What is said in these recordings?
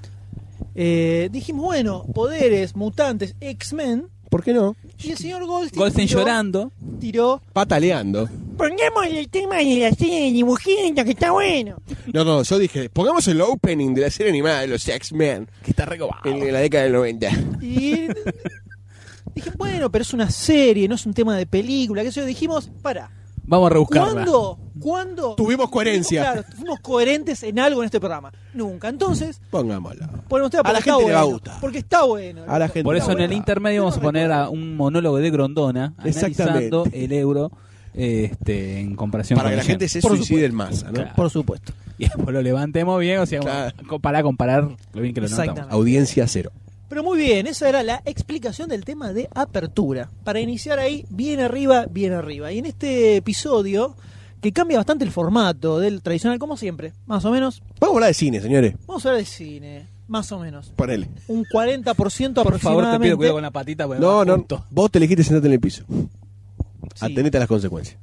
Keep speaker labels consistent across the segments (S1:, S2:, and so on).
S1: eh, dijimos, bueno, poderes, mutantes, X-Men.
S2: ¿Por qué no?
S1: Y el señor Goldstein,
S3: Goldstein
S1: tiró,
S3: llorando.
S1: tiró,
S2: Pataleando.
S1: pongamos el tema de la serie de dibujitos que está bueno.
S2: No, no, yo dije, pongamos el opening de la serie animada de los X-Men
S3: Que está recobado.
S2: en la década del 90.
S1: Y dije, bueno, pero es una serie, no es un tema de película. Que eso dijimos, para,
S3: Vamos a rebuscarla.
S1: ¿cuándo? ¿Cuándo?
S2: Tuvimos coherencia.
S1: Claro, fuimos coherentes en algo en este programa. Nunca. Entonces,
S2: Pongámoslo.
S1: ponemos tema
S2: A la
S1: porque está
S2: gente le va a
S1: bueno,
S2: gustar.
S1: Porque está bueno.
S2: A la gente
S3: Por
S2: le
S3: eso
S2: va a
S3: en el
S2: gustar.
S3: intermedio vamos a poner a un monólogo de Grondona
S2: Exactamente.
S3: analizando el euro este, en comparación
S2: Para
S3: con
S2: que la
S3: ayer.
S2: gente se
S1: Por
S2: suicide en masa, ¿no?
S3: Claro.
S1: Por supuesto.
S3: Y después lo levantemos bien, o sea,
S2: Claro.
S3: co- para comparar lo bien que lo
S1: Exactamente.
S3: notamos.
S2: Audiencia cero.
S1: Pero muy bien, esa era la explicación del tema de apertura. Para iniciar ahí, bien arriba, bien arriba. Y en este episodio, que cambia bastante el formato del tradicional, como siempre, más o menos,
S2: Vamos a hablar de cine, señores.
S1: vamos a hablar de cine, más o menos.
S2: Ponele.
S1: Un 40% aproximadamente.
S3: Por favor, te pido cuidado con la patita. porque
S2: No,
S3: va
S2: no.
S3: junto.
S2: Vos te elegiste sentarte en el piso.
S1: Sí.
S2: Atenete a las consecuencias.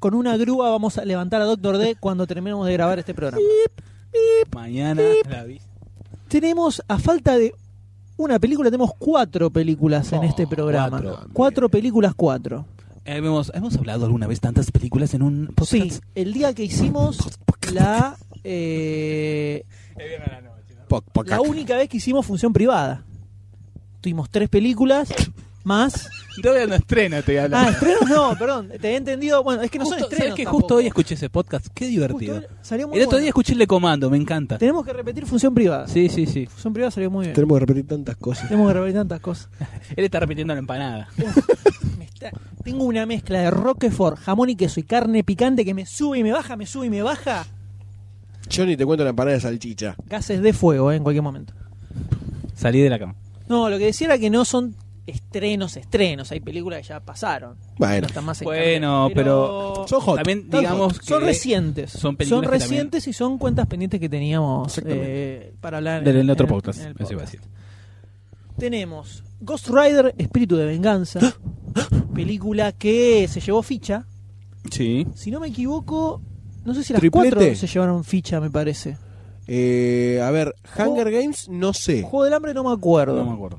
S1: Con una grúa vamos a levantar a Doctor D cuando terminemos de grabar este programa.
S3: Mañana la vi.
S1: Tenemos, a falta de una película, tenemos cuatro películas en
S3: Oh,
S1: este programa.
S2: cuatro.
S1: cuatro películas, cuatro.
S3: Eh, hemos, hemos hablado alguna vez tantas películas en un podcast.
S1: Sí, el día que hicimos la eh,
S2: Poc, poc,
S1: la
S2: cac.
S1: única vez que hicimos función privada. Tuvimos tres películas más.
S3: Todavía no estrena, te voy a hablar.
S1: Ah, estrenos no, perdón, te he entendido. Bueno, es que no
S3: Justo-
S1: son estrenos.
S3: ¿sabes que
S1: tampoco.
S3: justo hoy escuché ese podcast? Qué
S1: Justo
S3: divertido.
S1: hoy salió muy
S3: el otro
S1: bueno.
S3: día escuché el de Comando, me encanta.
S1: Tenemos que repetir función privada.
S3: Sí, sí, sí.
S1: Función privada salió muy bien.
S2: Tenemos que repetir tantas cosas.
S1: Tenemos que repetir tantas cosas.
S3: Él está repitiendo la empanada.
S1: Me está- Tengo una mezcla de roquefort, jamón y queso y carne picante que me sube y me baja, me sube y me baja.
S2: Yo ni te cuento la empanada de salchicha.
S1: Gases de fuego eh, en cualquier momento.
S3: Salí de la cama.
S1: No, lo que decía era que no son estrenos, estrenos. Hay películas que ya pasaron.
S2: Bueno.
S1: No están más en
S3: Bueno,
S1: cartel,
S3: pero-
S2: Son hot.
S3: También
S2: Tan
S3: digamos que
S1: son recientes.
S3: son
S1: Son,
S3: películas que
S1: recientes y son cuentas pendientes que teníamos
S2: Exactamente.
S1: eh, para hablar
S3: del, del otro
S1: en el-
S3: podcast,
S1: en el
S3: eso iba a
S1: podcast.
S3: decir.
S1: Tenemos Ghost Rider, Espíritu de Venganza, película que se llevó ficha.
S3: Sí.
S1: Si no me equivoco, no sé si las
S2: Triplete.
S1: cuatro se llevaron ficha, me parece.
S2: Eh, a ver, Hunger
S1: Juego-
S2: Games, no sé.
S1: Juego del Hambre no me acuerdo.
S3: No me acuerdo.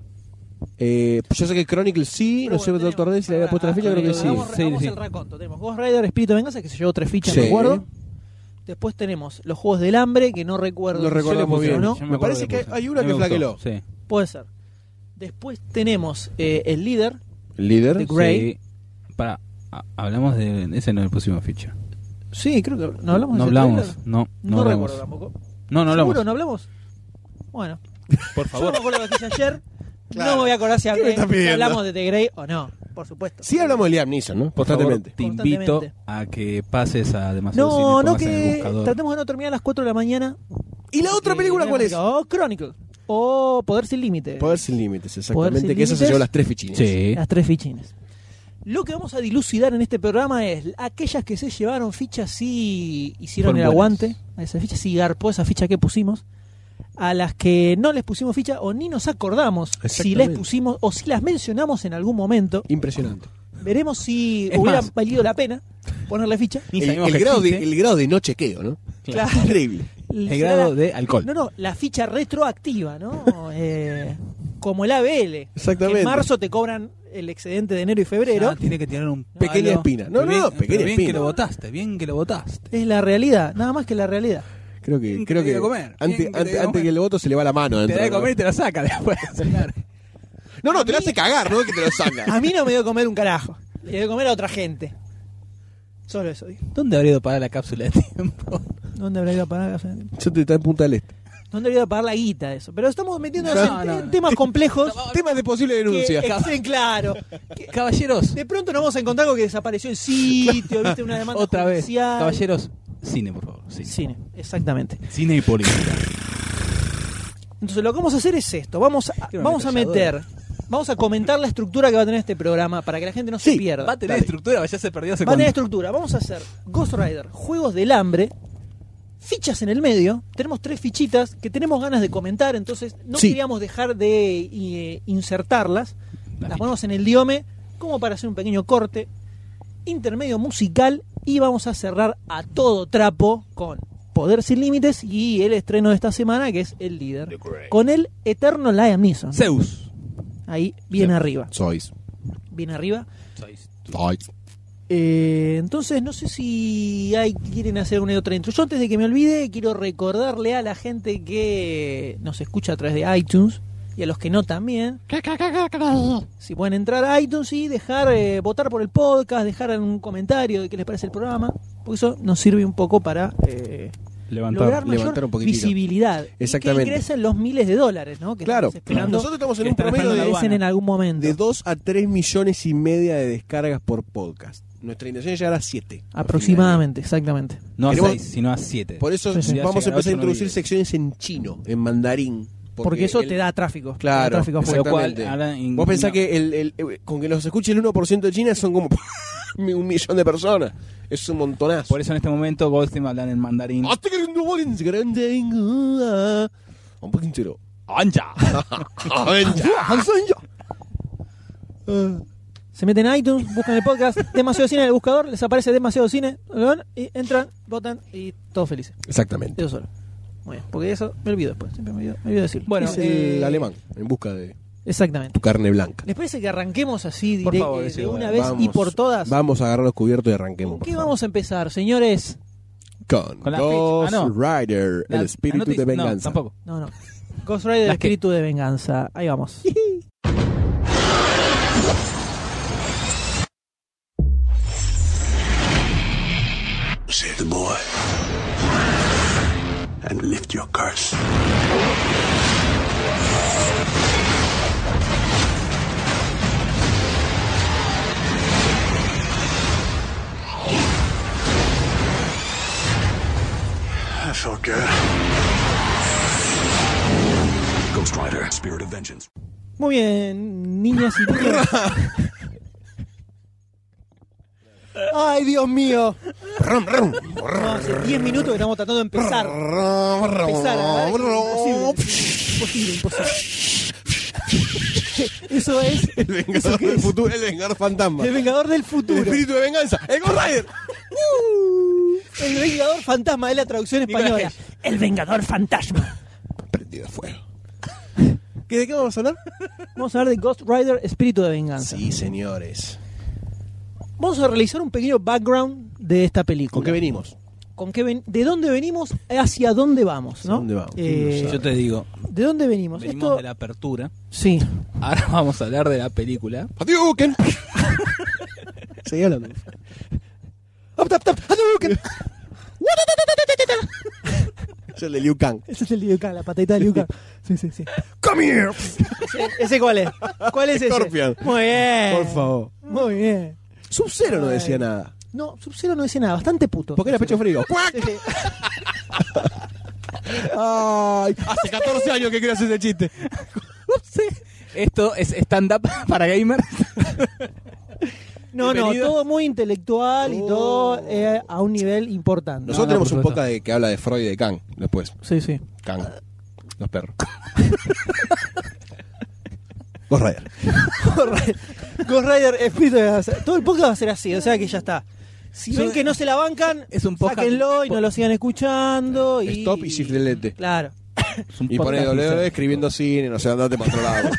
S2: Eh, yo sé que Chronicle sí,
S1: Pero
S2: no sé
S1: bueno,
S2: Doctor
S1: tenemos-
S2: D si le había puesto la
S1: pará,
S2: ficha, creo que
S1: pará,
S2: sí.
S1: Hagamos,
S3: Sí,
S1: hagamos
S3: sí.
S1: el raconto. Tenemos Ghost Rider, Espíritu de Venganza, que se llevó tres fichas,
S2: Sí.
S1: me acuerdo. Después tenemos los Juegos del Hambre, que no recuerdo. si
S2: Lo
S1: se le
S2: recordamos
S1: pusieron
S2: bien.
S1: o no.
S3: Yo
S2: Me
S3: acuerdo
S2: parece que
S3: puse.
S2: hay una
S3: A mí
S2: que
S3: me
S2: flaqueló.
S3: gustó, Sí.
S1: Puede ser. Después tenemos eh, el líder.
S2: Líder.
S1: The Grey.
S3: Sí. Para, a- hablamos de. Ese no le pusimos ficha.
S1: Sí, creo que no hablamos.
S3: No
S1: de ese
S3: hablamos.
S1: tráiler.
S3: No,
S1: No,
S3: no hablamos.
S1: recuerdo tampoco.
S3: No, no hablamos.
S1: ¿Seguro no hablamos? Bueno,
S3: Por
S1: yo no
S3: favor.
S1: me acuerdo lo que hice ayer.
S2: Claro.
S1: No me voy a acordar si,
S2: ¿Qué me
S1: hablé-
S2: estás
S1: si
S2: pidiendo?
S1: hablamos de The Grey o no, por supuesto.
S2: Sí hablamos de Liam Neeson, ¿no?
S3: Por favor,
S2: Constantemente.
S3: te invito
S1: Constantemente.
S3: a que pases a demasiado
S1: No,
S3: Cine,
S1: no,
S3: pongas en el
S1: que
S3: buscador.
S1: tratemos de no terminar a las 4 de la mañana.
S2: ¿Y la otra
S1: porque
S2: película
S1: no
S2: cuál
S1: me
S2: es?
S1: explica. O Chronicle. O Oh, Poder sin Límite.
S2: Poder sin límites,
S1: Poder
S2: exactamente.
S1: sin
S2: Que esa se
S1: límites.
S2: llevó las tres fichines.
S3: Sí.
S1: Las tres fichines. Lo que vamos a dilucidar en este programa es aquellas que se llevaron fichas sí hicieron
S3: Fueron
S1: el
S3: buenas.
S1: aguante, a esa ficha sí garpó esa ficha que pusimos, a las que no les pusimos ficha o ni nos acordamos si
S2: Exactamente.
S1: les pusimos o si las mencionamos en algún momento.
S2: Impresionante.
S1: Veremos si
S3: Es
S1: hubiera
S3: más.
S1: valido la pena ponerle ficha.
S3: Ni
S2: el,
S3: sabemos
S2: el
S3: que
S2: grado de,
S3: existe.
S2: el grado de no chequeo, ¿no?
S1: Claro.
S2: Terrible.
S3: El grado de alcohol.
S1: No, no, la ficha retroactiva, ¿no? Eh, como el ABL. Que
S2: Exactamente.
S1: en marzo te cobran el excedente de enero y febrero.
S3: Ah, tiene que tirar un
S2: Pequeña
S3: palo.
S2: espina. No,
S3: Pero
S2: no,
S3: bien-
S2: no,
S3: pero
S2: pequeña
S3: bien
S2: espina.
S3: que lo votaste, bien que lo votaste.
S1: Es la realidad, nada más que la realidad.
S2: Creo que,
S3: Bien
S2: creo
S3: que te
S2: que,
S3: voy a comer,
S2: ante-
S3: bien que te
S2: ante-
S3: voy a
S2: antes que
S3: comer.
S2: el voto se le va la mano.
S3: Te
S2: dentro,
S3: da de
S2: ¿no?
S3: comer y te la saca después. claro.
S2: No, no,
S1: A
S2: te lo
S1: mí-
S2: hace cagar, ¿no? Que te lo saca.
S1: A mí no me dio de comer un carajo. Le dio de comer a otra gente. Solo eso, digo.
S3: ¿Dónde habría ido a parar la cápsula de tiempo?
S1: ¿Dónde habrá ido a parar la gente?
S2: Yo te está en punta del este.
S1: ¿Dónde habrá ido a parar la guita de eso? Pero estamos metiéndonos
S3: No,
S1: en,
S3: no,
S1: en
S3: no.
S1: temas complejos.
S2: Temas de posible
S1: que
S2: denuncia.
S1: estén claros. Que
S3: Caballeros,
S1: De pronto nos vamos a encontrar con que desapareció el sitio, viste una demanda
S3: otra vez.
S1: judicial.
S3: Caballeros, cine, por favor. Cine,
S1: Cine, exactamente.
S3: Cine y política.
S1: Entonces lo que vamos a hacer es esto. Vamos a,
S3: Quiero una
S1: vamos a meter,
S3: ametralladora.
S1: vamos a comentar la estructura que va a tener este programa para que la gente no se
S2: Sí,
S1: pierda.
S3: Va a tener
S1: Dale.
S3: estructura, ya se perdió hace
S1: Va a tener
S3: cuánto.
S1: estructura. Vamos a hacer Ghost Rider, Juegos del Hambre, fichas en el medio. Tenemos tres fichitas que tenemos ganas de comentar, entonces no
S2: Sí.
S1: queríamos dejar de eh, insertarlas.
S3: La
S1: Las
S3: ficha.
S1: ponemos en el diome como para hacer un pequeño corte, intermedio musical y vamos a cerrar a todo trapo con Poder Sin Límites y el estreno de esta semana que es El Líder. Con el eterno Liam Neeson.
S3: Zeus.
S1: Ahí, bien
S3: Sí.
S1: arriba.
S2: Sois.
S1: Bien arriba.
S2: Sois.
S1: Eh, entonces, no sé si hay, quieren hacer una otra intro. Yo antes de que me olvide, quiero recordarle a la gente que nos escucha a través de iTunes y a los que no también. Si pueden entrar a iTunes y dejar, eh, votar por el podcast, dejar un comentario de qué les parece el programa, porque eso nos sirve un poco para eh, lograr
S3: Levantar.
S1: mayor
S2: levantar un poquitito.
S1: visibilidad. Y
S2: Exactamente.
S1: que ingresen los miles de dólares, ¿no? Que
S2: Claro.
S1: estamos esperando
S2: Nosotros estamos en
S3: que
S2: un
S3: están
S2: promedio
S1: que
S3: esperando
S2: de
S3: la
S1: ingresen en algún momento.
S2: de 2 a 3 millones y media de descargas por podcast. Nuestra intención es llegar a 7.
S1: Aproximadamente, exactamente.
S3: No a
S2: Queremos-
S3: 6, sino a 7.
S2: Por eso
S1: Sí, sí.
S2: vamos
S3: Llegar a
S2: a empezar a
S3: ocho, no
S2: introducir
S3: olvides.
S2: secciones en chino, en mandarín.
S1: Porque, eso
S2: el-
S1: te da tráfico. te da
S2: Claro,
S1: tráfico a full.
S3: Lo cual,
S2: exactamente.
S3: ahora en-
S2: Vos pensás
S3: no.
S2: que el, el- eh, con que los escuche el 1% de China son como un millón de personas. Es un montonazo.
S3: Por eso en este momento Goldstein va a hablar en mandarín.
S2: Hasta que no volen, se granden, ah, Un poquito.
S3: ¡Anja!
S1: Se meten a iTunes, buscan el podcast Demasiado Cine en el buscador, les aparece Demasiado Cine, lo ven, y entran, votan y todos felices.
S2: Exactamente.
S1: Eso solo. Muy bien, porque eso me olvido después, siempre me olvido, me olvido decirlo.
S3: Bueno,
S2: es el
S1: eh,
S2: alemán, en busca de
S1: Exactamente.
S2: tu carne blanca.
S1: ¿Les parece que arranquemos así
S3: Por
S1: direct-
S3: favor,
S1: eh, de
S3: sí,
S1: una
S3: bueno,
S1: vez y por todas?
S2: Vamos a agarrar los cubiertos y arranquemos.
S1: ¿Con qué
S2: por
S1: vamos a empezar, señores?
S2: favor. Con,
S3: Con la
S2: Ghost
S3: fecha. Ah,
S2: Rider,
S3: La-
S2: el espíritu
S3: anotis-
S2: de venganza.
S3: No, tampoco.
S1: No, no. Ghost Rider,
S3: Las que-
S1: espíritu de venganza. Ahí vamos.
S4: Save the boy. And lift your curse. That felt good. Ghost Rider, Spirit of Vengeance.
S1: Muy bien, niñas y niños. Ay, Dios mío.
S2: Rum, rum,
S1: No, hace 10 minutos que estamos tratando de empezar.
S2: rum, rum,
S1: Empezar, ¿verdad?
S2: rum.
S1: Es Imposible, imposible, imposible. Eso es
S2: El vengador del futuro, el vengador fantasma.
S1: el vengador del
S2: El
S1: futuro.
S2: espíritu de venganza, el Ghost Rider.
S1: El vengador fantasma es la traducción española. El vengador fantasma.
S2: Prendido fuego. ¿Qué, ¿De qué vamos a hablar?
S1: Vamos a hablar de Ghost Rider, espíritu de venganza.
S2: Sí, señores.
S1: Vamos a realizar un pequeño background de esta película.
S2: ¿Con qué venimos?
S1: ¿Con qué ven- ¿De dónde venimos? ¿Hacia dónde vamos? ¿no?
S2: ¿A dónde vamos?
S1: Eh,
S2: ¿Quién lo
S3: Yo te digo,
S1: ¿De dónde venimos?
S2: Pues
S3: venimos
S1: Esto-
S3: de la apertura.
S1: Sí.
S3: Ahora vamos a hablar de la película.
S2: Hadouken. Seguí hablando.
S1: Up, tap, Ah, tap, Hadouken.
S2: Es el de Liu Kang.
S1: Ese es el Liu Kang, la patadita de Liu Kang. Sí, sí, sí.
S2: Come here.
S1: ¿Ese, ese cuál es? ¿Cuál es ese?
S2: Scorpion.
S1: Muy bien.
S2: Por favor.
S1: Muy bien.
S2: Sub-Zero no decía nada.
S1: No, Sub-Zero no dice nada, bastante puto.
S2: Porque era pecho frío. ¡Cuac!
S1: Sí, sí.
S2: Ay, hace 14 años que quiero hacer ese chiste.
S3: Esto es stand-up para gamers.
S1: No, no,
S3: Bienvenido.
S1: todo muy intelectual y
S2: Oh.
S1: todo eh, a un nivel importante.
S2: Nosotros
S3: no,
S2: tenemos
S3: por
S2: un
S3: supuesto.
S2: podcast de- que habla de Freud y de Kang después.
S1: Sí, sí.
S2: Kang. Los perros. Ghost Rider.
S1: Ghost Rider, espíritu de venganza. Todo el podcast va a ser así, o sea que ya está. Si
S3: Es
S1: ven
S3: un-
S1: que no se la bancan,
S3: es un podcast-
S1: sáquenlo y no lo sigan escuchando. Y...
S2: Stop y shift delete.
S1: Claro.
S3: Es un
S2: Y pone
S3: podcast
S2: W
S3: miserable.
S2: escribiendo cine, no sé, andate para otro lado.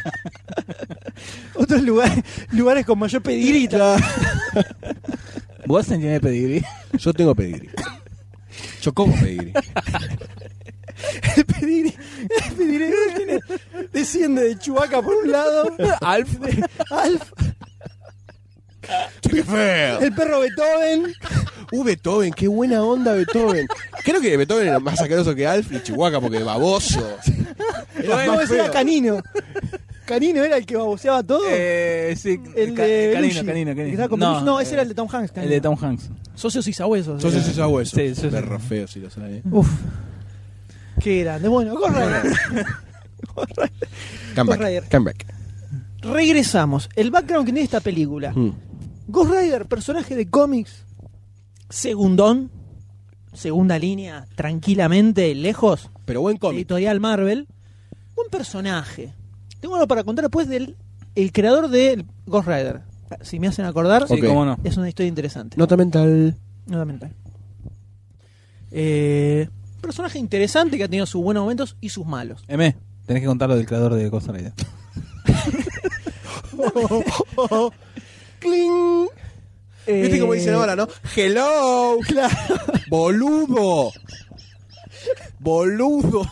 S1: Otros lugares, lugares con mayor pedirita.
S3: ¿Vos tenés pedigrí?
S2: Yo tengo pedigrí. Yo como pedigrí.
S1: El pedir, el pedir tiene desciende de Chubaca por un lado.
S2: Alf.
S1: de Alf,
S2: Che, ¡Qué feo!
S1: el perro Beethoven.
S2: Uh, Beethoven, qué buena onda Beethoven. Creo que Beethoven era más asqueroso que Alf y Chihuahua porque baboso. Era
S1: No,
S2: más
S1: ese era
S2: feo.
S1: Canino. Canino era el que baboseaba todo.
S3: Eh, sí,
S1: el
S3: ca-
S1: de
S3: canino,
S1: Belushi,
S3: canino,
S1: que
S3: canino.
S1: estaba con
S3: No,
S1: Belushi. no, ese
S3: eh,
S1: era el de Tom Hanks. Canino.
S3: El de Tom Hanks.
S1: Socios y sabuesos. eh.
S2: Entonces es abueso.
S3: Sí, sí, sí.
S2: Perro feo, si lo sabe.
S1: Uf. Qué grande. Bueno, Ghost Rider.
S2: Come
S1: Ghost Rider.
S2: back. Come back.
S1: Regresamos. El background que tiene esta película.
S2: Mm.
S1: Ghost Rider, personaje de cómics. Segundón. Segunda línea, tranquilamente, lejos.
S2: Pero buen cómic.
S1: Editorial Marvel. Un personaje. Tengo algo para contar después del el creador de Ghost Rider. Si me hacen acordar,
S3: Sí,
S2: Ok.
S3: cómo no.
S1: es una historia interesante.
S2: Nota mental.
S1: Nota mental. Eh, personaje interesante que ha tenido sus buenos momentos y sus malos.
S3: M, tenés que contar lo del creador de Costa Rica.
S2: Cling. ¿Viste
S1: Eh,
S2: cómo dicen ahora, no? Hello. Boludo. Boludo.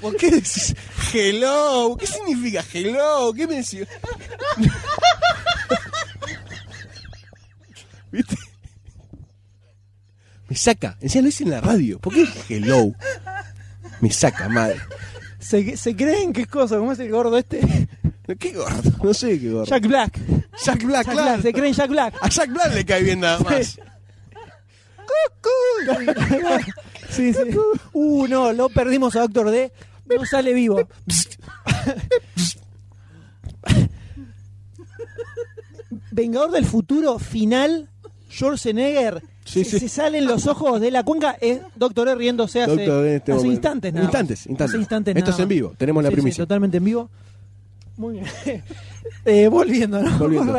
S2: ¿Por qué decís hello? ¿Qué significa hello? ¿Qué me decís? ¿Viste? Me saca. Encima lo hice en la radio. ¿Por qué hello? Me saca, madre.
S1: ¿Se, se creen que es cosa? ¿Cómo es el gordo este?
S2: Qué gordo. No sé qué gordo.
S1: Jack Black.
S2: Jack Black,
S1: Jack
S2: claro.
S1: Black, se creen Jack Black.
S2: A Jack Black le cae bien nada más.
S1: Sí, sí. Uh, no, lo perdimos a Doctor D. No sale vivo. Vengador del futuro final, Schwarzenegger.
S2: Sí,
S1: se, se
S2: sí.
S1: salen los ojos de la cuenca. Es Doctor E riéndose hace,
S2: Doctor D en este
S1: hace
S2: momento.
S1: instantes. Nada más.
S2: Instantes, instantes.
S1: Hace instantes
S2: Esto
S1: nada
S2: es en
S1: más.
S2: vivo, tenemos la
S1: Sí, sí,
S2: primicia.
S1: totalmente en vivo. Muy bien. Eh, volviendo, ¿no?
S2: Volviendo.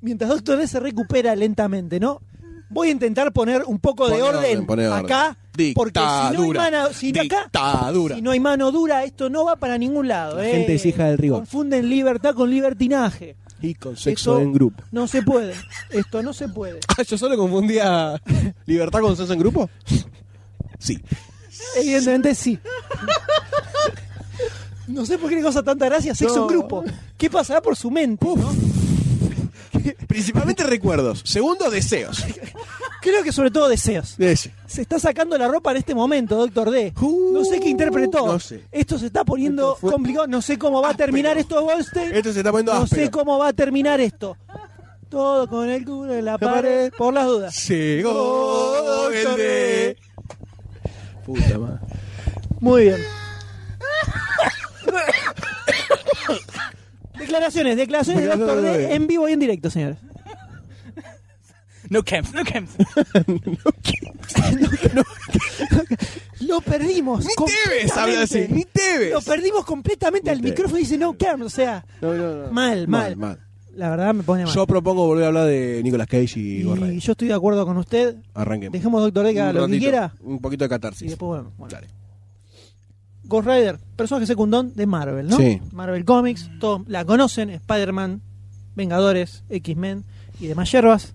S1: Mientras Doctor D se recupera lentamente, ¿no? Voy a intentar poner un poco de
S2: Poné
S1: orden,
S2: poné orden.
S1: acá, porque si no hay
S2: Dictadura.
S1: mano, si no acá,
S2: Dictadura.
S1: si no hay mano dura, esto no va para ningún lado.
S2: La
S1: eh.
S2: gente es hija del rigor.
S1: Confunden libertad con libertinaje.
S2: Y con
S1: sexo
S2: sexo
S1: Eso- en
S2: en grupo.
S1: No se puede. Esto no se puede.
S2: Ah, yo solo confundía libertad con sexo en grupo. Sí.
S1: Evidentemente sí. No sé por qué le causa tanta gracia sexo
S2: No.
S1: en grupo. ¿Qué pasará por su mente? no?
S2: Principalmente recuerdos. Segundo, deseos.
S1: Creo que sobre todo deseos.
S2: De ese.
S1: Se está sacando la ropa en este momento, Doctor D. Uh, No sé qué interpretó.
S2: no sé.
S1: Esto se está poniendo
S2: Esto fue-
S1: complicado. No sé cómo va a terminar esto, Goldstein.
S2: Esto se está poniendo
S1: No
S2: áspero.
S1: sé cómo va a terminar esto. Todo con el culo en la pared,
S2: pared.
S1: por las dudas.
S2: Llegó el de... Puta madre.
S1: Muy bien. declaraciones, declaraciones de
S2: Declaraciones
S1: Doctor
S2: de
S1: D
S2: D.
S1: en vivo y en directo, señores.
S3: No camps, no camps.
S1: Lo perdimos.
S2: Ni Tevez habla así. Ni
S1: completamente.
S2: Tevez.
S1: Lo perdimos completamente al
S2: Ni Tevez.
S1: micrófono y dice no cam, o sea,
S2: No, no, no.
S1: Mal, mal. la verdad me pone mal.
S2: Yo propongo volver a hablar de Nicolas Cage y
S1: y
S2: Gorray.
S1: yo estoy de acuerdo con usted.
S2: Arranquemos.
S1: Dejemos a Doctor D que haga
S2: Un
S1: lo que
S2: ratito,
S1: quiera
S2: Un poquito de
S1: y
S2: catarsis.
S1: después volvemos. Bueno.
S2: Dale.
S1: Ghost Rider, personaje secundón de Marvel, ¿no?
S2: Sí.
S1: Marvel Comics, todos la conocen, Spider-Man, Vengadores, X-Men y demás hierbas.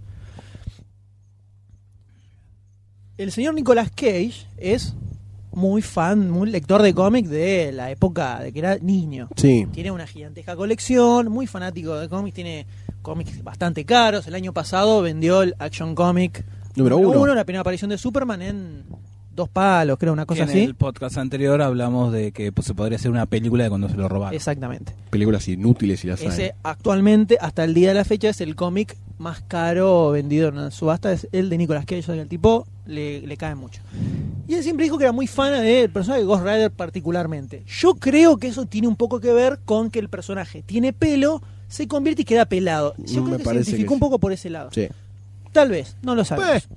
S1: El señor Nicolas Cage es muy fan, muy lector de cómics de la época de que era niño.
S2: Sí.
S1: Tiene una gigantesca colección, muy fanático de cómics, tiene cómics bastante caros. El año pasado vendió el Action Comic
S2: Número uno.
S1: la primera aparición de Superman en dos palos, creo, una cosa
S3: en
S1: así.
S3: el podcast anterior hablamos de que pues, se podría hacer una película de cuando se lo robaron.
S1: Exactamente.
S2: Películas inútiles y las hay.
S1: Ese actualmente, hasta el día de la fecha, es el cómic más caro vendido en una subasta. Es el de Nicolas Cage, o sea, que el tipo le, le cae mucho. Y él siempre dijo que era muy fan del personaje de Ghost Rider particularmente. Yo creo que eso tiene un poco que ver con que el personaje tiene pelo, se convierte y queda pelado. Yo
S2: Mm,
S1: creo
S2: me
S1: que se
S2: parece que
S1: identificó un
S2: sí.
S1: poco por ese lado.
S2: Sí.
S1: Tal vez, no lo sabemos.
S2: Pues,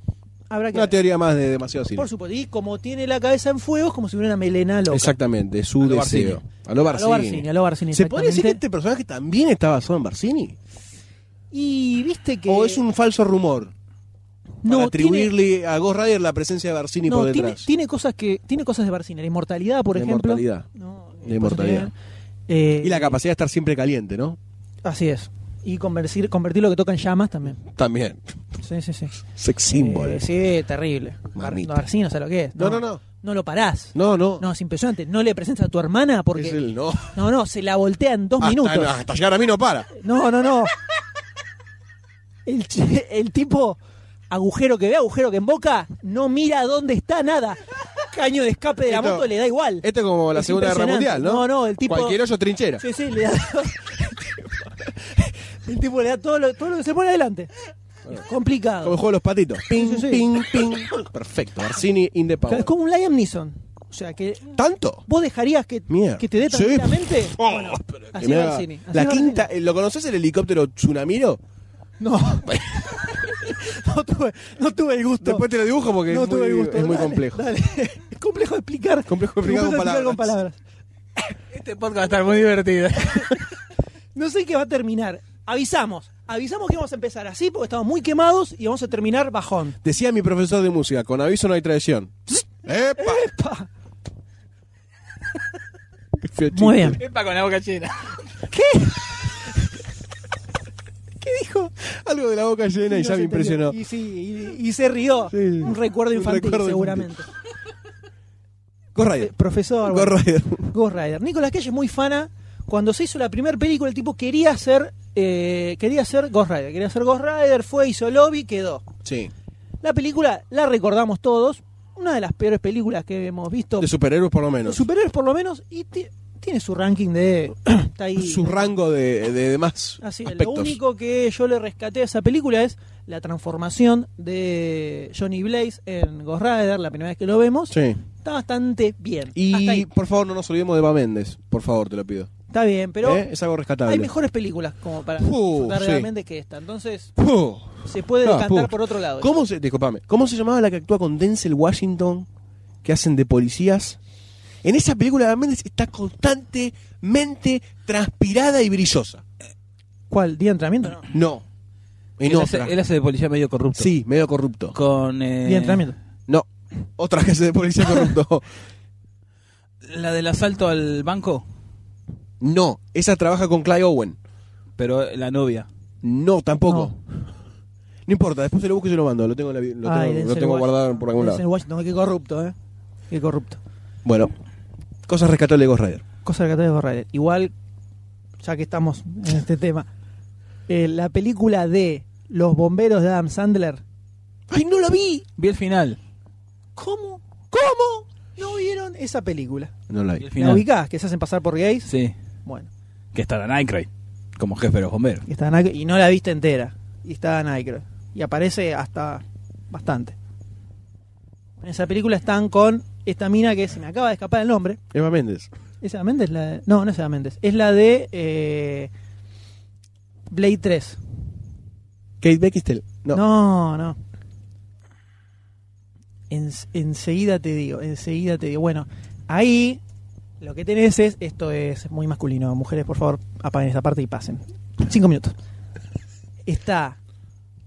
S1: Habrá que
S2: Una
S1: ver.
S2: teoría más de demasiado cine.
S1: Por supuesto. Y como tiene la cabeza en fuego, es como si hubiera una melena loca.
S2: Exactamente, su
S3: A lo
S2: deseo.
S3: Barcini.
S2: A lo
S1: A lo Barcini, a lo Barcini,
S2: ¿Se puede decir que
S1: exactamente.
S2: este personaje también está basado en Barcini?
S1: Y viste que.
S2: ¿O es un falso rumor?
S1: No,
S2: para
S1: tiene-
S2: atribuirle a Ghost Rider la presencia de Barcini
S1: no,
S2: por
S1: tiene,
S2: detrás.
S1: tiene cosas que tiene cosas de Barcini. La inmortalidad, por
S2: La
S1: ejemplo.
S2: inmortalidad.
S1: No,
S2: La
S1: eh, por eso
S2: inmortalidad.
S1: tiene- eh,
S2: Y la capacidad de estar siempre caliente, ¿no?
S1: Así es. Y convertir, convertir lo que toca en llamas también.
S2: También.
S1: Sí, sí, sí.
S2: Sex symbol.
S1: Eh, sí, terrible.
S2: Mamita.
S1: Barcino, no sé lo que es.
S2: No, no, no.
S1: No lo parás.
S2: No, no.
S1: No, es impresionante. No le presentas a tu hermana porque.
S2: Es el no.
S1: No, no, se la voltea en dos
S2: Hasta-
S1: minutos.
S2: Hasta, llegar a mí no para.
S1: No, no, no. El, ch- el tipo, agujero que ve, agujero que en boca, no mira dónde está nada. Caño de escape de la
S2: Esto-
S1: moto le da igual.
S2: Esto es como la
S1: Es
S2: Segunda Guerra
S1: impresionante.
S2: Mundial, ¿no?
S1: No, no, el tipo-
S2: Cualquier hoyo trinchera.
S1: Sí, sí, le da. El tipo le da todo lo, todo lo que se pone adelante.
S2: Como el
S1: Complicado.
S2: juego de los patitos. Ping,
S1: sí, sí.
S2: ping, ping. Perfecto. Barcini in the power.
S1: Es como un Liam Neeson. O sea, que
S2: ¿Tanto?
S1: vos dejarías que,
S2: Mierda.
S1: que te dé
S2: Sí.
S1: tranquilamente.
S2: Oh,
S1: Bueno,
S2: pero que
S1: así
S2: me
S1: va el
S2: haga-
S1: cine, así
S2: La
S1: va el
S2: quinta,
S1: cine.
S2: eh, ¿lo conoces el helicóptero Tsunamiro?
S1: No. no, tuve, no tuve el gusto.
S2: Después te lo dibujo porque
S1: no
S2: es,
S1: tuve
S2: muy,
S1: el gusto.
S2: es muy
S1: Dale,
S2: complejo.
S1: dale. Es complejo de explicar.
S2: Complejo de explicar con
S1: con
S2: palabras.
S1: palabras.
S3: Este podcast va a estar muy divertido.
S1: No sé en qué va a terminar. Avisamos. Avisamos que vamos a empezar así porque estamos muy quemados y vamos a terminar bajón.
S2: Decía mi profesor de música, con aviso no hay traición. ¡Epa!
S1: Pa.
S2: Qué feo
S1: Muy
S2: chiste.
S1: bien.
S3: Epa con la boca llena.
S1: ¿Qué?
S2: ¿Qué dijo? Algo de la boca llena y
S1: No
S2: ya
S1: se
S2: me impresionó.
S1: entendió. Y, sí, y, y se rió.
S2: Sí, sí.
S1: Un recuerdo
S2: Un
S1: infantil,
S2: recuerdo
S1: seguramente.
S2: Ghost
S1: Eh,
S2: Rider.
S1: profesor.
S2: Ghost
S1: bueno,
S2: Rider.
S1: Ghost Rider. Nicolas Cage es muy fana. Cuando se hizo la primera película, el tipo quería hacer, eh, quería hacer Ghost Rider. Quería hacer Ghost Rider, fue, hizo lobby, quedó.
S2: Sí.
S1: La película la recordamos todos. Una de las peores películas que hemos visto.
S2: De superhéroes por lo
S1: Los
S2: menos.
S1: superiores por lo menos. Y ti- tiene su ranking de... está ahí.
S2: Su rango de, de demás
S1: Así es, lo
S2: aspectos.
S1: único que yo le rescaté a esa película es la transformación de Johnny Blaze en Ghost Rider, la primera vez que lo vemos.
S2: Sí.
S1: Está bastante bien. Hasta
S2: Y
S1: ahí.
S2: por favor no nos olvidemos de Eva Méndez. Por favor, te lo pido.
S1: Está bien, pero
S2: ¿Eh? Es algo rescatable.
S1: hay mejores películas como para
S2: Uh,
S1: disfrutar
S2: sí.
S1: realmente que esta. Entonces
S2: Puh.
S1: se puede
S2: Ah,
S1: decantar
S2: puh.
S1: por otro lado.
S2: ¿Cómo se, disculpame, ¿cómo se llamaba la que actúa con Denzel Washington? Que hacen de policías. En esa película Eva Méndez está constantemente transpirada y brillosa.
S1: ¿Cuál? ¿Día de entrenamiento? No.
S2: No. En
S3: Él
S2: otra.
S3: hace, él hace de policía medio corrupto.
S2: Sí, medio corrupto.
S3: Con. eh,
S1: Día de entrenamiento.
S2: No. Otra que hace de policía corrupto.
S3: La del asalto al banco,
S2: No. Esa trabaja con Clive Owen.
S3: pero la novia.
S2: No, tampoco. No, importa, después se lo busco y se lo mando. Lo tengo, en la vi- lo
S1: Ay,
S2: tengo, lo
S1: Denzel
S2: tengo guardado
S1: Washington.
S2: por algún
S1: Denzel
S2: lado.
S1: Washington, qué corrupto, ¿eh? Qué corrupto.
S2: Bueno, cosas rescatables de Ghost Rider.
S1: Cosa que de Ghost Rider. Igual, ya que estamos en este tema, eh, la película de Los Bomberos de Adam Sandler.
S2: ¡Ay, no la vi!
S3: Vi el final.
S1: ¿Cómo? ¿Cómo? ¿No vieron esa película?
S2: No la
S3: Vi
S2: vi.
S3: el
S1: ¿La
S3: final.
S1: ubicás? ¿Que se hacen pasar por gays?
S3: Sí.
S1: Bueno,
S3: Que está la Nightcrawler como jefe de los bomberos.
S1: y, está Dan Aykroyd- y no la viste entera. Y está Nightcrawler. Y aparece hasta bastante. En esa película están con esta mina que se me acaba de escapar el nombre.
S2: Eva Méndez.
S1: ¿Es Eva Méndez? La de- No, no es Eva Méndez. Es la de eh, Blade 3.
S2: Kate Beckinsale. No.
S1: No, no. En- enseguida te digo, enseguida te digo. Bueno, ahí lo que tenés es, esto es muy masculino. Mujeres, por favor, apaguen esta parte y pasen. Cinco minutos. Está,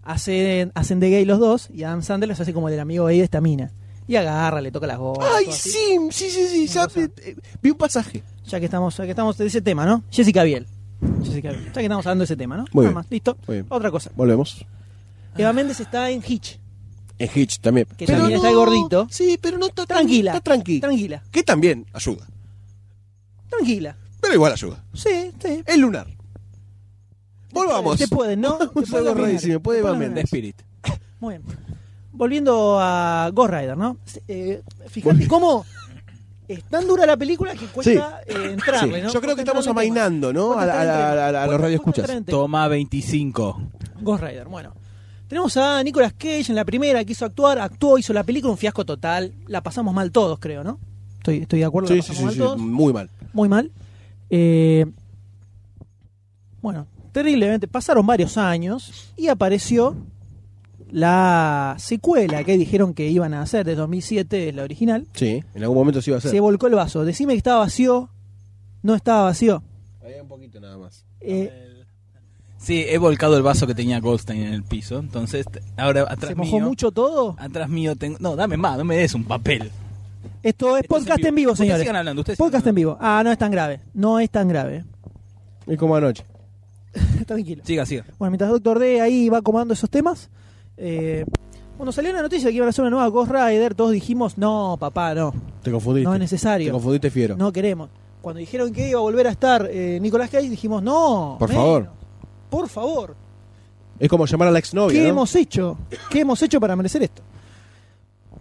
S1: hacen, hacen de gay los dos y Adam Sandler se hace como el amigo gay de esta mina. Y agarra, le toca las gorras.
S2: ¡Ay,
S1: todo así.
S2: sí! Sí, sí, sí. ya,
S1: Cosa.
S2: eh, eh, vi un pasaje.
S1: Ya que estamos, ya que estamos de ese tema, ¿no? Jessica Biel. Jessica Biel. Ya que estamos hablando de ese tema, ¿no?
S2: Muy
S1: Nada
S2: bien.
S1: más, listo.
S2: Muy bien.
S1: Otra cosa.
S2: Volvemos.
S1: Eva Méndez está en Hitch.
S2: En Hitch también.
S1: Que también está el gordito.
S2: Sí, pero no está
S1: Tranquila.
S2: Está tranquila.
S1: Tranquila.
S2: que también ayuda.
S1: Tranquila.
S2: Pero igual ayuda.
S1: Sí, sí.
S2: El lunar. Volvamos.
S1: Te pueden, ¿no? Te
S2: Vamos a
S1: pueden
S2: Ghost Rider,
S1: arruinar.
S2: si me puede,
S1: Te
S2: va
S1: pueden
S2: Méndez.
S3: The
S1: arruinar.
S3: Spirit.
S1: Muy bien. Volviendo a Ghost Rider, ¿no? Eh, fíjate
S2: Volvi-
S1: cómo es tan dura la película que cuesta eh,
S2: Sí.
S1: entrarle, ¿no?
S2: Yo creo
S1: Cuesta
S2: que estamos
S1: entrarle en tema.
S2: amainando, ¿no? A,
S1: Cuesta
S2: la- a la-
S1: entrar en
S2: a la-
S1: tema.
S2: a los
S1: Cuesta-
S2: radioescuchas.
S1: cuesta entrar en
S3: Toma 25.
S1: tema. Ghost Rider, bueno. Tenemos a Nicolas Cage en la primera, quiso actuar, actuó, hizo la película, un fiasco total. La pasamos mal todos, creo, ¿no? Estoy, estoy de acuerdo, la
S2: Sí, sí,
S1: pasamos
S2: sí,
S1: mal
S2: sí,
S1: todos.
S2: muy mal.
S1: muy mal. Eh, bueno, terriblemente pasaron varios años y apareció la secuela que dijeron que iban a hacer de 2007, es la original.
S2: Sí, en algún momento se iba a hacer.
S1: Se volcó el vaso. Decime que estaba vacío. No estaba vacío.
S2: Había un poquito nada más.
S1: Eh,
S3: Sí, he volcado el vaso que tenía Goldstein en el piso. Entonces, t- ahora atrás
S1: ¿Se mojó
S3: mío.
S1: mucho todo?
S3: Atrás mío tengo. No, dame más, no me des un papel.
S1: Esto es
S3: Esto es
S1: podcast
S3: en
S1: en vivo,
S3: vivo. Ustedes
S1: señores.
S3: sigan
S1: Ah,
S3: hablando, ustedes sigan
S1: podcast en
S3: hablando.
S1: vivo. Ah, no es tan grave. No es tan grave.
S2: Y como anoche.
S1: tranquilo.
S3: Siga, siga.
S1: Bueno, mientras Doctor D ahí va acomodando esos temas. eh, bueno, salió la noticia que iban a hacer una nueva Ghost Rider. Todos dijimos, no, papá, no.
S2: Te confundiste.
S1: No es necesario.
S2: Te confundiste fiero.
S1: No queremos. Cuando dijeron que iba a volver a estar eh, Nicolas Cage, dijimos, no.
S2: Por favor.
S1: Por favor.
S2: Es como llamar a la exnovia.
S1: ¿Qué
S2: ¿no?
S1: hemos hecho? ¿Qué hemos hecho para merecer esto?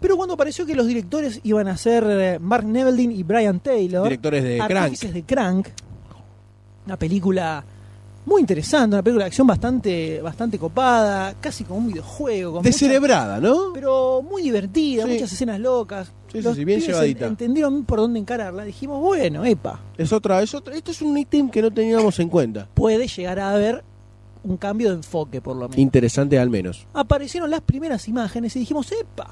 S1: Pero cuando pareció que los directores iban a ser eh, Mark Neveldine y Brian Taylor,
S2: Directores de Crank.
S1: Ah, artífices de Crank, una película muy interesante, una película de acción bastante, bastante copada, casi como un videojuego. Con mucha-
S2: Descerebrada, ¿no?
S1: pero muy divertida,
S2: Sí.
S1: muchas escenas locas.
S2: Sí, sí,
S1: Los
S2: sí, bien
S1: pibes en-
S2: llevadita.
S1: Entendieron por dónde encararla. Dijimos, bueno, epa,
S2: Es otra, es otra. Esto es un ítem que no teníamos en cuenta.
S1: puede llegar a haber un cambio de enfoque, por lo menos.
S2: Interesante al menos.
S1: Aparecieron las primeras imágenes y dijimos, epa,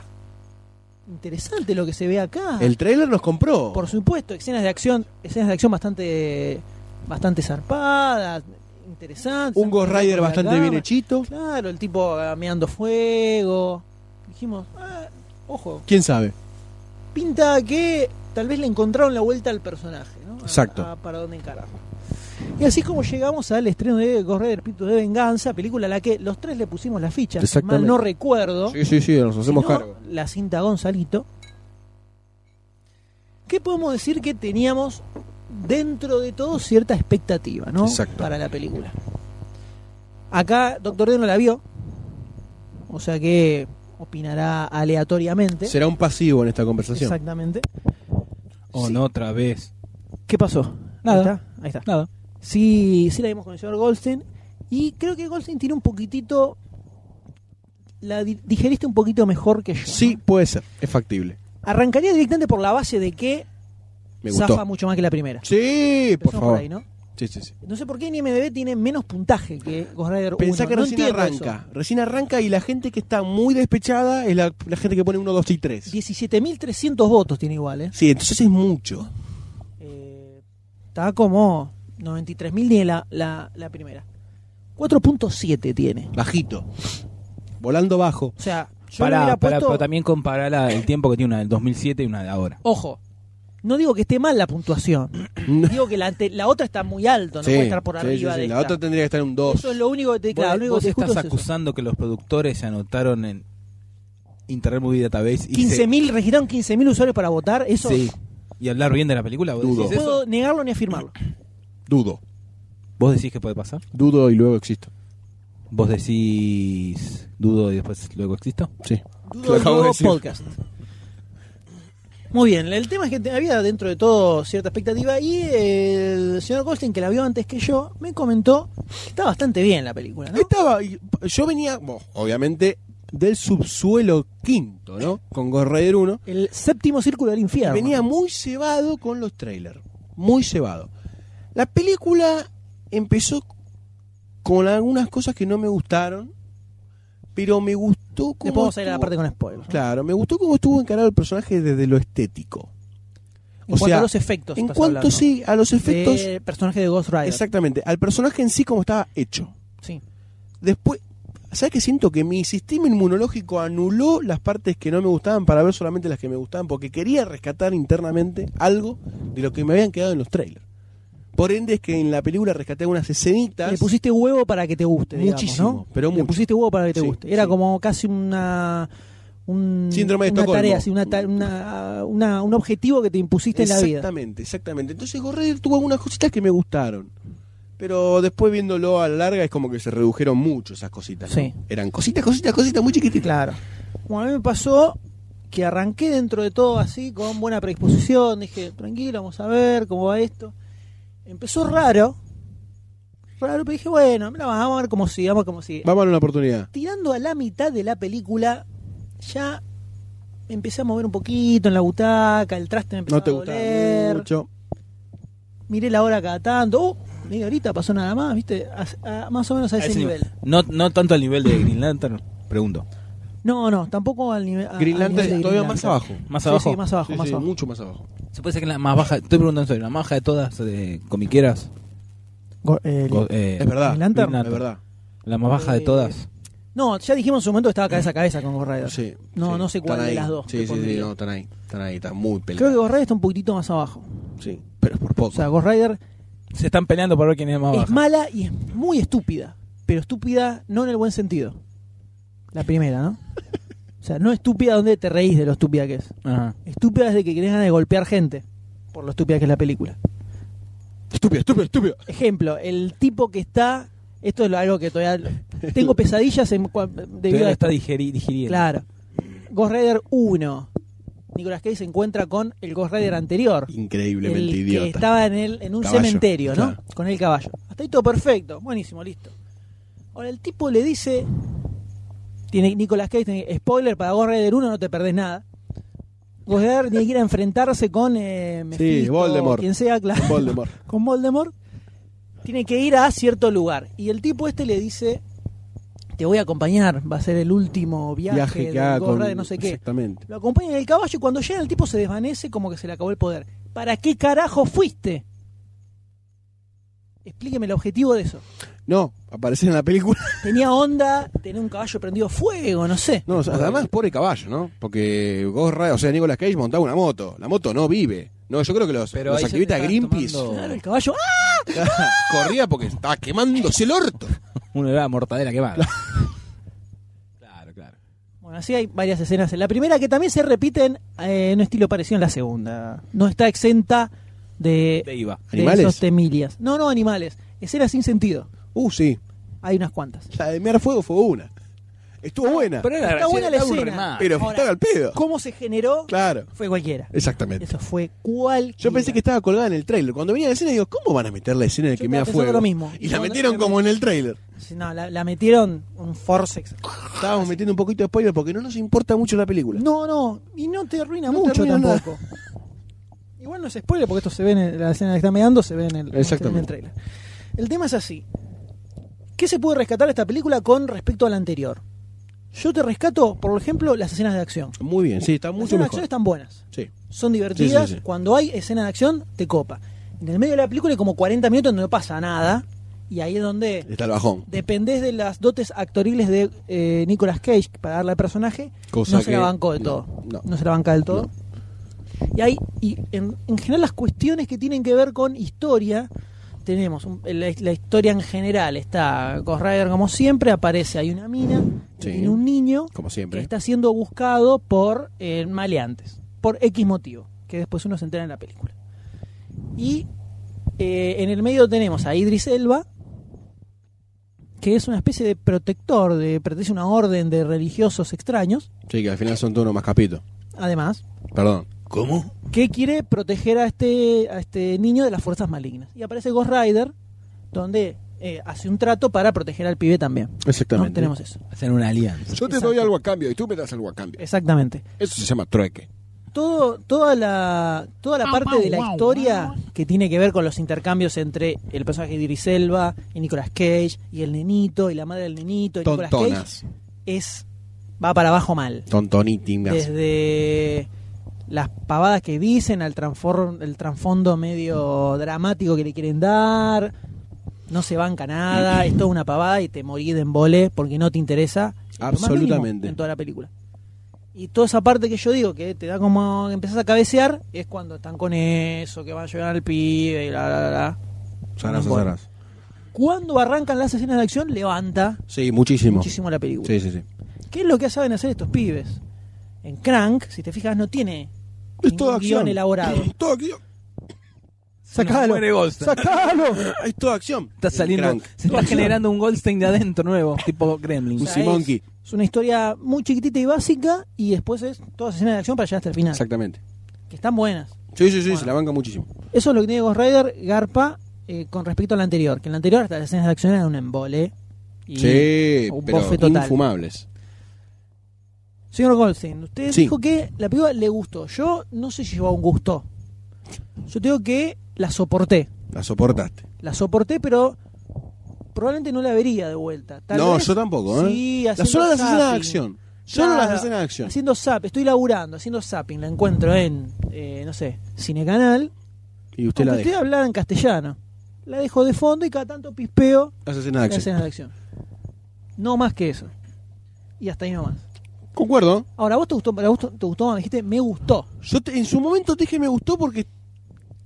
S1: interesante lo que se ve acá.
S2: El trailer nos compró.
S1: Ah. Por supuesto, escenas de acción, escenas de acción bastante, bastante zarpadas, interesantes.
S2: un Ghost Rider
S1: Con la
S2: bastante
S1: cámara.
S2: bien hechito.
S1: Claro, el tipo meando fuego. Dijimos, ah, ojo,
S2: ¿Quién sabe?
S1: pinta que tal vez le encontraron la vuelta al personaje, ¿no? A-
S2: Exacto.
S1: a- para dónde encararlo. Y así es como llegamos al estreno de Ghost Rider Pito de Venganza, película a la que los tres le pusimos las fichas, si mal
S2: Exactamente.
S1: no recuerdo.
S2: Sí, sí, sí, nos hacemos
S1: sino
S2: cargo.
S1: La cinta Gonzalito. ¿Qué podemos decir que teníamos dentro de todo cierta expectativa, ¿no?
S2: Exacto.
S1: Para la película. Acá Doctor D no la vio, o sea que opinará aleatoriamente.
S2: Será un pasivo en esta conversación.
S1: Exactamente.
S3: O
S1: Sí.
S3: Oh, no, otra vez.
S1: ¿Qué pasó?
S3: Nada.
S1: Ahí está. Ahí está.
S3: Nada.
S1: Sí, sí la vimos con el señor Goldstein. Y creo que Goldstein tiene un poquitito. La di- digeriste un poquito mejor que yo.
S2: Sí,
S1: ¿no?
S2: puede ser. Es factible.
S1: Arrancaría directamente por la base de que
S2: Me
S1: zafa
S2: gustó.
S1: mucho más que la primera.
S2: Sí, por
S1: Empezamos
S2: favor.
S1: ahí, ¿no?
S2: Sí, sí, sí.
S1: No sé por qué en IMDb tiene menos puntaje que Ghost Rider 1.
S2: Pensá que
S1: no
S2: recién
S1: entiendo
S2: arranca. Recién arranca y la gente que está muy despechada es la, la gente que pone 1, 2 y 3.
S1: eso. 17.300 votos tiene igual, ¿eh?
S2: Sí, entonces es mucho.
S1: Eh, Está como 93.000 tiene la, la, la primera. 4.7 tiene.
S2: Bajito. Volando bajo.
S1: O sea, yo le
S3: Para,
S1: hubiera
S3: para,
S1: puesto-
S3: pero también compararla el tiempo que tiene una del 2007 y una de ahora.
S1: Ojo, no digo que esté mal la puntuación. Digo que la, ante- la otra está muy alto, no
S2: Sí,
S1: puede estar por
S2: sí,
S1: arriba
S2: sí, sí.
S1: de
S2: La
S1: esta.
S2: otra tendría que estar en un 2.
S1: Eso es lo único que te, claro,
S3: Vos-
S1: lo único
S3: vos
S1: que te
S3: estás
S1: discuto es eso.
S3: acusando que los productores se anotaron en Internet Movie Database y se-
S1: 15.000, registraron 15.000 usuarios para votar. Eso
S3: Sí. Y hablar bien de la película, ¿vos
S2: Dudo.
S1: no
S3: decís eso?
S1: puedo negarlo ni afirmarlo.
S2: Dudo.
S3: ¿Vos decís que puede pasar?
S2: Dudo y luego existo.
S3: ¿Vos decís dudo y después luego existo?
S2: Sí.
S1: Dudo del nuevo podcast. Muy bien, el tema es que te- había dentro de todo cierta expectativa y el señor Goldstein, que la vio antes que yo, me comentó que está bastante bien la película, ¿no?
S2: Estaba, y- yo venía, bo, obviamente, del subsuelo quinto, ¿no? Con Ghost Rider 1.
S1: El séptimo círculo del infierno.
S2: Venía muy cebado con los trailers. Muy cebado. La película empezó con algunas cosas que no me gustaron, pero me gustó como.
S1: Después vamos a ir a la parte con spoilers. ¿no?
S2: Claro, me gustó cómo estuvo encarado el personaje desde lo estético.
S1: En cuanto a los efectos.
S2: en
S1: estás
S2: cuanto
S1: hablando.
S2: sí, a los efectos,
S1: De personaje de Ghost Rider.
S2: exactamente, al personaje en sí como estaba hecho.
S1: Sí.
S2: Después, ¿sabes qué siento? Que mi sistema inmunológico anuló las partes que no me gustaban para ver solamente las que me gustaban, porque quería rescatar internamente algo de lo que me habían quedado en los trailers. Por ende es que en la película rescaté unas escenitas.
S1: Le pusiste huevo para que te guste. digamos,
S2: Muchísimo,
S1: ¿no?
S2: pero
S1: Le
S2: mucho.
S1: pusiste huevo para que te
S2: Sí,
S1: guste. Era
S2: sí.
S1: como casi una. Un,
S2: Síndrome de
S1: una
S2: Estocolmo.
S1: tarea, sí, una, ta- una- una- un objetivo que te impusiste en la vida.
S2: Exactamente, exactamente. Entonces Gorrer tuvo algunas cositas que me gustaron. Pero después viéndolo a la larga es como que se redujeron mucho esas cositas. ¿no?
S1: Sí.
S2: Eran cositas, cositas, cositas muy chiquititas.
S1: Claro. Bueno, a mí me pasó que arranqué dentro de todo así, con buena predisposición. Dije, tranquilo, vamos a ver cómo va esto. Empezó raro. Raro, pero dije, bueno, mirá, vamos a ver cómo sigue, vamos a ver cómo sigue.
S2: Vamos a darle una oportunidad.
S1: tirando a la mitad de la película, ya me empecé a mover un poquito en la butaca, el traste me empezó
S2: No te
S1: a
S2: gusta
S1: doler,
S2: mucho.
S1: miré la hora cada tanto, oh, media horita pasó nada más, viste, A- a- más o menos a
S3: A
S1: ese,
S3: ese
S1: nivel.
S3: No, no tanto al nivel de Green Lantern, pregunto.
S1: No, no, tampoco al nivel. a-
S2: Green
S1: al
S2: Lantern
S1: nivel Ah, de
S2: todavía
S1: Green
S2: más
S1: Lantern.
S2: abajo.
S3: Más
S1: Sí,
S3: abajo.
S1: sí, más abajo,
S2: Sí,
S1: más
S2: sí,
S1: abajo.
S2: mucho más abajo.
S3: Se puede ser que la más baja, estoy preguntando en serio, la más baja de todas de comiqueras.
S1: Go- eh,
S3: Go- eh,
S2: Es verdad.
S1: Green Lantern.
S3: Green
S2: Es verdad.
S3: La más baja de
S1: Eh,
S3: todas.
S1: No, ya dijimos en su momento que estaba cabeza a cabeza con Ghost Rider.
S2: Sí,
S1: No,
S2: sí.
S1: no sé cuál
S2: Están
S1: de
S2: ahí.
S1: las dos
S2: Sí,
S1: le
S2: sí, sí,
S1: pondría.
S2: no, están ahí. Están ahí, están muy
S1: Creo que
S2: peleados.
S1: Ghost Rider está un poquitito más abajo.
S2: Sí, pero es por poco.
S1: O sea, Ghost Rider
S3: Se están peleando por ver quién es más
S1: Es
S3: baja.
S1: mala y es muy estúpida. Pero estúpida no en el buen sentido. La primera, ¿no? O sea, no estúpida donde te reís de lo estúpida que es.
S3: Ajá.
S1: Estúpida es de que querés ganas de golpear gente. Por lo estúpida que es la película.
S2: Estúpido, estúpido, estúpido.
S1: Ejemplo, el tipo que está. Esto es lo- algo que todavía. Tengo pesadillas en, cua- debido
S3: Todavía
S1: a
S3: está
S1: esto.
S3: digeri- digiriendo.
S1: Claro. Ghost Rider 1. Nicolas Cage se encuentra con el Ghost Rider anterior.
S2: Increíblemente
S1: El que
S2: idiota.
S1: estaba en, el, en un
S2: Caballo,
S1: cementerio, ¿no?
S2: claro.
S1: Con el caballo. Hasta ahí todo perfecto. Buenísimo, listo. Ahora el tipo le dice. Tiene Nicolas Cage, tiene- spoiler para Ghost Rider 1, no te perdés nada. Ghost Rider tiene que ir a enfrentarse con eh, Mephisto,
S2: Voldemort.
S1: quien sea, claro
S2: Voldemort.
S1: con Voldemort, tiene que ir a cierto lugar. Y el tipo este le dice, te voy a acompañar, va a ser el último viaje,
S2: Viaje
S1: del
S2: que haga
S1: Ghost
S2: con...
S1: Rider, no sé qué.
S2: Exactamente.
S1: Lo acompaña en el caballo y cuando llega el tipo se desvanece como que se le acabó el poder. ¿Para qué carajo fuiste? Explíqueme el objetivo de eso.
S2: No, aparece en la película.
S1: Tenía onda, tenía un caballo prendido fuego, no sé.
S2: No, o sea, además pobre caballo, ¿no? Porque Ghost Rider, o sea, Nicolas Cage montaba una moto. La moto no vive. No, yo creo que los,
S3: Pero
S2: los
S3: ahí ya te
S2: activistas
S3: estás
S2: Greenpeace
S3: tomando-
S1: Claro, el caballo. ¡ah!
S2: corría porque estaba quemándose el orto.
S3: Una edad mortadela quemada. claro, claro.
S1: Bueno, así hay varias escenas. La primera que también se repiten eh, en un estilo parecido en la segunda. No está exenta de,
S3: Te iba.
S1: de
S2: ¿Animales?
S1: esos temilias. No, no, animales. Escenas sin sentido.
S2: Uh, sí.
S1: Hay unas cuantas.
S2: La de Mear Fuego fue una. Estuvo buena. Pero,
S3: Pero era
S1: Está
S3: gracioso,
S1: buena la
S3: estaba un
S1: escena.
S3: remate.
S1: Pero- Ahora-
S2: estaba al pedo.
S1: ¿Cómo se generó?
S2: Claro.
S1: Fue cualquiera.
S2: Exactamente.
S1: Eso fue cualquiera.
S2: Yo pensé que estaba colgada en el trailer. Cuando venía la escena, digo, ¿cómo van a meter la escena de
S1: Yo
S2: que me da
S1: estaba pensando
S2: fuego?
S1: lo mismo.
S2: Y
S1: Y
S2: la
S1: cuando-
S2: metieron como en el trailer.
S1: No, la, la metieron un forcex.
S2: Estábamos metiendo un poquito de spoiler porque no nos importa mucho la película.
S1: No, no. Y no te arruina
S2: No te
S1: mucho
S2: arruina
S1: tampoco. Igual no es spoiler porque esto se ve en el- la escena que está meando, se ve en el,
S2: Exactamente.
S1: en el trailer. El tema es así. ¿Qué se puede rescatar de esta película con respecto a la anterior? Yo te rescato, por ejemplo, las escenas de acción.
S2: Muy bien, sí, está
S1: Las
S2: mucho
S1: escenas de
S2: mejor.
S1: acción están buenas.
S2: Sí.
S1: son divertidas.
S2: Sí, sí, sí.
S1: Cuando hay escena de acción, te copa. En el medio de la película hay como 40 minutos donde no pasa nada. Y ahí es donde
S2: Está el bajón.
S1: dependés de las dotes actoriles de eh, Nicolas Cage para darle al personaje.
S2: Cosa
S1: no se la
S2: que-
S1: bancó del
S2: no,
S1: todo. No,
S2: no.
S1: se la banca del todo. Y hay, y en, en general las cuestiones que tienen que ver con historia, tenemos un- la, la historia en general. Está Ghost Rider como siempre, aparece, hay una mina, que
S2: Sí.
S1: tiene un niño
S2: Como
S1: que
S2: siempre.
S1: está siendo buscado por eh, maleantes, por X motivo, que después uno se entera en la película. Y eh, en el medio tenemos a Idris Elba, que es una especie de protector, de pertenece a una orden de religiosos extraños,
S2: Sí, que al final son todos unos mascapitos.
S1: además,
S2: Perdón. ¿Cómo?
S1: que quiere proteger a este, a este niño de las fuerzas malignas. Y aparece Ghost Rider, donde eh, hace un trato para proteger al pibe también. ¿no?
S2: Exactamente.
S1: Tenemos eso.
S3: Hacen una alianza.
S2: Yo te
S1: Exacto.
S2: doy algo a cambio y tú me das algo a cambio.
S1: Exactamente.
S2: Eso se llama trueque.
S1: todo, toda la, toda la parte de la historia que tiene que ver con los intercambios entre el personaje de Idris Elba y Nicolas Cage y el nenito y la madre del nenito y Nicolas Cage
S2: Tontonas.
S1: es va para abajo mal.
S2: Tontonitingas.
S1: Desde las pavadas que dicen al transform, el trasfondo medio dramático que le quieren dar, no se banca nada, es toda una pavada y te morí de embole porque no te interesa lo más mínimo
S2: Absolutamente.
S1: en toda la película. Y toda esa parte que yo digo que te da como que empezás a cabecear es cuando están con eso, que van a llegar al pibe y la la la. la.
S2: Zarazo,
S1: Bueno.
S2: zarazo.
S1: Cuando arrancan las escenas de acción levanta
S2: Sí, muchísimo.
S1: muchísimo la película.
S2: Sí, sí, sí.
S1: ¿Qué es lo que saben hacer estos pibes? En Crank, si te fijas, no tiene
S2: Es
S1: ningún
S2: toda
S1: guión
S2: acción.
S1: elaborado.
S2: Toda acción.
S1: Sacalo,
S3: muere Goldstein.
S1: sacalo.
S2: Es toda acción.
S3: Está saliendo,
S2: Crank.
S3: se está generando un Goldstein de adentro nuevo, tipo Gremlin.
S2: Un Simonkey.
S1: Es una historia muy chiquitita y básica y después es todas escenas de acción para llegar hasta el final.
S2: Exactamente.
S1: Que están buenas.
S2: Sí, sí, sí,
S1: Bueno.
S2: se la banca muchísimo.
S1: Eso es lo que tiene Ghost Rider, Garpa, eh, con respecto a la anterior. Que en la anterior hasta las escenas de acción eran un embole. Y-
S2: Sí,
S1: un bofe
S2: pero
S1: total.
S2: infumables.
S1: Señor Goldstein, usted
S2: Sí.
S1: dijo que la película le gustó. Yo no sé si llevaba un gusto. Yo digo que la soporté.
S2: La soportaste.
S1: La soporté, pero probablemente no la vería de vuelta. Tal
S2: no,
S1: vez-
S2: yo tampoco, ¿eh?
S1: Sí,
S2: La-
S1: haciendo
S2: solo las escenas de
S1: zapping.
S2: acción. Solo
S1: Claro,
S2: las escenas de acción.
S1: Haciendo zap, estoy laburando, haciendo zapping. La encuentro en, eh, no sé, Cinecanal.
S2: Y usted
S1: Aunque
S2: la
S1: usted
S2: deja.
S1: hablara en castellano. La dejo de fondo y cada tanto pispeo
S2: Las escenas de
S1: las
S2: acción.
S1: escenas de acción. No más que eso. Y hasta ahí nomás.
S2: Concuerdo.
S1: Ahora, ¿a ¿vos te gustó? ¿Te gustó? ¿Te gustó? Me dijiste, me gustó.
S2: Yo te- en su momento te dije me gustó porque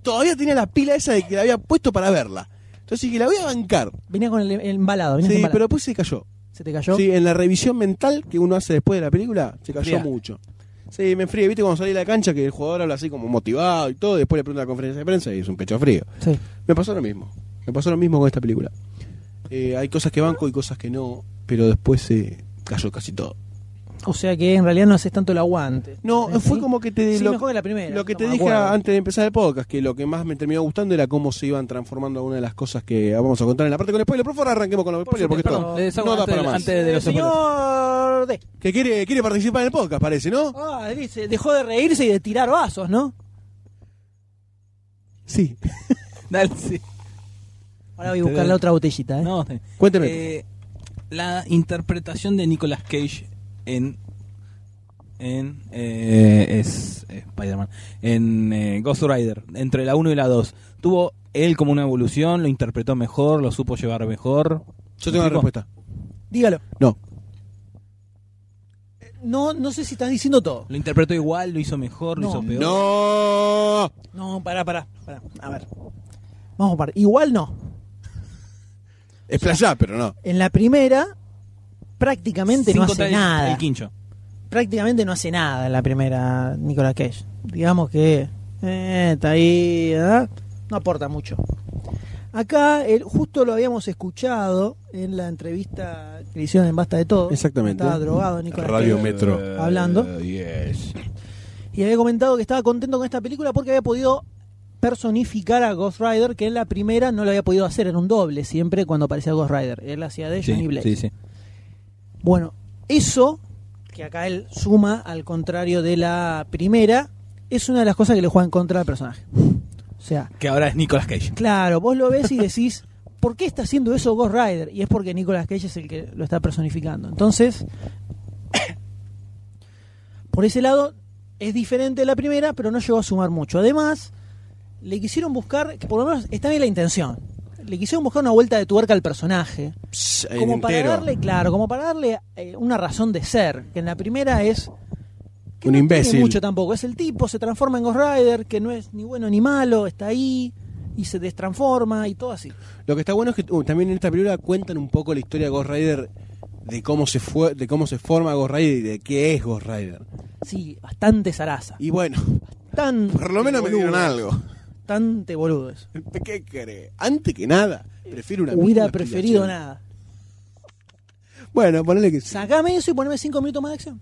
S2: todavía tenía la pila esa de que la había puesto para verla. Entonces dije, la voy a bancar.
S1: Venía con el, el embalado, venía
S2: Sí,
S1: embalado.
S2: pero después se cayó.
S1: ¿Se te cayó?
S2: Sí, en la revisión mental que uno hace después de la película, se cayó
S3: Enfriaste.
S2: mucho. Sí, me enfríe. ¿Viste cuando salí de la cancha que el jugador habla así como motivado y todo? Y después le pregunta a la conferencia de prensa y es un pecho frío.
S1: Sí.
S2: Me pasó lo mismo. Me pasó lo mismo con esta película. Eh, hay cosas que banco y cosas que no, pero después se cayó casi todo.
S1: O sea que en realidad no haces tanto el aguante.
S2: No,
S1: ¿Sí?
S2: fue como que te.
S1: Sí,
S2: lo,
S1: mejor que la primera,
S2: Lo que te
S1: estamos de
S2: dije
S1: acuerdo.
S2: antes de empezar el podcast, que lo que más me terminó gustando era cómo se iban transformando algunas de las cosas que vamos a contar en la parte con spoiler. Por favor, arranquemos con los spoilers, porque
S1: supuesto,
S2: esto
S1: perdón,
S3: les hago
S2: no da
S3: antes
S2: para
S3: de-
S2: más.
S3: antes de los spoilers.
S1: Señor D.
S2: Que quiere, quiere participar en el podcast, parece, ¿no?
S1: Ah, dice, dejó de reírse y de tirar vasos, ¿no?
S2: Sí.
S3: Dale, sí.
S1: Ahora voy a buscar la otra botellita, ¿eh?
S3: No, está bien.
S2: Cuénteme.
S3: Eh, la interpretación de Nicolas Cage en en eh, es eh, Spider-Man en eh, Ghost Rider entre la 1 y la 2 tuvo él como una evolución lo interpretó mejor lo supo llevar mejor
S2: Yo tengo la
S3: ¿Me explico?
S2: respuesta.
S1: Dígalo.
S2: No.
S1: No, no sé si estás diciendo todo.
S3: lo interpretó igual lo hizo mejor lo
S1: No.
S3: hizo peor
S2: No.
S1: No, pará, pará, pará. A ver. Vamos a parar. Igual no.
S2: Es playa, pero no.
S1: En la primera, prácticamente
S3: Sin
S1: no hace
S3: contar el-
S1: nada.
S3: el quincho
S1: prácticamente no hace nada en la primera Nicolas Cage. Digamos que eh, está ahí, ¿verdad? no aporta mucho. Acá el, justo lo habíamos escuchado en la entrevista que le hicieron en Basta de Todo.
S2: Exactamente.
S1: Estaba drogado Nicolas
S2: Radio
S1: Cage
S2: Metro.
S1: hablando y había comentado que estaba contento con esta película porque había podido personificar a Ghost Rider que en la primera no lo había podido hacer, era un doble siempre cuando aparecía Ghost Rider. Él hacía de Johnny
S3: sí,
S1: Blaze.
S3: sí, sí.
S1: Bueno, eso, que acá él suma al contrario de la primera, es una de las cosas que le juega en contra al personaje. O sea,
S3: que ahora es Nicolas Cage
S1: claro, vos lo ves y decís, ¿por qué está haciendo eso Ghost Rider? Y es porque Nicolas Cage es el que lo está personificando. Entonces, por ese lado, es diferente de la primera, pero no llegó a sumar mucho. Además, le quisieron buscar, que por lo menos está bien la intención, le quisieron buscar una vuelta de tuerca al personaje
S2: Pss, en
S1: como para
S2: entero.
S1: darle, claro, como para darle eh, una razón de ser, que en la primera es que
S2: Un
S1: no
S2: imbécil.
S1: tiene mucho tampoco, es el tipo, se transforma en Ghost Rider, que no es ni bueno ni malo, está ahí y se destransforma y todo así.
S2: Lo que está bueno es que uh, también en esta película cuentan un poco la historia de Ghost Rider, de cómo se fue, de cómo se forma Ghost Rider y de qué es Ghost Rider.
S1: Sí, bastante zaraza.
S2: Y bueno,
S1: Tan
S2: por lo menos me dieron algo.
S1: Bastante boludo eso.
S2: ¿Qué crees? Antes que nada, prefiero una
S1: Hubiera
S2: mínima
S1: preferido
S2: explicación.
S1: nada.
S2: Bueno, ponele que sí.
S1: Sacame eso y poneme cinco minutos más de acción.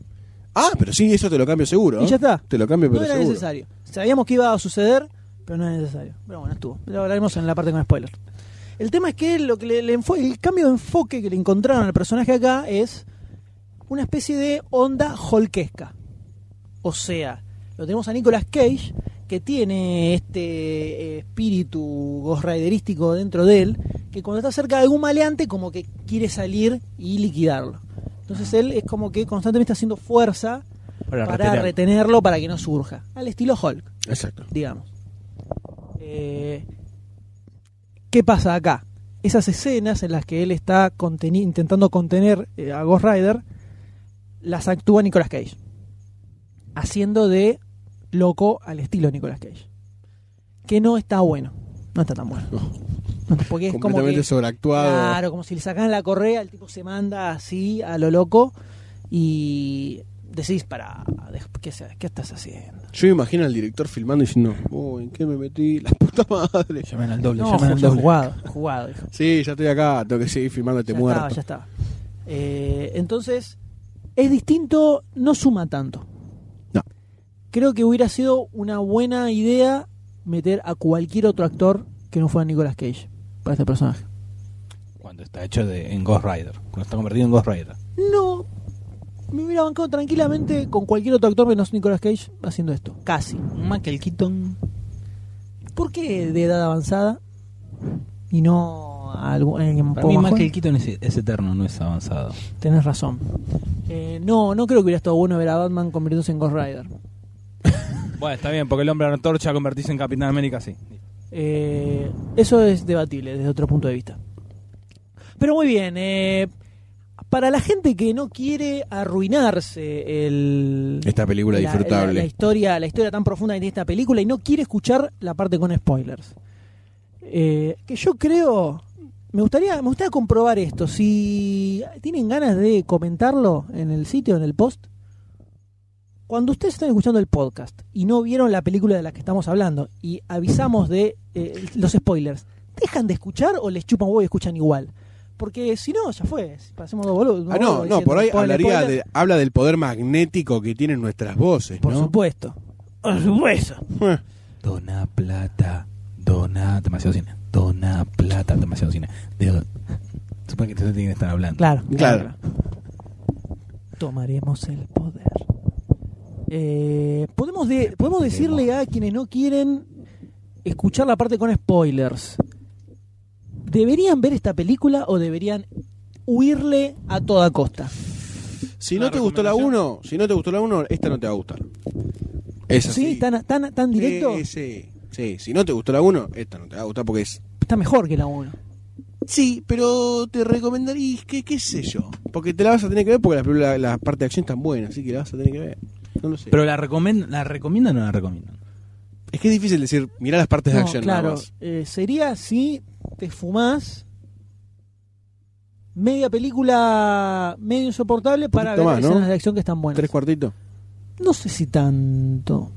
S2: Ah, pero sí, eso te lo cambio seguro.
S1: Y
S2: ¿eh?
S1: ya está.
S2: Te lo cambio, pero
S1: no era
S2: seguro.
S1: necesario. Sabíamos que iba a suceder, pero no era necesario. Pero bueno, estuvo. Lo hablaremos en la parte con spoiler. El tema es que lo que le, le enfo- el cambio de enfoque que le encontraron al personaje acá es una especie de onda holquesca. O sea, lo tenemos a Nicolas Cage que tiene este eh, espíritu ghost riderístico dentro de él, que cuando está cerca de algún maleante como que quiere salir y liquidarlo. Entonces él es como que constantemente está haciendo fuerza
S3: para,
S1: para
S3: retener.
S1: retenerlo para que no surja. Al estilo Hulk,
S2: Exacto.
S1: digamos. Eh, ¿Qué pasa acá? Esas escenas en las que él está conteni- intentando contener eh, a Ghost Rider, las actúa Nicolas Cage. Haciendo de loco al estilo Nicolas Cage. Que no está bueno. No está tan bueno. No, porque es como
S2: Completamente
S1: que-
S2: sobreactuado.
S1: Claro, como si le sacaran la correa, el tipo se manda así a lo loco y decís, para, ¿qué, se- qué estás haciendo?
S2: Yo me imagino al director filmando y diciendo, uy, ¿en qué me metí? La puta madre.
S3: Llamen al doble
S1: No,
S3: llamen al
S1: ju-
S3: doble
S1: jugado, jugado, dijo.
S2: Sí, ya estoy acá, tengo que seguir filmándote
S1: Ya
S2: muerto.
S1: estaba, ya estaba. Eh, entonces, es distinto, no suma tanto.
S2: No.
S1: Creo que hubiera sido una buena idea meter a cualquier otro actor que no fuera Nicolas Cage para este personaje.
S3: cuando está hecho de, en Ghost Rider cuando está convertido en Ghost Rider
S1: No, me hubiera bancado tranquilamente con cualquier otro actor menos Nicolas Cage haciendo esto. Casi.
S3: Michael Keaton
S1: ¿Por qué de edad avanzada y no algo, alguien un
S3: Para
S1: poco
S3: mí
S1: más
S3: Michael
S1: joven?
S3: Keaton es, es eterno, no es avanzado.
S1: Tenés razón. Eh, no, no creo que hubiera estado bueno ver a Batman convirtiéndose en Ghost Rider.
S3: Bueno, está bien, porque el hombre antorcha convertirse en Capitán América, sí.
S1: Eh, eso es debatible desde otro punto de vista. Pero muy bien, eh, Para la gente que no quiere arruinarse el,
S2: Esta película
S1: la-
S2: disfrutable.
S1: La, la historia, la historia tan profunda que tiene esta película y no quiere escuchar la parte con spoilers. Eh, que yo creo. Me gustaría, me gustaría comprobar esto. Si tienen ganas de comentarlo en el sitio, en el post. Cuando ustedes están escuchando el podcast y no vieron la película de la que estamos hablando y avisamos de eh, los spoilers, ¿dejan de escuchar o les chupan huevo y escuchan igual? Porque si no, ya fue. Si Pasemos dos boludos.
S2: Ah, no, no, por ahí
S1: Spoiler,
S2: hablaría
S1: spoiler.
S2: de- habla del poder magnético que tienen nuestras voces,
S1: Por
S2: ¿no?
S1: supuesto. Por supuesto.
S2: Eh,
S3: Dona plata, dona demasiado cine, dona plata, demasiado cine. De- Supongo que ustedes tienen que estar hablando.
S1: Claro,
S2: Claro.
S1: Tomaremos el poder. Eh, podemos, de- podemos decirle a quienes no quieren escuchar la parte con spoilers. ¿Deberían ver esta película o deberían huirle a toda costa?
S2: Si
S3: Una
S2: no te gustó la 1, si no te gustó la 1, esta no te va a gustar. Es así.
S1: ¿Sí? ¿Tan, tan, tan directo?
S2: Sí, sí, sí. Si no te gustó la 1, esta no te va a gustar porque es...
S1: Está mejor que la 1.
S2: Sí, pero te recomendaría, que, qué sé yo, porque te la vas a tener que ver porque las películas- las partes de acción están buenas, así que la vas a tener que ver. No lo sé.
S3: Pero la, recomen- la recomiendan o no la recomiendan.
S2: es que es difícil decir, mirá las partes de
S1: No,
S2: acción
S1: claro,
S2: nada más.
S1: eh, sería si te fumás media película medio insoportable para ver
S2: poquito más, ¿no?
S1: escenas de acción que están buenas.
S2: Tres cuartitos.
S1: No sé si tanto.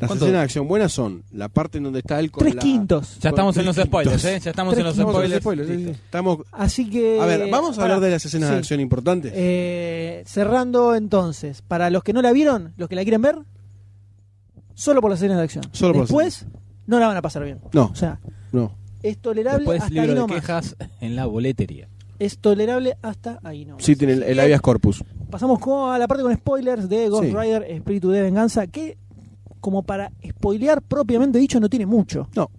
S2: Las
S3: ¿Cuánto?
S2: escenas de acción buenas son la parte en donde está él con
S1: Tres
S2: la-
S1: quintos.
S3: Ya estamos en los
S2: Tres
S3: spoilers,
S2: quintos.
S3: ¿eh? Ya estamos
S1: Tres
S3: en los
S2: Estamos en
S3: spoilers.
S2: los spoilers, sí, sí. Estamos
S1: Así que.
S2: A ver, vamos a hablar
S1: ahora,
S2: de las escenas
S1: Eh, sí.
S2: de acción importantes.
S1: Eh, cerrando entonces, para los que no la vieron, los que la quieren ver, solo por las escenas de acción.
S2: Solo por las
S1: Después, no la van a pasar bien.
S2: no,
S1: O sea,
S2: no.
S1: es tolerable
S3: Después
S1: hasta
S3: libro
S1: ahí
S3: de
S1: nomás.
S3: quejas en la boletería.
S1: Es tolerable hasta ahí nomás.
S2: Sí, tiene el, el habeas corpus.
S1: Pasamos como a la parte con spoilers de Ghost
S2: Sí.
S1: Rider, Espíritu de Venganza, que como para spoilear propiamente dicho no tiene mucho.
S2: No.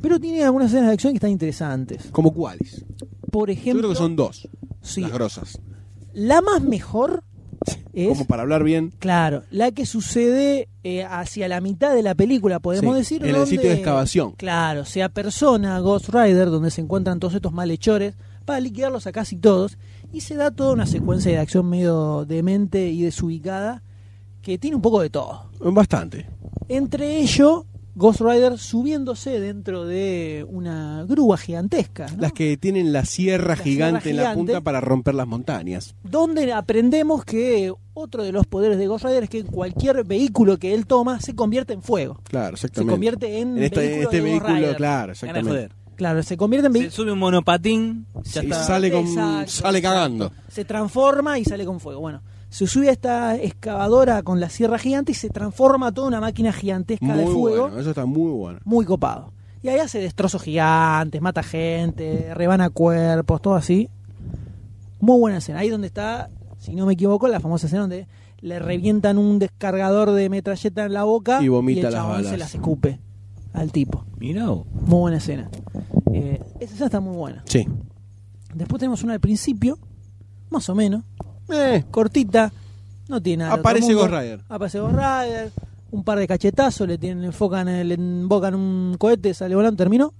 S1: Pero tiene algunas escenas de acción que están interesantes.
S2: ¿Como cuáles?
S1: Por
S2: Yo
S1: ejemplo,
S2: creo que son dos,
S1: sí,
S2: las grosas.
S1: la más mejor es,
S2: Como para hablar bien.
S1: claro, la que sucede eh, hacia la mitad de la película, podemos
S2: Sí,
S1: decir.
S2: En el
S1: donde-
S2: sitio de excavación.
S1: Claro, se apersona a Ghost Rider, donde se encuentran todos estos malhechores, para liquidarlos a casi todos, y se da toda una secuencia de acción medio demente y desubicada, que tiene un poco de todo.
S2: Bastante.
S1: Ah. Entre ello, Ghost Rider subiéndose dentro de una grúa gigantesca, ¿no?
S2: Las que tienen la
S1: La
S2: sierra gigante
S1: sierra
S2: en la
S1: gigante.
S2: punta para romper las montañas.
S1: donde aprendemos que otro de los poderes de Ghost Rider es que cualquier vehículo que él toma se convierte en fuego.
S2: Claro,
S1: Se
S2: exactamente.
S1: convierte en,
S2: en este,
S1: vehículo
S2: este
S1: de Ghost
S2: vehículo,
S1: Rider.
S2: claro,
S3: Ganas de
S2: exactamente.
S3: joder.
S1: Claro, se convierte en
S3: Se
S1: vehículo.
S3: sube un monopatín, ya
S2: Y
S3: está.
S2: sale con
S1: Exacto,
S2: sale
S1: exacto.
S2: cagando.
S1: Se transforma y sale con fuego. Bueno, se sube a esta excavadora con la sierra gigante y se transforma toda una máquina gigantesca de
S2: Muy
S1: fuego.
S2: bueno, eso está muy bueno.
S1: Muy copado. Y ahí hace destrozos gigantes, mata gente, rebana cuerpos, todo así. Muy buena escena. Ahí donde está, si no me equivoco, la famosa escena donde le revientan un descargador de metralleta en la boca
S2: Y vomita
S1: el
S2: las
S1: chabón
S2: balas.
S1: se las escupe al tipo.
S3: Mirá, vos.
S1: Muy buena escena. Eh, esa escena está muy buena.
S2: Sí.
S1: Después tenemos una al principio, más o menos,
S2: Eh,
S1: cortita, no tiene nada. del otro
S2: Aparece
S1: mundo.
S2: Ghost Rider.
S1: Aparece Ghost Rider, un par de cachetazos, le tienen, enfocan, el, embocan un cohete, sale volando, terminó.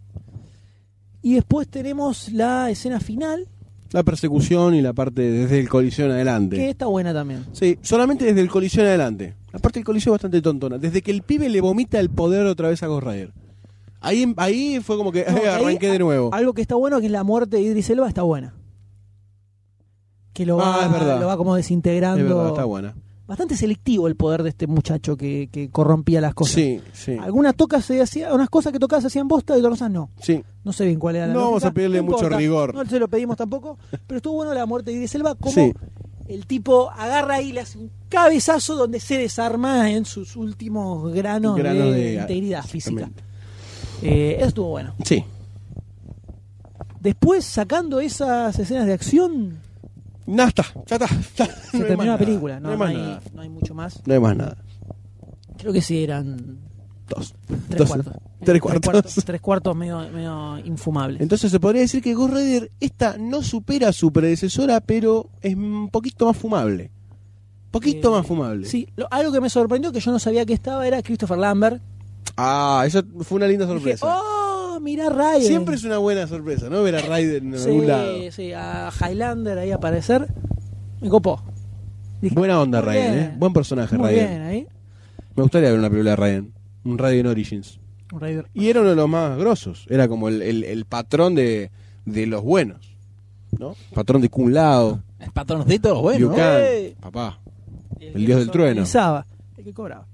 S1: Y después tenemos la escena final,
S2: la persecución y la parte desde el colisión adelante.
S1: que está buena también.
S2: Sí, solamente desde el coliseo en adelante. La parte del coliseo es bastante tontona. Desde que el pibe le vomita el poder otra vez a Ghost Rider. Ahí, em, ahí fue como que
S1: No, que ahí
S2: arranqué de nuevo.
S1: Algo que está bueno, que es la muerte de Idris Elba, está buena. Que lo
S2: Ah,
S1: va,
S2: es verdad.
S1: lo va como desintegrando.
S2: Es verdad, está buena.
S1: Bastante selectivo el poder de este muchacho que, que corrompía las cosas.
S2: Sí, sí.
S1: Algunas tocas se hacía, unas cosas que tocaba se hacían bosta y otras cosas no.
S2: sí.
S1: No sé bien cuál era la
S2: No vamos
S1: lógica,
S2: a pedirle mucho
S1: importa,
S2: rigor.
S1: No se lo pedimos tampoco. Pero estuvo bueno la muerte de Idris Elba, como
S2: Sí.
S1: el tipo agarra y le hace un cabezazo donde se desarma en sus últimos granos,
S2: Granos
S1: de,
S2: de-
S1: integridad física.
S2: Exactamente.
S1: Eh, eso estuvo bueno.
S2: Sí.
S1: Después, sacando esas escenas de acción,
S2: Nada, está, ya está. está.
S1: se
S2: No hay
S1: terminó
S2: más
S1: la
S2: nada.
S1: película. No,
S2: No,
S1: no
S2: hay más
S1: hay-
S2: nada.
S1: no hay mucho más.
S2: No hay más nada.
S1: Creo que sí eran
S2: Dos.
S1: tres
S2: Dos.
S1: cuartos.
S2: Tres cuartos.
S1: Tres cuartos medio, medio infumables.
S2: Entonces se podría decir que Ghost Rider esta no supera a su predecesora, pero es un poquito más fumable. Poquito
S1: Eh,
S2: más fumable.
S1: Sí, lo- algo que me sorprendió que yo no sabía que estaba era Christopher Lambert.
S2: Ah, eso fue una linda sorpresa.
S1: Dije, ¡Oh! ah, mirá Raiden.
S2: Siempre es una buena sorpresa, ¿no? Ver a Raiden en
S1: Sí,
S2: algún lado.
S1: sí, a Highlander ahí aparecer. Me copó. Dije,
S2: Buena onda
S1: muy
S2: Raiden,
S1: bien.
S2: ¿eh? Buen personaje
S1: Muy
S2: Raiden.
S1: bien, ahí.
S2: Me gustaría ver una película de Raiden. Un Raiden Origins.
S1: Un Raider.
S2: Y era uno de los más grosos. Era como el, el- el patrón de, de los buenos. ¿No? Patrón de Kun Lao,
S3: El patroncito, bueno.
S1: Yuka.
S2: Liu Kang,
S1: Eh.
S2: papá. El dios del trueno.
S1: Organizaba, el que cobraba.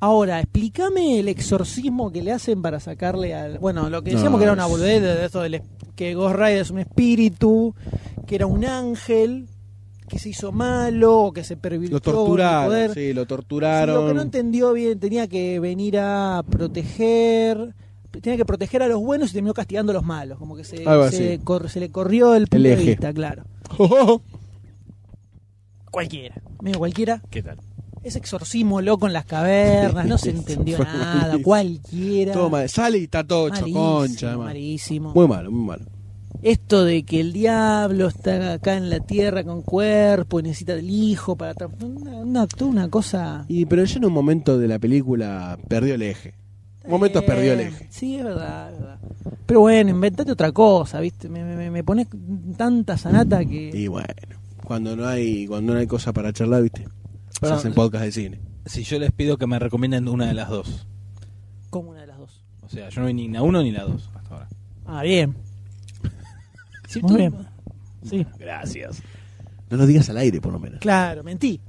S1: Ahora, explícame el exorcismo que le hacen para sacarle al. Bueno, lo que decíamos
S2: No,
S1: que era una
S2: es-
S1: boludez de eso del es- que Ghost Rider es un espíritu, que era un ángel, que se hizo malo, o que se pervirtió. en
S2: Lo
S1: el poder.
S2: torturaron, sí,
S1: Sí,
S2: lo
S1: Lo que no
S2: torturaron.
S1: entendió bien, tenía que venir a proteger, tenía que proteger a los buenos y terminó castigando a los malos. Como que se,
S2: Algo
S1: se
S2: así.
S1: cor- se le corrió el punto
S2: El
S1: de
S2: eje.
S1: vista, claro.
S2: Oh,
S1: Cualquiera, medio cualquiera.
S3: ¿Qué tal?
S1: Ese exorcismo loco en las cavernas, no se entendió
S2: Fue
S1: nada,
S2: malísimo.
S1: cualquiera.
S2: Todo mal. Sale y está todo hecho
S1: malísimo,
S2: concha. además.
S1: malísimo.
S2: Muy malo, muy malo.
S1: Esto de que el diablo está acá en la tierra con cuerpo y necesita del hijo para... tra- Una, una, toda una cosa...
S2: Y, pero ya en un momento de la película perdió el eje. Momentos
S1: Eh,
S2: perdió el eje.
S1: Sí, es verdad, es verdad. Pero bueno, inventate otra cosa, ¿viste? Me, me, me pones tanta sanata que.
S2: Y bueno, cuando no hay cuando no hay cosa para charlar, ¿viste?
S3: Perdón.
S2: Se hacen podcast de cine.
S3: Si yo les pido que me recomienden una de las dos.
S1: Como una de las dos.
S3: O sea, yo no vi ni la uno ni la dos hasta ahora.
S1: Ah, bien.
S3: ¿Cierto?
S1: Muy bien. Sí.
S3: Gracias.
S2: No lo digas al aire, por lo menos.
S1: Claro, mentí.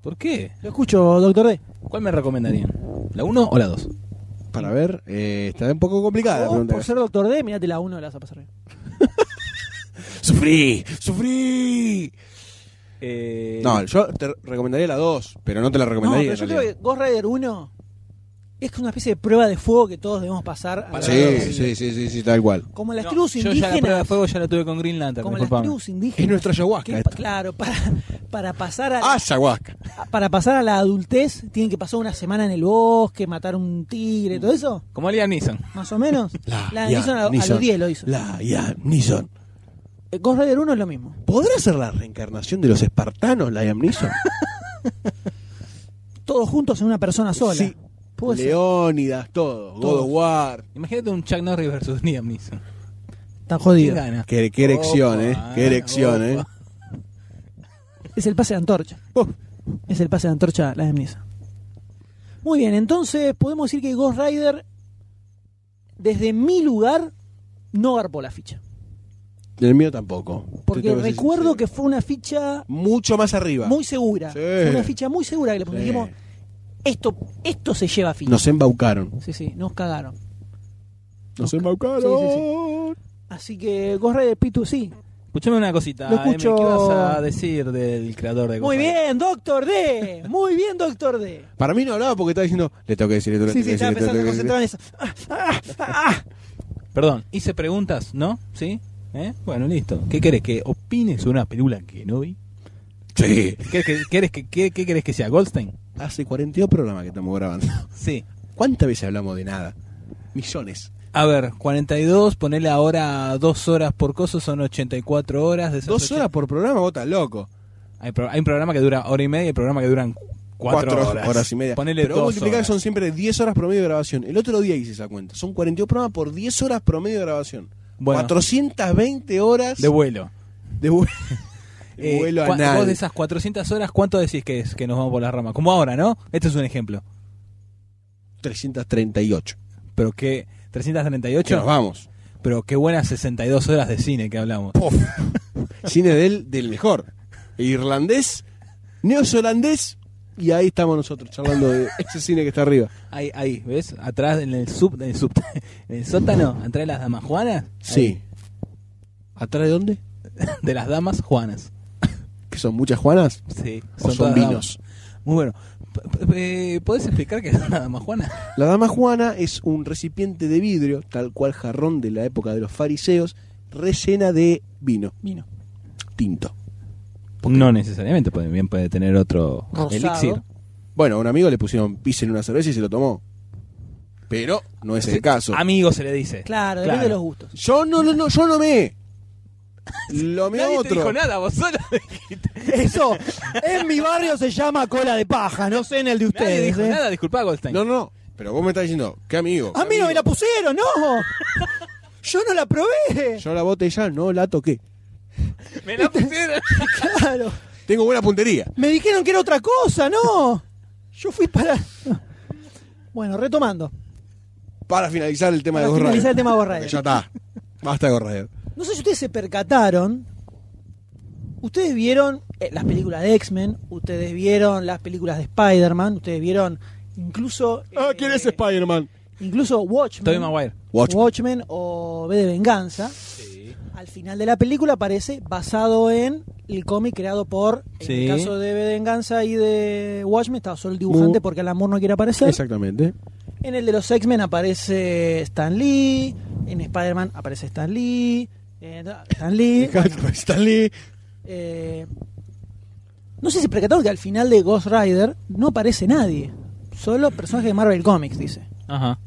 S3: ¿Por qué?
S1: Lo escucho, doctor D.
S3: ¿Cuál me recomendarían? ¿La 1 o la 2?
S2: Para ver, eh, está un poco complicada la
S1: Vos,
S2: pregunta.
S1: Oh, por ser doctor D, mirate la uno la vas a pasar bien.
S2: ¡Sufrí! ¡Sufrí!
S3: Eh,
S2: No, yo te recomendaría la 2, pero no te la
S1: Eh. No,
S2: recomendaría.
S1: pero
S2: en
S1: yo creo
S2: realidad.
S1: que Ghost Rider 1 es que una especie de prueba de fuego que todos debemos pasar. a la hora de-
S2: Sí, sí, sí, sí, sí, tal cual.
S1: Como las
S3: No,
S1: tribus
S3: Yo ya la prueba de
S1: indígenas.
S3: fuego ya la tuve con Green Lantern,
S1: Como las
S3: disculpame.
S1: tribus
S2: Es
S1: indígenas.
S2: nuestra
S1: que
S2: ayahuasca.
S1: pa-
S2: esta.
S1: claro, para, para pasar a la-
S2: Ah, ayahuasca.
S1: para pasar a la adultez tienen que pasar una semana en el bosque, matar un tigre, todo eso,
S3: Como Liam Neeson.
S1: más o menos. la
S2: Ian
S1: hizo a, a los
S2: Neeson.
S1: 10 lo hizo.
S2: La Ian Neeson.
S1: Eh, Ghost Rider 1 es lo mismo.
S2: ¿Podrá ser la reencarnación de los espartanos, la Ian Neeson?
S1: Todos juntos en una persona sola.
S2: Sí.
S1: Puede ser.
S2: Leónidas, todo. God
S1: Todos.
S2: of War.
S3: Imagínate un Chuck Norris versus Liam Neeson.
S1: Está
S3: ¿Quién
S1: jodido.
S3: gana?
S2: Qué, qué erección, ¿eh?
S3: Opa,
S2: Qué erección, ¿eh?
S3: opa.
S1: Es el pase de antorcha.
S2: Uf.
S1: Es el pase de antorcha la de Misa. Muy bien, entonces podemos decir que Ghost Rider, desde mi lugar, no garpó la ficha.
S2: El mío tampoco. Te
S1: Porque
S2: tengo ser
S1: recuerdo
S2: sincero.
S1: que fue una ficha
S2: Mucho más arriba.
S1: muy segura.
S2: Sí.
S1: Fue una ficha muy segura que le
S2: Sí.
S1: pusimos. Dijimos, esto, esto se lleva a ficha.
S2: Nos embaucaron.
S1: Sí, sí, nos cagaron.
S2: Nos
S1: Ok.
S2: embaucaron.
S1: Así que Ghost Rider Pitu, sí.
S3: Escuchame una cosita, eh,
S1: Lo
S3: Emi,
S1: escucho.
S3: ¿qué vas a decir del creador de
S1: Muy
S3: Ghost Rider?
S1: bien, Doctor D. Muy bien, Doctor D.
S2: Para mí no hablaba porque estaba diciendo, le tengo que decir esto, le
S1: Sí,
S2: tengo
S1: sí,
S2: que decir
S1: estaba pensando
S2: esto, le tengo que decir
S1: concentrado en eso. Ah, ah, ah, ah.
S3: Perdón, hice preguntas, ¿no? ¿Sí? ¿Eh? Bueno, listo. ¿Qué querés? ¿Que opines sobre una película que no vi?
S2: esto. Sí.
S3: ¿Querés que, querés que, qué, qué querés que sea? ¿Goldstein?
S2: Hace 42 programas que estamos grabando.
S3: Sí.
S2: ¿Cuántas veces hablamos de nada? Millones.
S3: A ver, 42, ponele ahora dos horas por coso, son 84 horas. De esas
S2: Dos
S3: ocho-
S2: horas por programa, vos estás loco.
S3: Hay, pro- hay un programa que dura hora y media y programa que duran cuatro, horas.
S2: y media.
S3: Ponele
S2: Pero vamos a
S3: dos
S2: multiplicar que
S3: horas.
S2: son siempre 10 horas promedio de grabación. El otro día hice esa cuenta. Son 42 programas por 10 horas promedio de grabación.
S3: Bueno.
S2: 420 horas
S3: De vuelo.
S2: de vuelo. De
S3: Eh,
S2: vuelo
S3: cua-
S2: anal.
S3: Vos de esas 400 horas, ¿cuánto decís que es que nos vamos por las ramas? Como ahora, ¿no? Este es un ejemplo.
S2: 338.
S3: Pero
S2: Que
S3: que
S2: nos
S3: 338,
S2: vamos.
S3: pero qué buenas 62 horas de cine que hablamos.
S2: Puf. Cine del, del mejor. Irlandés, neozelandés. Y ahí estamos nosotros charlando de ese cine que está arriba.
S3: Ahí, ahí, ¿ves? Atrás en el sub, en el, sub- en el sótano, atrás de las damas juanas. ahí,
S2: Sí. ¿Atrás de dónde?
S3: de las damas juanas.
S2: Que son muchas Juanas.
S3: Sí,
S2: O son
S3: todas
S2: vinos.
S3: damas. Muy bueno. P- p- eh, ¿Podés explicar qué es una dama juana?
S2: La dama Juana es un recipiente de vidrio, tal cual jarrón de la época de los fariseos, rellena de vino
S1: Vino.
S2: tinto.
S3: No necesariamente, puede- bien puede tener otro
S1: Rosado.
S3: elixir.
S2: Bueno, a un amigo le pusieron pis en una cerveza y se lo tomó. Pero no es el caso.
S3: Amigo se le dice.
S1: Claro, depende de los gustos.
S2: Yo no, lo- no, yo no me. Lo me
S3: Nadie te
S2: otro.
S3: dijo nada, vos solo dijiste.
S1: Eso, en mi barrio se llama cola de paja, no sé en el de
S3: Nadie
S1: ustedes.
S3: dijo
S1: ¿eh?
S3: nada, disculpa Goldstein.
S2: No, no, no. Pero vos me estás diciendo, ¿qué amigo?
S1: A
S2: ¿Qué
S1: mí no
S2: amigo?
S1: me la pusieron, no. Yo no la probé.
S2: Yo la botella no la toqué.
S3: Me la pusieron.
S1: Claro.
S2: Tengo buena puntería.
S1: Me dijeron que era otra cosa, no. Yo fui para. Bueno, retomando.
S2: Para finalizar el tema
S1: Para
S2: de Ghost
S1: finalizar
S2: Rider.
S1: el tema de Ghost
S2: Porque
S1: Rider.
S2: Ya está. Basta de Ghost Rider.
S1: No sé si ustedes se percataron. Ustedes vieron eh, las películas de X-Men, ustedes vieron las películas de Spider-Man, ustedes vieron incluso. eh,
S2: Ah, Spider-Man?
S1: Incluso Watchmen.
S3: Tobey Maguire.
S2: Watchmen.
S1: Watchmen. o B de Venganza. Al final de la película aparece basado en el cómic creado por, en
S3: Sí.
S1: el caso de B de Venganza y de Watchmen, estaba solo el dibujante
S2: Mu-
S1: porque el amor no quiere aparecer.
S2: Exactamente.
S1: En el de los X-Men aparece Stan Lee, en Spider-Man aparece Stan Lee, eh, Stan Lee.
S2: Stan Lee.
S1: Eh, no sé si percataron que al final de Ghost Rider no aparece nadie. Solo personajes de Marvel Comics, dice.
S3: Ajá.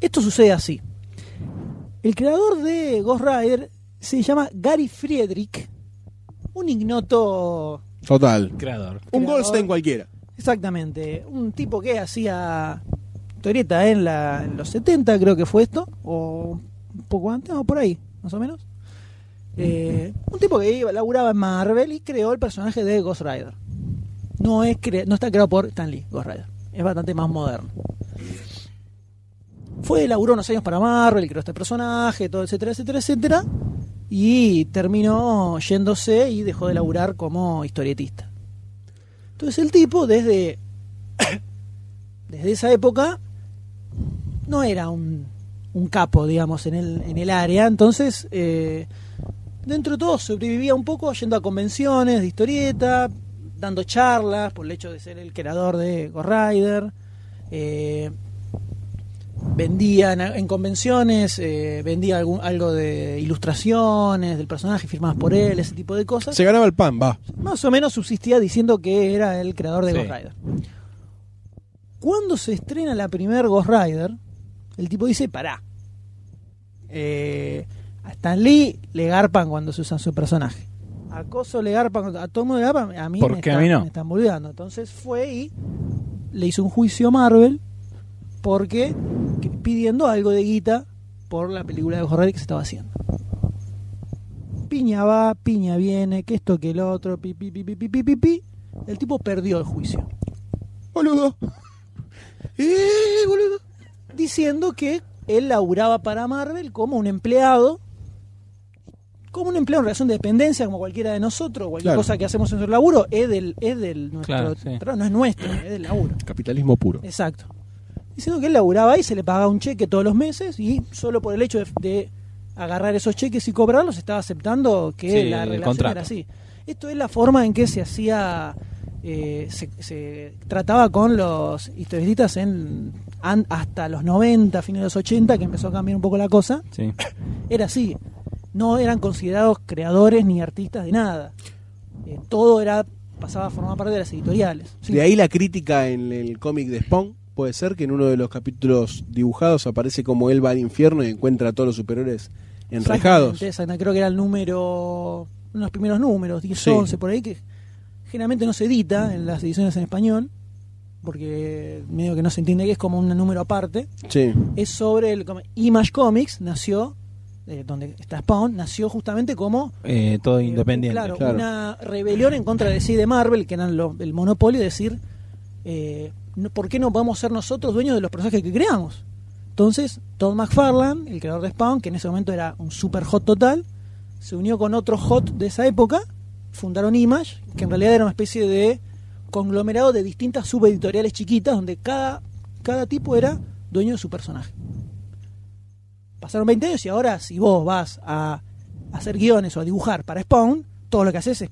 S1: Esto sucede así. El creador de Ghost Rider se llama Gary Friedrich, un ignoto,
S2: Total.
S3: Creador.
S2: Un
S1: Creador.
S2: Goldstein cualquiera.
S1: exactamente, un tipo que hacía historieta en, la, en los 70, creo que fue esto, o un poco antes, o por ahí, más o menos. Eh, un tipo que iba, laburaba en Marvel y creó el personaje de Ghost Rider. No, es cre- no está creado por Stan Lee, Ghost Rider. Es bastante más moderno. Fue, laburó unos años para Marvel, creó este personaje, todo, etcétera, etcétera, etcétera. Y terminó yéndose y dejó de laburar como historietista. Entonces el tipo desde, desde esa época no era un, un capo, digamos, en el, en el área. Entonces, eh, dentro de todo sobrevivía un poco yendo a convenciones de historieta, dando charlas por el hecho de ser el creador de Ghost Rider. eh, vendía en, en convenciones, eh, vendía algún, algo de ilustraciones del personaje firmadas por él, ese tipo de cosas
S2: Se ganaba el pan, va.
S1: más o menos subsistía diciendo que era el creador de
S3: Sí.
S1: Ghost Rider. Cuando se estrena la primer Ghost Rider, el tipo dice, pará. Eh, a Stan Lee le garpan cuando se usan su personaje. A Coso le garpan, cuando- a todo el mundo le garpan, a mí,
S3: ¿Por
S1: me,
S3: qué a
S1: están-
S3: mí no?
S1: me están boludeando. Entonces fue y le hizo un juicio a Marvel porque que- pidiendo algo de guita por la película de Ghost Rider que se estaba haciendo piña va, piña viene, que esto, que el otro, pi, pi, pi, pi, pi, pi, pi, pi. El tipo perdió el juicio.
S2: Boludo. Eh, boludo.
S1: Diciendo que él laburaba para Marvel como un empleado, como un empleado en relación de dependencia, como cualquiera de nosotros, cualquier
S2: Claro.
S1: cosa que hacemos en nuestro laburo, es del, es del nuestro,
S3: Claro, sí.
S1: tra- no es nuestro, es del laburo.
S2: Capitalismo puro.
S1: Exacto. Diciendo que él laburaba y se le pagaba un cheque todos los meses y solo por el hecho de, de agarrar esos cheques y cobrarlos estaba aceptando que
S3: Sí,
S1: la
S3: el
S1: relación
S3: contrato.
S1: era así. Esto es la forma en que se hacía, eh, se, se trataba con los historietistas en, an- hasta los 90, fines de los 80, que empezó a cambiar un poco la cosa.
S3: Sí.
S1: Era así. No eran considerados creadores ni artistas de nada. Eh, todo era pasaba a formar parte de las editoriales. Sí.
S2: De ahí la crítica en el cómic de Spawn. Puede ser que en uno de los capítulos dibujados aparece como él va al infierno y encuentra a todos los superiores enrejados.
S1: Exactamente, exactamente. creo que era el número, uno de los primeros números, 10,
S2: Sí.
S1: 11, por ahí, que generalmente no se edita en las ediciones en español, porque medio que no se entiende que es como un número aparte.
S2: Sí.
S1: Es sobre el cómic. Image Comics, nació, eh, donde está Spawn, nació justamente como
S3: Eh, todo
S1: eh,
S3: independiente.
S1: Claro,
S2: claro.
S1: una rebelión en contra de sí de Marvel, que eran lo- el monopolio, de decir, eh, no- ¿por qué no podemos ser nosotros dueños de los personajes que creamos? Entonces, Todd McFarlane, el creador de Spawn, que en ese momento era un super hot total, se unió con otro hot de esa época, fundaron Image, que en realidad era una especie de conglomerado de distintas subeditoriales chiquitas, donde cada, cada tipo era dueño de su personaje. Pasaron 20 años y ahora si vos vas a hacer guiones o a dibujar para Spawn, todo lo que haces es,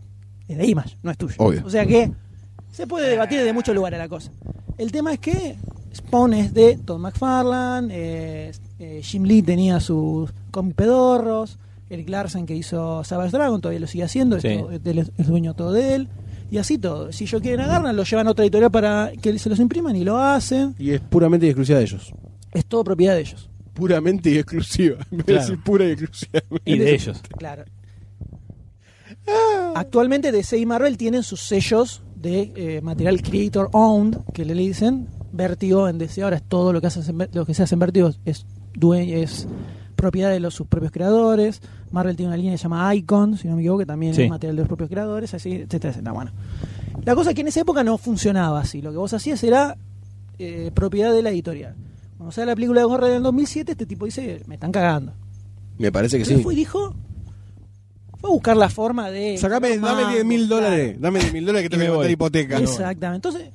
S1: es de Image, no es tuyo.
S2: Obvio.
S1: O sea que se puede debatir desde muchos lugares la cosa. El tema es que Spawn es de Todd McFarlane, eh, eh, Jim Lee tenía sus cómics pedorros, Eric Larsen que hizo Savage Dragon todavía lo sigue haciendo,
S3: Sí.
S1: es, todo- él es- es dueño todo de él, y así todo. Si ellos quieren agarran, lo llevan a otra editorial para que se los impriman y lo hacen.
S2: Y es puramente y exclusiva de ellos.
S1: Es todo propiedad de ellos.
S2: Puramente y exclusiva. En vez de
S3: Claro.
S2: decir pura y exclusiva.
S3: Y de ellos.
S1: Claro. Actualmente DC y Marvel tienen sus sellos de eh, material creator owned, que le dicen, Vertigo en DC, ahora es todo lo que, hacen, en Ver- lo que se hace en Vertigo es, dueño, es propiedad de los, sus propios creadores. Marvel tiene una línea que se llama Icon, si no me equivoco, que también
S3: Sí.
S1: es material de los propios creadores, así, etcétera, etcétera. Bueno, la cosa es que en esa época no funcionaba así. Lo que vos hacías era eh, propiedad de la editorial. Cuando sale la película de Gorra del 2007, este tipo dice, me están cagando.
S2: Me parece que
S1: Pero
S2: sí.
S1: fue y dijo, fue a buscar la forma de...
S2: Sacame,
S1: no
S2: dame
S1: más,
S2: 10 mil
S1: claro.
S2: dólares. Dame 10 mil dólares que
S3: Y
S2: tengo que
S3: me
S2: meter
S3: voy.
S2: hipoteca.
S1: Exactamente. Entonces,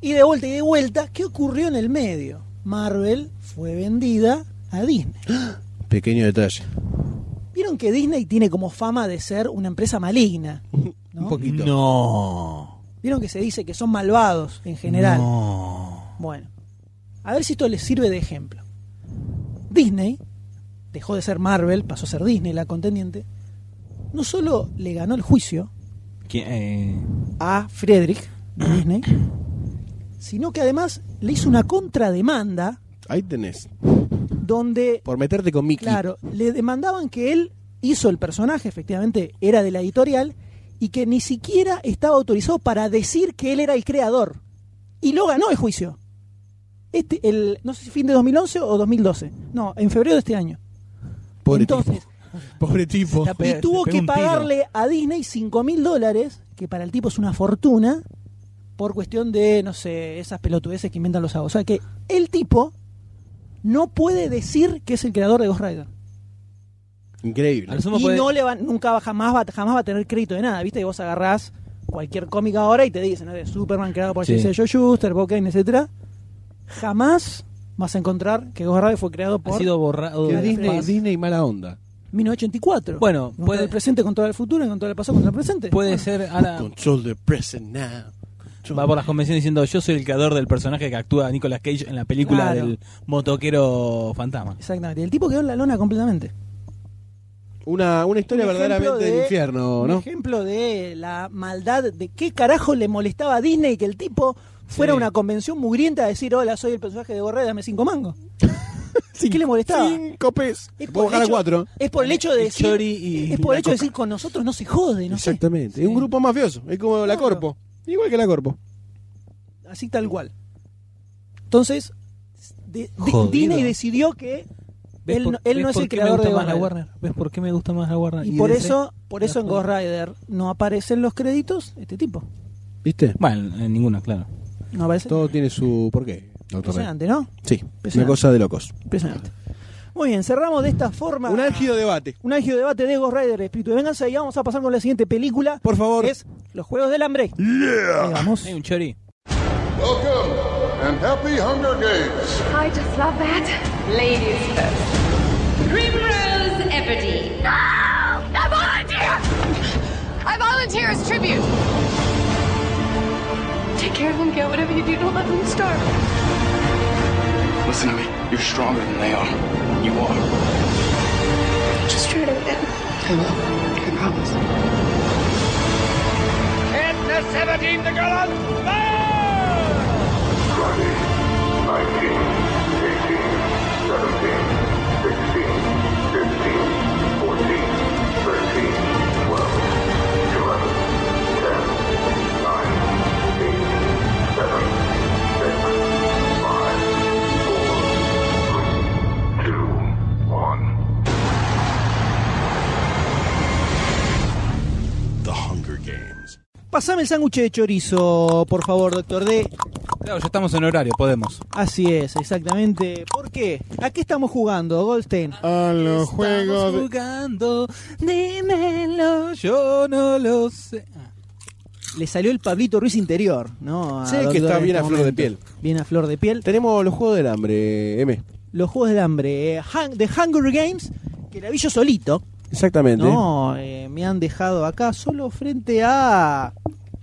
S1: y de vuelta y de vuelta, ¿qué ocurrió en el medio? Marvel fue vendida a Disney.
S2: Pequeño detalle.
S1: Vieron que Disney tiene como fama de ser una empresa maligna.
S2: Un
S1: ¿no?
S2: poquito.
S3: No.
S1: Vieron que se dice que son malvados en general.
S3: No.
S1: Bueno, a ver si esto les sirve de ejemplo. Disney dejó de ser Marvel, pasó a ser Disney la contendiente. No solo le ganó el juicio
S3: ¿Quién, eh?
S1: a Frederick de Disney, sino que además le hizo una contrademanda
S2: Ahí tenés.
S1: donde
S2: Por meterte con Mickey.
S1: Claro, le demandaban que él hizo el personaje, efectivamente, era de la editorial, y que ni siquiera estaba autorizado para decir que él era el creador. Y lo ganó el juicio. Este, el, no sé si fin de 2011 o 2012. No, en febrero de este año.
S2: Pobre
S1: Entonces,
S2: tipo. Pobre tipo.
S3: La pe-
S1: y tuvo
S3: Ah, se pegó
S1: que
S3: un tiro.
S1: pagarle a Disney 5 mil dólares, que para el tipo es una fortuna, por cuestión de, no sé, esas pelotudeces que inventan los abogados. O sea que el tipo no puede decir que es el creador de Ghost Rider.
S2: Increíble.
S3: A lo sumo
S1: y
S3: puede-
S1: no le va, nunca va, jamás, va, jamás va a tener crédito de nada. Viste que vos agarrás cualquier cómica ahora y te dicen, ¿no? De Superman creado por
S3: Sí.
S1: J.C. Joe Schuster, Bob Kane, etcétera Jamás vas a encontrar que Ghost Rider fue creado
S3: ha
S1: por
S3: sido borrado.
S1: Que Disney-
S2: Disney mala onda.
S1: 1984.
S3: Bueno,
S1: Contra
S3: puede-
S1: el presente contra el futuro y contra el pasado contra el presente.
S3: Puede
S1: Bueno,
S3: ser
S1: Ah.
S3: ahora
S2: Control the present now. Control-
S3: va por las convenciones diciendo yo soy el creador del personaje que actúa Nicolas Cage en la película
S1: Claro.
S3: del motoquero fantasma.
S1: Exactamente. El tipo quedó en la lona completamente.
S2: Una, una historia
S1: Un ejemplo
S2: verdaderamente
S1: de-
S2: del infierno,
S1: un
S2: ¿no?
S1: ejemplo de la maldad de qué carajo le molestaba a Disney que el tipo fuera a
S3: Sí.
S1: una convención mugrienta a decir, hola, soy el personaje de Borré, dame cinco mangos. ¿Qué le molestaba?
S2: Cinco pes.
S1: Es
S2: Puedo
S1: por, el
S2: bajar a
S1: hecho,
S2: cuatro.
S1: es por el hecho de
S3: El
S1: decir,
S3: chori y
S1: es por el
S3: la
S1: hecho de decir con nosotros no se jode, no sé.
S2: Exactamente. Es un grupo mafioso. Es como la
S1: Claro.
S2: Corpo. Igual que la Corpo.
S1: así tal cual. Entonces, de- de-
S3: Jodido.
S1: Disney decidió que
S3: ¿Ves
S1: él
S3: por-
S1: no- él
S3: ves
S1: no es
S3: por
S1: el
S3: qué
S1: creador
S3: me gusta
S1: de
S3: más la
S1: Warner?
S3: Warner? ¿Ves por qué me gusta más la Warner?
S1: y, por
S3: DC?
S1: eso, por eso en
S3: Claro.
S1: Ghost Rider no aparece en los créditos este tipo.
S2: ¿Viste?
S3: Bueno, en ninguna, claro.
S1: No aparece.
S2: Todo tiene su porqué, doctor. Rey.
S1: Impresionante, ¿no?
S2: Sí, una
S1: Impresionante.
S2: cosa de locos.
S1: Impresionante. Muy bien, cerramos de esta forma.
S2: Un álgido debate.
S1: un álgido debate de Ghost Rider, Espíritu de Venganza, y vamos a pasar con la siguiente película.
S2: Por favor.
S1: Es Los Juegos del Hambre. Ahí vamos.
S3: Hay un chori.
S5: Welcome and happy Hunger Games.
S6: I just love that. Ladies first.
S7: Primrose Everdeen.
S6: I volunteer! I volunteer as tribute. Take care of them, Gil. Whatever you do, don't let them starve.
S8: Listen to me. You're stronger than they are. You are.
S6: Just try to win.
S8: I will. I promise.
S5: Two, one.
S4: The Hunger Games.
S1: Pasame el sándwich de chorizo, por favor, doctor D.
S3: Claro, ya estamos en horario, podemos.
S1: Así es, exactamente. ¿Por qué? ¿A qué estamos jugando, Goldstein?
S2: A los
S3: Estamos jugando, dímelo, yo no lo sé. Ah,
S1: Le salió el Pablito Ruiz interior, ¿no? A
S2: Sé que
S1: Doctor
S2: está
S1: en
S2: bien
S1: este
S2: a flor de
S1: momento.
S2: piel.
S1: Bien a flor de piel.
S2: Tenemos los juegos del hambre, M.
S1: Los Juegos del Hambre. eh, Hung- The Hunger Games, que la vi yo solito.
S2: Exactamente.
S1: No, eh, me han dejado acá solo frente a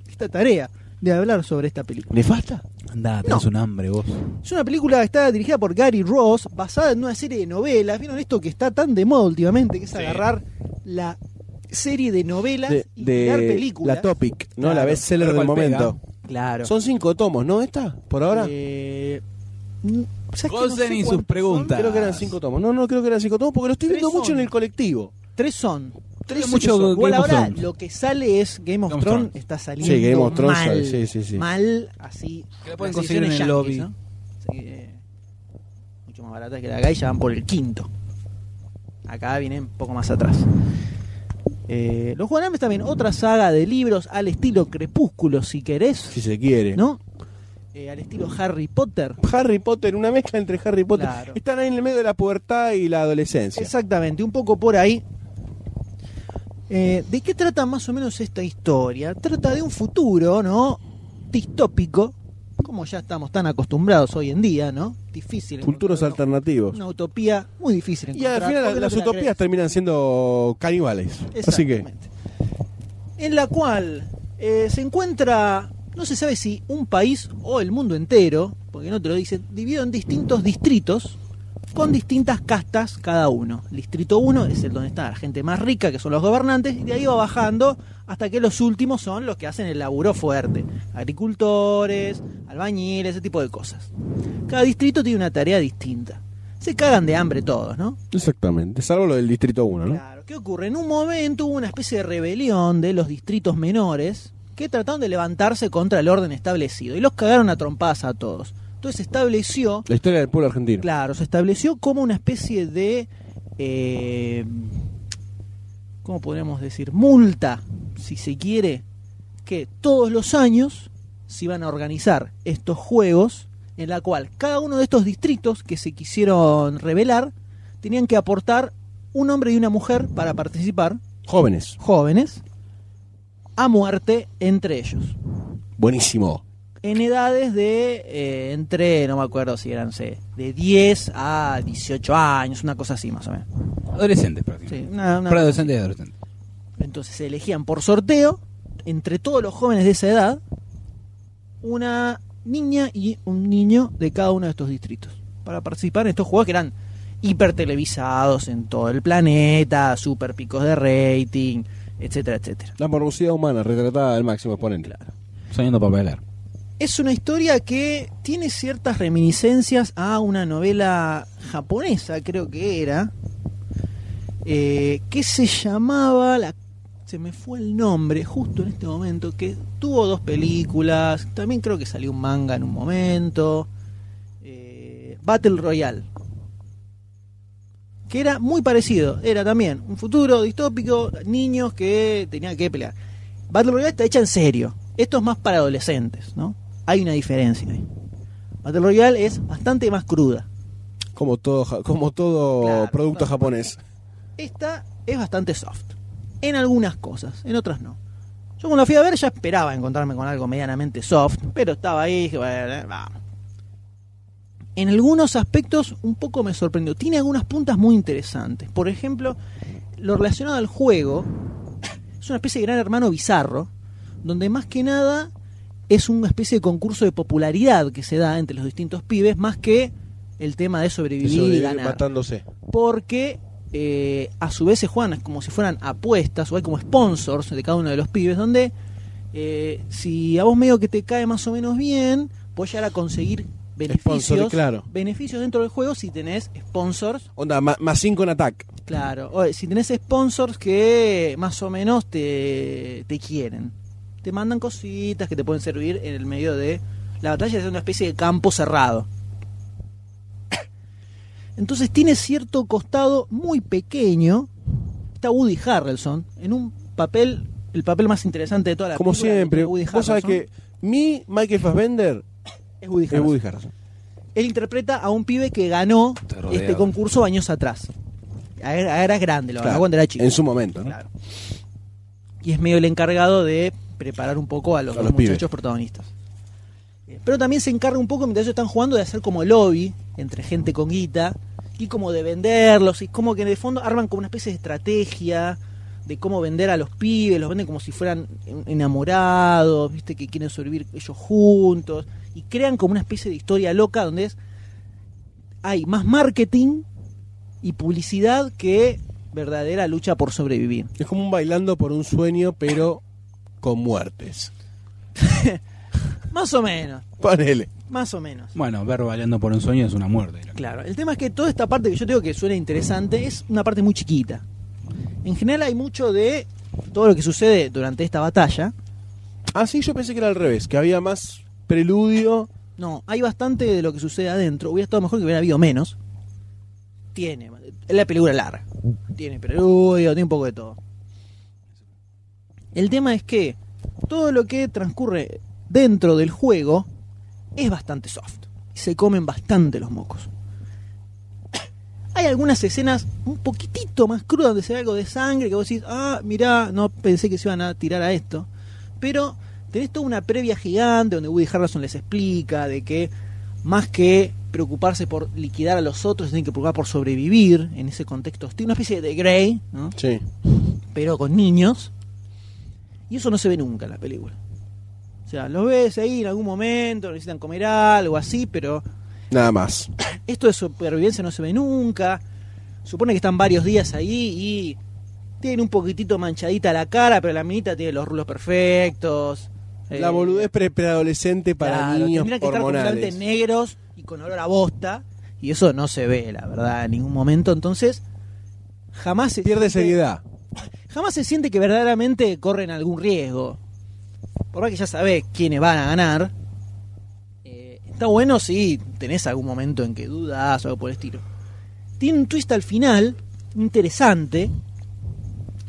S1: esta tarea de hablar sobre esta película.
S2: ¿Nefasta?
S3: Andá, tenés un hambre vos.
S1: Es una película que está dirigida por Gary Ross, basada en una serie de novelas. ¿Vieron esto que está tan de moda últimamente? Que es agarrar la serie de novelas
S2: De,
S1: y crear
S2: de
S1: películas.
S2: la Topic, ¿no?
S1: Claro.
S2: La bestseller
S3: Pero
S2: del
S3: cuál pega.
S2: momento.
S1: Claro.
S2: Son cinco tomos, ¿no? ¿Esta? ¿Por ahora?
S1: Eh, n- ¿sabes que no
S3: Goldstein
S1: sé
S3: y sus
S1: cuántos
S3: preguntas.
S2: Creo que eran cinco tomos. No, no creo que eran cinco tomos porque lo estoy
S1: Tres
S2: viendo mucho
S1: son.
S2: en el colectivo.
S1: son? Tres son.
S3: Tres
S1: Tres
S3: mucho
S1: son.
S3: Game
S1: Igual
S3: of
S1: ahora
S3: Thrones.
S1: lo que sale es Game of,
S3: Game of
S1: Thrones.
S3: Thrones.
S1: Está saliendo
S2: Sí, Game of Thrones
S1: mal.
S2: sale, sí, sí, sí.
S1: Mal, así.
S3: Que la pueden
S1: las
S3: conseguir en
S1: ediciones
S3: el
S1: yankees,
S3: lobby.
S1: ¿no? eh, mucho más baratas que la acá y ya van por el quinto. Acá vienen un poco más atrás. Eh, los Guanames también, otra saga de libros al estilo Crepúsculo, si querés,
S2: Si se quiere.
S1: ¿no? Eh, al estilo Harry Potter.
S2: Harry Potter, una mezcla entre Harry Potter.
S1: Claro.
S2: Están ahí en el medio de la pubertad y la adolescencia.
S1: Exactamente, un poco por ahí. Eh, ¿De qué trata más o menos esta historia? Trata de un futuro, ¿no? Distópico, como ya estamos tan acostumbrados hoy en día, ¿no? Difícil.
S2: Futuros
S1: encontrar
S2: alternativos.
S1: Una utopía muy difícil.
S2: Y al
S1: encontrar,
S2: final
S1: porque
S2: las,
S1: no te la
S2: utopías
S1: crees.
S2: terminan siendo caníbales. Así que
S1: Exactamente. En la cual eh, se encuentra, no se sabe si un país o el mundo entero, porque no te lo dicen, dividido en distintos distritos con distintas castas cada uno. El distrito 1 es el donde está la gente más rica, que son los gobernantes, y de ahí va bajando hasta que los últimos son los que hacen el laburo fuerte. Agricultores, albañiles, ese tipo de cosas. Cada distrito tiene una tarea distinta. Se cagan de hambre todos, ¿no?
S2: Exactamente, salvo lo del Distrito 1, ¿no?
S1: Claro, ¿qué ocurre? En un momento hubo una especie de rebelión de los distritos menores que trataron de levantarse contra el orden establecido y los cagaron a trompadas a todos. Entonces se estableció,
S2: La historia del pueblo argentino.
S1: claro, se estableció como una especie de, eh, ¿cómo podríamos decir? Multa, si se quiere, que todos los años se iban a organizar estos juegos en la cual cada uno de estos distritos que se quisieron revelar tenían que aportar un hombre y una mujer para participar,
S2: Jóvenes,
S1: jóvenes, a muerte entre ellos.
S2: buenísimo.
S1: En edades de eh, entre, no me acuerdo si eran sé, de 10 a 18 años, una cosa así más o menos.
S3: Adolescentes, prácticamente.
S1: Sí, una- una-
S3: Preadolescentes y adolescentes.
S1: Entonces se elegían por sorteo, entre todos los jóvenes de esa edad, una niña y un niño de cada uno de estos distritos. Para participar en estos juegos que eran hipertelevisados en todo el planeta, super picos de rating, etcétera, etcétera.
S2: La morbosidad humana retratada al máximo exponente.
S3: Soñando para bailar.
S1: Es una historia que tiene ciertas reminiscencias a una novela japonesa, creo que era, eh, que se llamaba, la, se me fue el nombre justo en este momento, que tuvo dos películas, también creo que salió un manga en un momento, eh, Battle Royale, que era muy parecido, era también un futuro distópico, niños que tenían que pelear. Battle Royale está hecha en serio, esto es más para adolescentes, ¿no? Hay una diferencia ahí. Battle Royale es bastante más cruda.
S2: Como todo, ja- como todo
S1: Claro,
S2: producto
S1: claro.
S2: japonés.
S1: Esta es bastante soft. En algunas cosas, en otras no. Yo cuando la fui a ver ya esperaba encontrarme con algo medianamente soft, pero estaba ahí y dije, bueno, eh, vamos. En algunos aspectos un poco me sorprendió. Tiene algunas puntas muy interesantes. Por ejemplo, lo relacionado al juego es una especie de gran hermano bizarro, donde más que nada es una especie de concurso de popularidad que se da entre los distintos pibes, más que el tema de sobrevivir,
S2: Eso
S1: y
S2: de ir
S1: ganar
S2: matándose.
S1: porque eh, a su vez se juegan como si fueran apuestas o hay como sponsors de cada uno de los pibes donde eh, si a vos medio que te cae más o menos bien, podés llegar a conseguir beneficios,
S2: claro.
S1: beneficios dentro del juego si tenés sponsors,
S2: Onda, ma- más 5 en ataque.
S1: claro, o, eh, si tenés sponsors que más o menos te, te quieren. Te mandan cositas que te pueden servir en el medio de la batalla, es una especie de campo cerrado. Entonces tiene cierto costado muy pequeño. Está Woody Harrelson en un papel, el papel más interesante de toda la
S2: Como
S1: película, que
S2: siempre,
S1: tiene Woody
S2: vos sabés
S1: Harrelson,
S2: que mi Michael Fassbender
S1: es Woody
S2: es
S1: Harrelson.
S2: Woody Harrelson.
S1: Él interpreta a un pibe que ganó
S3: Está rodeado.
S1: este concurso años atrás. A él- a él Era grande, lo ganó
S2: Claro,
S1: cuando era chico.
S2: En su momento, ¿no?
S1: Claro. Y es medio el encargado de preparar un poco a los,
S2: A los
S1: muchachos
S2: pibes.
S1: protagonistas. Eh, Pero también se encarga un poco, mientras ellos están jugando, de hacer como lobby entre gente con guita y como de venderlos. Y como que en el fondo arman como una especie de estrategia de cómo vender a los pibes. Los venden como si fueran en- enamorados, viste que quieren sobrevivir ellos juntos. Y crean como una especie de historia loca donde es hay más marketing y publicidad que verdadera lucha por sobrevivir.
S2: Es como un bailando por un sueño, pero con muertes.
S1: Más o menos,
S2: Ponele.
S1: más o menos.
S3: Bueno, ver bailando por un sueño es una muerte.
S1: Claro, el tema es que toda esta parte que yo te digo que suena interesante es una parte muy chiquita. En general hay mucho de todo lo que sucede durante esta batalla.
S2: Ah, sí, yo pensé que era al revés, que había más preludio
S1: No, hay bastante de lo que sucede adentro. Hubiera estado mejor que hubiera habido menos. Tiene. Es la película larga. Tiene preludio, tiene un poco de todo. El tema es que todo lo que transcurre dentro del juego es bastante soft. Se comen bastante los mocos. Hay algunas escenas un poquitito más crudas donde se ve algo de sangre que vos decís, ah, mirá, no pensé que se iban a tirar a esto. Pero tenés toda una previa gigante donde Woody Harrelson les explica de que más que preocuparse por liquidar a los otros, tienen que preocupar por sobrevivir en ese contexto hostil. Una especie de Grey, ¿no?
S2: Sí.
S1: pero con niños. Y eso no se ve nunca en la película. O sea, los ves ahí en algún momento, necesitan comer algo así, pero
S2: Nada más.
S1: esto de supervivencia no se ve nunca. Supone que están varios días ahí y tienen un poquitito manchadita la cara, pero la minita tiene los rulos perfectos.
S2: La
S1: Eh,
S2: boludez pre- preadolescente para
S1: claro,
S2: niños
S1: tendrían que estar completamente
S2: hormonales.
S1: negros y con olor a bosta. Y eso no se ve, la verdad, en ningún momento. Entonces, jamás se
S2: Pierde
S1: siente-
S2: seriedad.
S1: jamás se siente que verdaderamente corren algún riesgo. Por más que ya sabés quiénes van a ganar, eh, está bueno si tenés algún momento en que dudas o algo por el estilo. Tiene un twist al final interesante.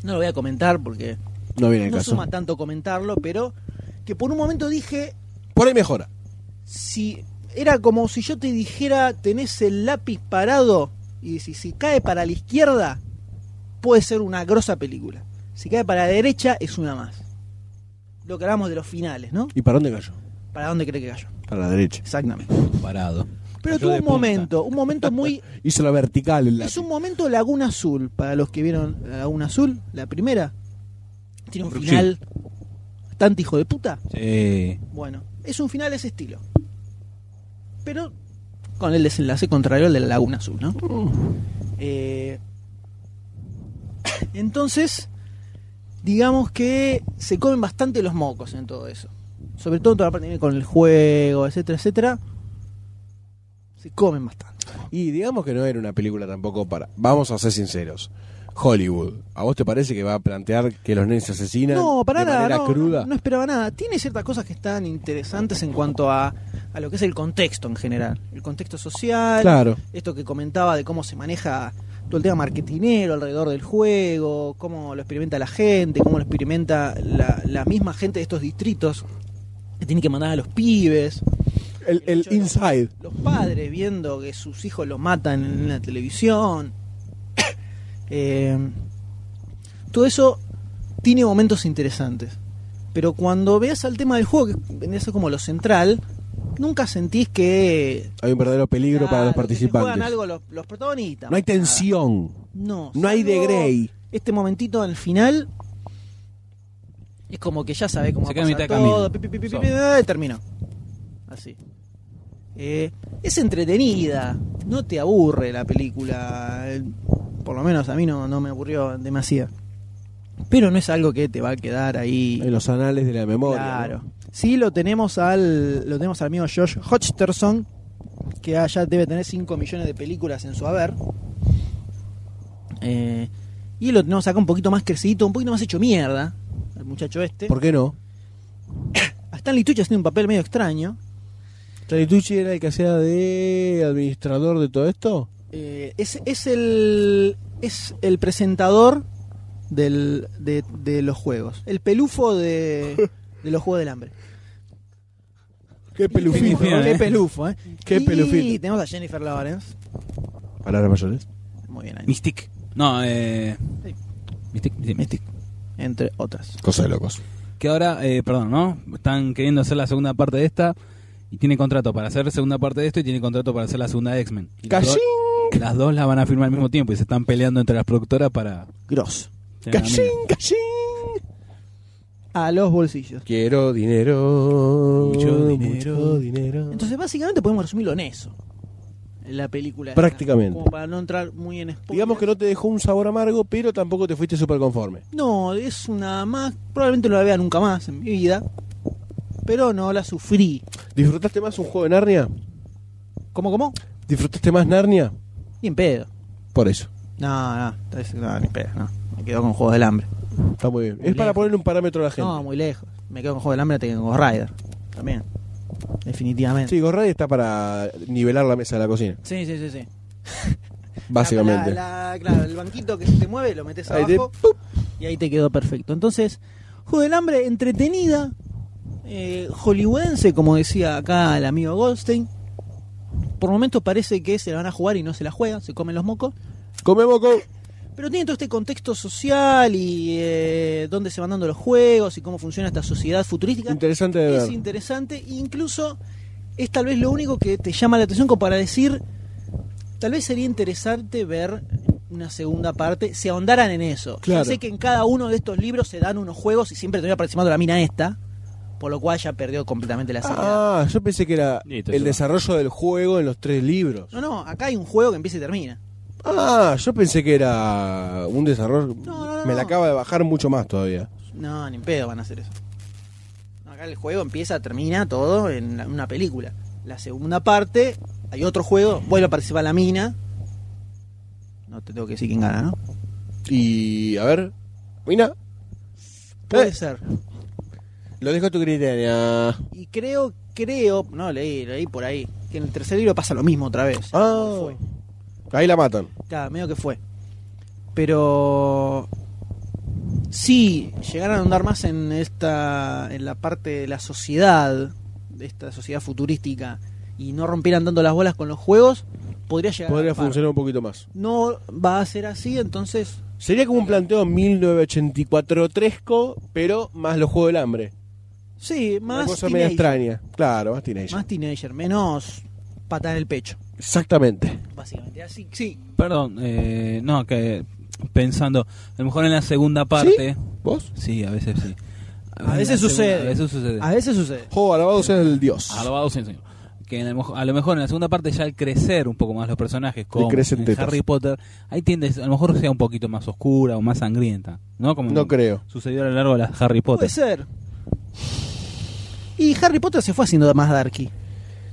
S1: No lo voy a comentar porque
S2: No viene el
S1: no
S2: caso.
S1: suma tanto comentarlo, pero que por un momento dije
S2: Por ahí mejora.
S1: si era como si yo te dijera tenés el lápiz parado y si, si cae para la izquierda puede ser una grosa película si cae para la derecha es una más lo que hablamos de los finales ¿no?
S2: ¿Y para dónde cayó?
S1: ¿para dónde cree que cayó?
S2: Para la derecha.
S1: exactamente
S3: Parado.
S1: pero
S3: Cayó
S1: tuvo
S3: de
S1: un
S3: punta.
S1: momento un momento muy
S2: Hizo la vertical. El
S1: es
S2: lápiz.
S1: un momento Laguna Azul para los que vieron la Laguna Azul la primera tiene un
S3: Sí.
S1: final bastante hijo de puta
S3: Sí.
S1: Bueno, es un final de ese estilo. Pero con el desenlace contrario al de la Laguna Azul, ¿no?
S2: Uh.
S1: Eh, entonces, digamos que se comen bastante los mocos en todo eso. Sobre todo en toda la parte que tiene con el juego, etcétera, etcétera. Se comen bastante.
S2: Y digamos que no era una película tampoco para. Vamos a ser sinceros. Hollywood, ¿a vos te parece que va a plantear que los nenes se asesinan
S1: No, para
S2: de
S1: nada.
S2: manera
S1: no,
S2: cruda?
S1: no- no esperaba nada. Tiene ciertas cosas que están interesantes en cuanto a, a lo que es el contexto en general. El contexto social.
S2: Claro.
S1: esto que comentaba de cómo se maneja todo el tema marketinero alrededor del juego, cómo lo experimenta la gente, cómo lo experimenta la, la misma gente de estos distritos que tiene que mandar a los pibes,
S2: El, el
S1: hecho de-
S2: inside.
S1: los padres viendo que sus hijos los matan en la televisión. Eh, todo eso tiene momentos interesantes. Pero cuando veas al tema del juego, que vendría a ser como lo central, nunca sentís que
S2: Hay un verdadero peligro para
S1: Claro, que
S2: los
S1: se
S2: participantes.
S1: Juegan algo los, los protagonistas. Ah,
S2: No hay tensión.
S1: No,
S2: No hay de
S1: salvo
S2: Grey.
S1: Este momentito al final es como que ya sabe cómo
S3: Se
S1: va a
S3: queda a
S1: pasar
S3: mitad de camino.
S1: todo, pi, pi, pi, pi,
S3: So.
S1: pi, ah, y terminó. Así. Eh, es entretenida, no te aburre la película, eh, por lo menos a mí no, no me aburrió demasiado. Pero no es algo que te va a quedar ahí.
S2: En los anales de la memoria.
S1: Claro.
S2: ¿no?
S1: Sí, lo tenemos al lo tenemos al amigo Josh Hodgson, que ah, ya debe tener 5 millones de películas en su haber. Eh, y lo tenemos acá un poquito más crecidito, un poquito más hecho mierda, el muchacho este.
S2: ¿Por qué no?
S1: A Stanley Tucci haciendo un papel medio extraño.
S2: ¿Talitucci era el que hacía de administrador de todo esto?
S1: Eh, es, es el es el presentador del, de, de los juegos. El pelufo de, de los juegos del hambre.
S2: Qué
S3: pelufito,
S1: Qué
S3: eh.
S1: pelufo, eh.
S2: Qué
S1: Y
S2: pelufito.
S1: tenemos a Jennifer Lawrence.
S2: Palabras mayores.
S1: Muy bien ahí.
S3: Mystic. No, eh.
S1: Sí.
S3: Mystic, sí, Mystic.
S1: entre otras.
S2: Cosa de locos.
S3: Que ahora, eh, perdón, ¿no? Están queriendo hacer la segunda parte de esta. Y tiene contrato para hacer segunda parte de esto y tiene contrato para hacer la segunda de X-Men. Y las dos- Las dos las van a firmar al mismo tiempo y se están peleando entre las productoras para.
S1: Gross.
S3: tener la misma.
S1: A los bolsillos.
S2: Quiero dinero.
S3: Mucho dinero.
S2: mucho dinero.
S1: Entonces, básicamente podemos resumirlo en eso. En La película. esta.
S2: Prácticamente.
S1: Como para no entrar muy en spoilers.
S2: Digamos que no te dejó un sabor amargo, pero tampoco te fuiste súper conforme.
S1: No, es una más. Probablemente no la vea nunca más en mi vida. Pero no la sufrí.
S2: ¿Disfrutaste más un juego de Narnia?
S1: ¿Cómo, cómo?
S2: ¿Disfrutaste más Narnia?
S1: Ni en pedo.
S2: Por eso.
S1: No, no. tal vez- No, ni en pedo. No. Me quedo con Juegos del Hambre.
S2: Está muy bien.
S1: Muy
S2: Es para
S1: lejos.
S2: ponerle un parámetro a la gente.
S1: No, muy lejos. Me quedo con Juegos del Hambre, te quedo con Ghost Rider. También. definitivamente.
S2: Sí, Gorradi está para nivelar la mesa de la cocina,
S1: Sí, sí, sí, sí.
S2: básicamente.
S1: La- la- claro, el banquito que se te mueve lo metes
S2: Ahí
S1: abajo
S2: te- ¡pup!
S1: y ahí te quedó perfecto. Entonces, Juego del Hambre entretenida, eh, hollywoodense, como decía acá el amigo Goldstein. Por momentos parece que se la van a jugar y no se la juegan, se comen los mocos.
S2: Come moco.
S1: Pero tiene todo este contexto social y eh, dónde se van dando los juegos y cómo funciona esta sociedad futurística.
S2: Interesante de
S1: es
S2: ver.
S1: interesante, incluso es tal vez lo único que te llama la atención como para decir, tal vez sería interesante ver una segunda parte, si ahondaran en eso.
S2: Claro.
S1: Yo sé que en cada uno de estos libros se dan unos juegos y siempre termina participando la mina esta, por lo cual ya perdió completamente la seriedad.
S2: Ah, yo pensé que era
S3: Listo,
S2: el
S3: ya.
S2: desarrollo del juego en los tres libros.
S1: No, no, acá hay un juego que empieza y termina.
S2: Ah, yo pensé que era un desarrollo.
S1: No, no, no,
S2: Me la
S1: no.
S2: acaba de bajar mucho más todavía.
S1: No, ni en pedo van a hacer eso. No, acá el juego empieza, termina todo en la- una película. La segunda parte, hay otro juego, vuelve a participar la mina. No te tengo que decir quién gana, ¿no?
S2: Y a ver, Mina,
S1: Puede
S2: Eh.
S1: ser.
S2: lo dejo a tu criterio.
S1: Y creo, creo, no, leí, leí por ahí, que en el tercer libro pasa lo mismo otra vez.
S2: Ah.
S1: Fue.
S2: Ahí la matan.
S1: Claro, medio que fue. Pero sí, llegaron a andar más en esta en la parte de la sociedad, de esta sociedad futurística y no rompieran tanto las bolas con los juegos, podría llegar a
S2: Podría
S1: la par.
S2: funcionar un poquito más.
S1: No va a ser así, entonces
S2: Sería como un planteo 1984-tresco, pero más los juegos del hambre.
S1: sí,
S2: Una
S1: más
S2: cosa medio
S1: teenager,
S2: extraña. Claro, más teenager.
S1: más teenager, menos patada en el pecho,
S2: Exactamente.
S1: básicamente. Así sí,
S3: Perdón, eh, no, que pensando, a lo mejor en la segunda parte.
S2: ¿Vos?
S3: Sí, a veces sí.
S1: A veces
S3: En la segunda-
S1: sucede.
S3: a veces sucede.
S1: a veces sucede.
S2: Oh, alabado sea el dios.
S3: Alabado sea el Señor. Que en el mojo- a lo mejor en la segunda parte ya al crecer un poco más los personajes como
S2: crecen
S3: en
S2: tetas.
S3: Harry Potter, ahí tiendes, a lo mejor sea un poquito más oscura o más sangrienta, ¿no? Como
S2: No creo.
S3: sucedió a lo largo de las Harry
S1: Puede
S3: Potter.
S1: ser. Y Harry Potter se fue haciendo más darky.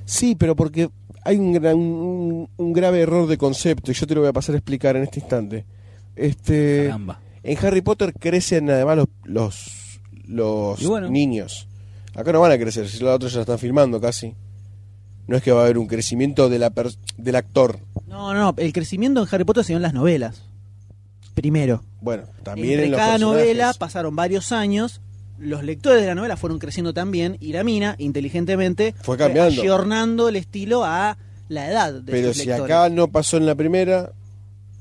S2: Sí, pero porque hay un, gran- un, un grave error de concepto y yo te lo voy a pasar a explicar en este instante. Este,
S3: Caramba.
S2: en Harry Potter crecen además los los, los
S3: Y bueno.
S2: niños. Acá no van a crecer, si los otros ya están filmando casi. No es que va a haber un crecimiento de la per- del actor.
S1: No, no, el crecimiento en Harry Potter se dio en las novelas. Primero.
S2: Bueno, también
S1: Entre
S2: en los
S1: cada
S2: personajes.
S1: novela pasaron varios años. Los lectores de la novela fueron creciendo también y la mina, inteligentemente,
S2: Fue cambiando.
S1: ayornando el estilo a la edad de
S2: Pero
S1: sus
S2: si
S1: lectores.
S2: acá no pasó en la primera,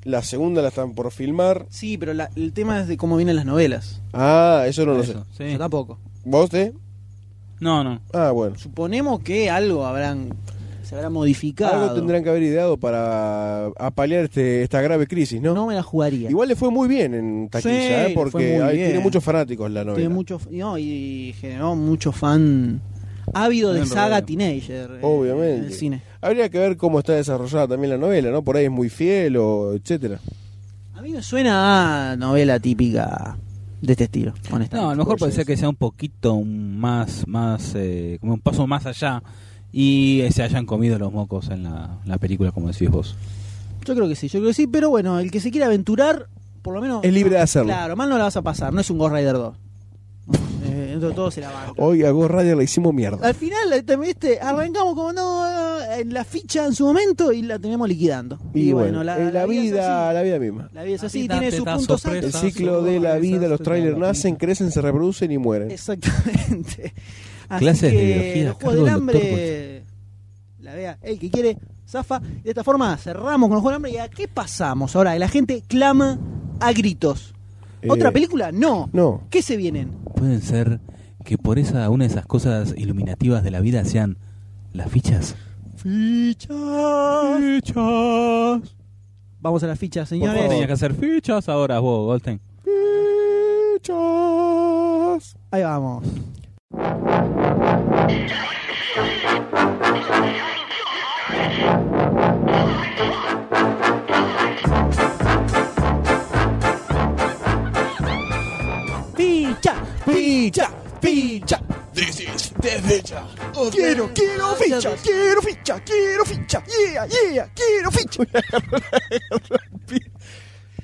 S2: la segunda la están por filmar.
S1: Sí, pero la- el tema es de cómo vienen las novelas.
S2: Ah, eso no lo sé.
S3: Eso, sí.
S1: Yo tampoco.
S2: ¿Vos te?
S3: No, no.
S2: Ah, bueno.
S1: Suponemos que algo habrán se habrá modificado.
S2: Algo tendrán que haber ideado para apalear este, esta grave crisis, ¿no?
S1: No me la jugaría.
S2: Igual le fue muy bien en taquilla,
S1: Sí,
S2: ¿eh?
S1: le fue
S2: porque
S1: muy
S2: hay-
S1: bien.
S2: tiene muchos fanáticos la novela.
S1: Tiene mucho, no, y generó mucho fan ávido de
S3: Bien,
S1: saga
S3: Roberto.
S1: teenager. eh,
S2: Obviamente.
S1: En el cine.
S2: Habría que ver cómo está desarrollada también la novela, ¿no? Por ahí es muy fiel o etcétera.
S1: A mí me suena a novela típica de este estilo, honestamente.
S3: No, a lo mejor puede ser que sea un poquito más, más, eh, como un paso más allá y eh, se hayan comido los mocos en la, la película, como decís vos.
S1: Yo creo que sí, yo creo que sí, pero bueno, el que se quiera aventurar, por lo menos.
S2: Es libre de hacerlo.
S1: Claro, mal no la vas a pasar, no es un Ghost Rider 2. Eh, todo- todo se la banca.
S2: Hoy a Ghost Rider le hicimos mierda.
S1: Al final, eh, te- viste, arrancamos como no eh, en la ficha en su momento y la tenemos liquidando.
S2: Y, bueno, eh, la,
S1: es
S2: vida,
S1: así.
S2: la vida misma.
S1: La vida es
S3: La
S1: así,
S3: vida
S1: tiene
S3: te
S1: sus
S3: da
S1: puntos
S3: sorpresas.
S2: El
S1: altos.
S3: Está
S2: ciclo
S3: seguro,
S2: de la
S3: Vanessa,
S2: vida, los
S3: estoy
S2: trailers
S3: dando la
S2: nacen, crecen, se reproducen y mueren.
S1: Exactamente. Así
S3: Clases de
S1: que
S3: biología
S1: los
S3: a
S1: Juegos del
S3: cargo del doctor
S1: Hambre. La vea, el que quiere, zafa. De esta forma cerramos con los Juegos del Hambre. ¿Y a qué pasamos ahora? La gente clama a gritos.
S2: Eh,
S1: ¿Otra película? No.
S2: No.
S1: ¿Qué se vienen?
S3: Pueden ser que por esa una de esas cosas iluminativas de la vida sean las fichas.
S2: Fichas. Fichas.
S1: Vamos a las fichas,
S2: favor.
S1: señores.
S3: Tenías que hacer fichas ahora vos, Goldstein.
S2: Fichas.
S1: Ahí vamos. Ficha.
S2: Ficha. Ficha.
S9: This is the Villa of
S2: Quiero, quiero ficha, quiero ficha, quiero ficha, yeah, yeah, quiero ficha.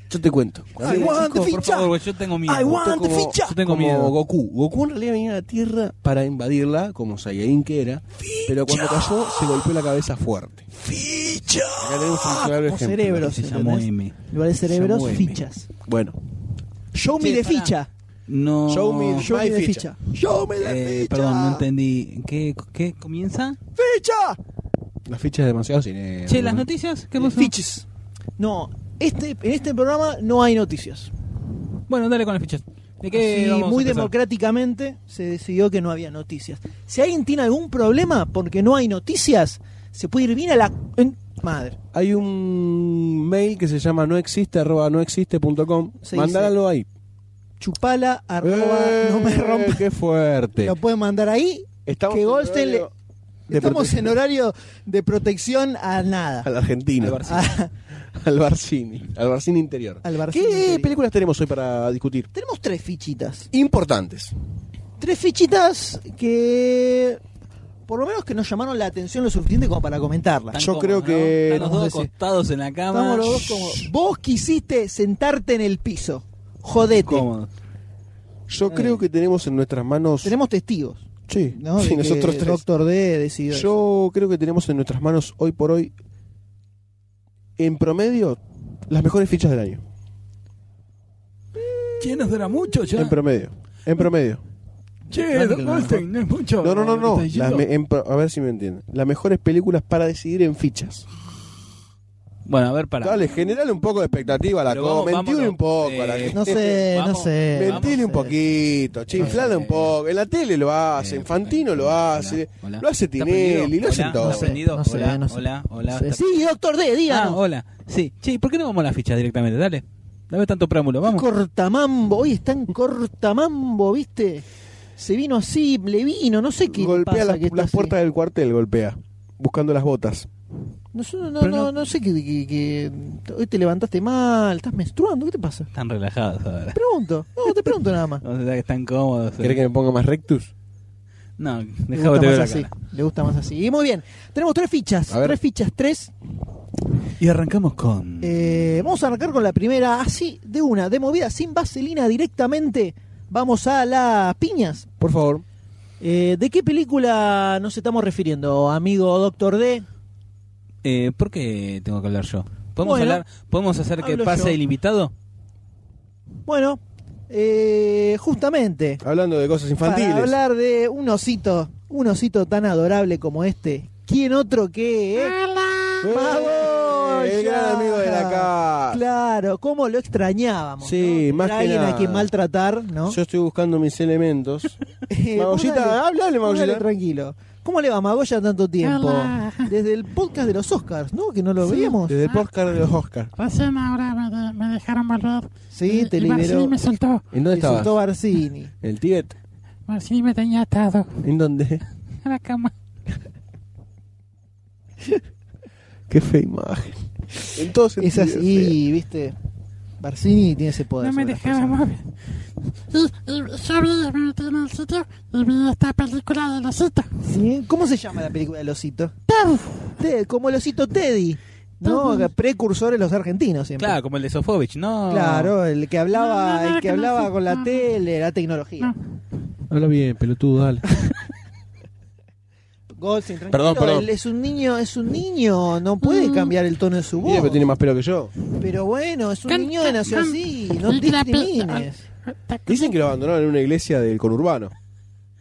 S2: Yo te cuento.
S10: I want the
S3: Por
S10: ficha.
S3: favor, güey, yo tengo miedo.
S10: I want the
S2: como,
S10: ficha.
S3: Yo tengo
S2: como
S3: miedo.
S2: Goku. Goku en realidad venía a la Tierra para invadirla, como Saiyajin que era. Pero cuando cayó, se golpeó la cabeza fuerte.
S10: Ficha.
S2: Acá tenemos un claro
S1: O
S2: ejemplo.
S1: cerebros.
S3: Se llamó
S1: ¿entendés?
S3: M.
S1: En lugar de cerebros,
S3: llamó M.
S1: fichas.
S2: Bueno.
S1: Show me
S3: Che,
S1: de
S3: pará.
S1: ficha.
S3: No.
S2: Show me,
S1: Show
S2: my
S1: me de
S2: ficha.
S1: ficha.
S2: Show me the
S3: eh,
S2: ficha.
S3: Perdón, no entendí. ¿Qué, qué comienza?
S1: ¡Ficha!
S2: Las fichas demasiado cine.
S3: Che, las noticias. ¿Qué pasó?
S1: Fiches. No, este, en este programa no hay noticias.
S3: Bueno, dale con las fichas. ¿De qué
S1: Y
S3: vamos a
S1: Eh, muy
S3: empezar?
S1: democráticamente se decidió que no había noticias. Si alguien tiene algún problema porque no hay noticias, se puede ir bien a la en- madre.
S2: Hay un mail que se llama noexiste arroba noexiste.com.
S1: Sí,
S2: Mandáralo ahí.
S1: Chupala arroba
S2: ¡Eh!
S1: no me rompa.
S2: Qué fuerte.
S1: Lo pueden mandar ahí.
S2: Estamos
S1: que
S2: en
S1: Goldstein le-
S2: horario de
S1: Estamos
S2: protección
S1: en horario de protección a nada. Ah,
S2: Al argentino.
S3: Al Barcini.
S1: A-
S2: Al Barcini. Al Barcini interior.
S1: al
S2: ¿Qué
S1: Barcini interior.
S2: películas tenemos hoy para discutir?
S1: Tenemos tres fichitas.
S2: Importantes.
S1: Tres fichitas que por lo menos que nos llamaron la atención lo suficiente como para comentarlas.
S3: Están
S2: Yo creo que-
S3: Están los
S1: Vamos a
S3: dos
S1: decir-
S3: acostados en la cama.
S1: Estamos los dos como. Vos quisiste sentarte en el piso. Jodete.
S3: cómodos.
S2: Yo creo que tenemos en nuestras manos.
S1: Eh. Tenemos testigos.
S2: Sí,
S1: ¿no?
S2: sí,
S1: De que
S2: nosotros tres.
S1: Doctor D decidió. eso.
S2: Yo creo que tenemos en nuestras manos hoy por hoy, en promedio, las mejores fichas del año.
S3: Che, nos dura mucho ya.
S2: En promedio. En promedio.
S3: Che,
S1: Em, Claro que no.
S3: Goldstein, no es mucho.
S2: No, no, no,
S3: lo
S2: no.
S3: que estás diciendo.
S2: Las me- en pro- a ver si me entienden. Las mejores películas para decidir en fichas.
S3: Bueno, a ver, para.
S2: Dale, generale un poco de expectativa a la
S3: Pero
S2: cosa.
S3: vamos-
S2: Mentile
S3: vámonos.
S2: un poco a la
S3: Eh,
S2: gente.
S1: No sé,
S3: Vamos,
S1: no sé.
S2: Mentile un
S1: vamos, eh.
S2: poquito, chinflale un poco. En la tele lo hacen, Fantino lo hace,
S3: Eh, Hola.
S2: lo hace
S3: ¿Está
S2: Tinelli,
S3: prendido?
S2: lo hacen
S3: Hola,
S2: todos.
S3: ¿Está prendido?
S1: No sé,
S3: hola,
S1: no sé.
S3: hola, hola.
S1: Sí, Sí, doctor D,
S3: Ah,
S1: díganos.
S3: hola. Sí, che, ¿por qué no vamos a las fichas directamente? Dale. Dame tanto preámbulo, vamos.
S1: cortamambo. Hoy está en cortamambo, ¿viste? Se vino así, le vino, no sé qué. le
S2: golpea
S1: pasa
S2: las,
S1: que está
S2: las
S1: así.
S2: puertas del cuartel, golpea, buscando las botas.
S1: No, sé, no,
S3: Pero
S1: no,
S3: no-
S1: no sé qué, qué- qué- Hoy te levantaste mal, estás menstruando, ¿qué te pasa?
S3: Están relajados ahora.
S1: Pregunto. No, te pregunto nada más.
S3: No sé, que están cómodos. eh.
S2: ¿Querés que me ponga más rectus?
S3: No,
S1: Le
S3: dejá que
S1: gusta,
S3: te
S1: más
S3: veo la
S1: así,
S3: cara.
S1: le gusta más así. Y muy bien, tenemos tres fichas.
S2: A ver.
S1: Tres fichas, tres.
S3: Y arrancamos con.
S1: Eh, vamos a arrancar con la primera, así, de una, de movida, sin vaselina directamente. Vamos a las piñas.
S2: Por favor.
S1: Eh, ¿De qué película nos estamos refiriendo, amigo Doctor D?
S3: Eh, ¿Por qué tengo que hablar yo? ¿Podemos,
S1: Bueno,
S3: hablar, ¿podemos hacer que
S1: hablo
S3: pase
S1: yo.
S3: el invitado?
S1: Bueno, eh, justamente
S2: Hablando de cosas infantiles.
S1: para hablar de un osito, un osito tan adorable como este, ¿quién otro que... eh?
S2: ¡Eh!
S1: ¡Vamos,
S2: El gran
S1: ya!
S2: amigo de la casa.
S1: Claro, cómo lo extrañábamos.
S2: Sí,
S1: ¿no?
S2: más
S1: Era
S2: que
S1: alguien
S2: nada.
S1: a quien maltratar, ¿no?
S2: Yo estoy buscando mis elementos.
S1: Eh,
S2: Magollita,
S1: vos dale,
S2: háblale,
S1: vos dale,
S2: Magollita.
S1: tranquilo. ¿Cómo le va Magoya tanto tiempo? Desde el podcast de los Oscars, ¿no? Que no lo veíamos.
S2: Desde el podcast de los Oscar.
S11: Recién ahora me, de- me dejaron volver.
S1: Sí,
S11: Y-
S1: te
S11: y
S1: liberó.
S11: Marcini me soltó.
S2: ¿En dónde estabas?
S1: Resultó Barcini.
S2: En el Tíbet.
S11: Marcini me tenía atado
S2: ¿En dónde?
S11: a la cama.
S2: Qué fea imagen. En todos
S1: Es
S2: sentidos, fea.
S1: así, ¿viste? Barcini tiene ese poder.
S11: No me
S1: sobre las
S11: dejaba
S1: personas.
S11: mover. Y, y yo vi, me metí en el sitio y vi esta película de osito.
S1: ¿Sí? ¿eh? ¿Cómo se llama la película del osito?
S11: Ted,
S1: Ted, como el osito Teddy. ¿No?
S11: Ujú.
S1: Precursores los argentinos siempre.
S3: Claro, como el de Sofovich, ¿no?
S1: Em, Claro, el que hablaba,
S11: No, Ah. no, no,
S1: el que
S11: no,
S1: hablaba
S11: sí,
S1: con la
S11: no.
S1: tele, la tecnología.
S11: No.
S3: Habla
S2: eh,
S3: bien, pelotudo, dale.
S1: Goldstein, tranquilo,
S2: Perdón, perdón.
S1: él es un niño, es un niño, no puede
S11: Mm.
S1: cambiar el tono de su
S2: Mira,
S1: voz.
S2: pero tiene más pelo que yo.
S1: Pero bueno, es un
S11: Can-
S1: niño que nació
S11: can-
S1: así, no
S11: y la Ah. pe-
S1: discrimines.
S2: Dicen que lo abandonaron en una iglesia del conurbano.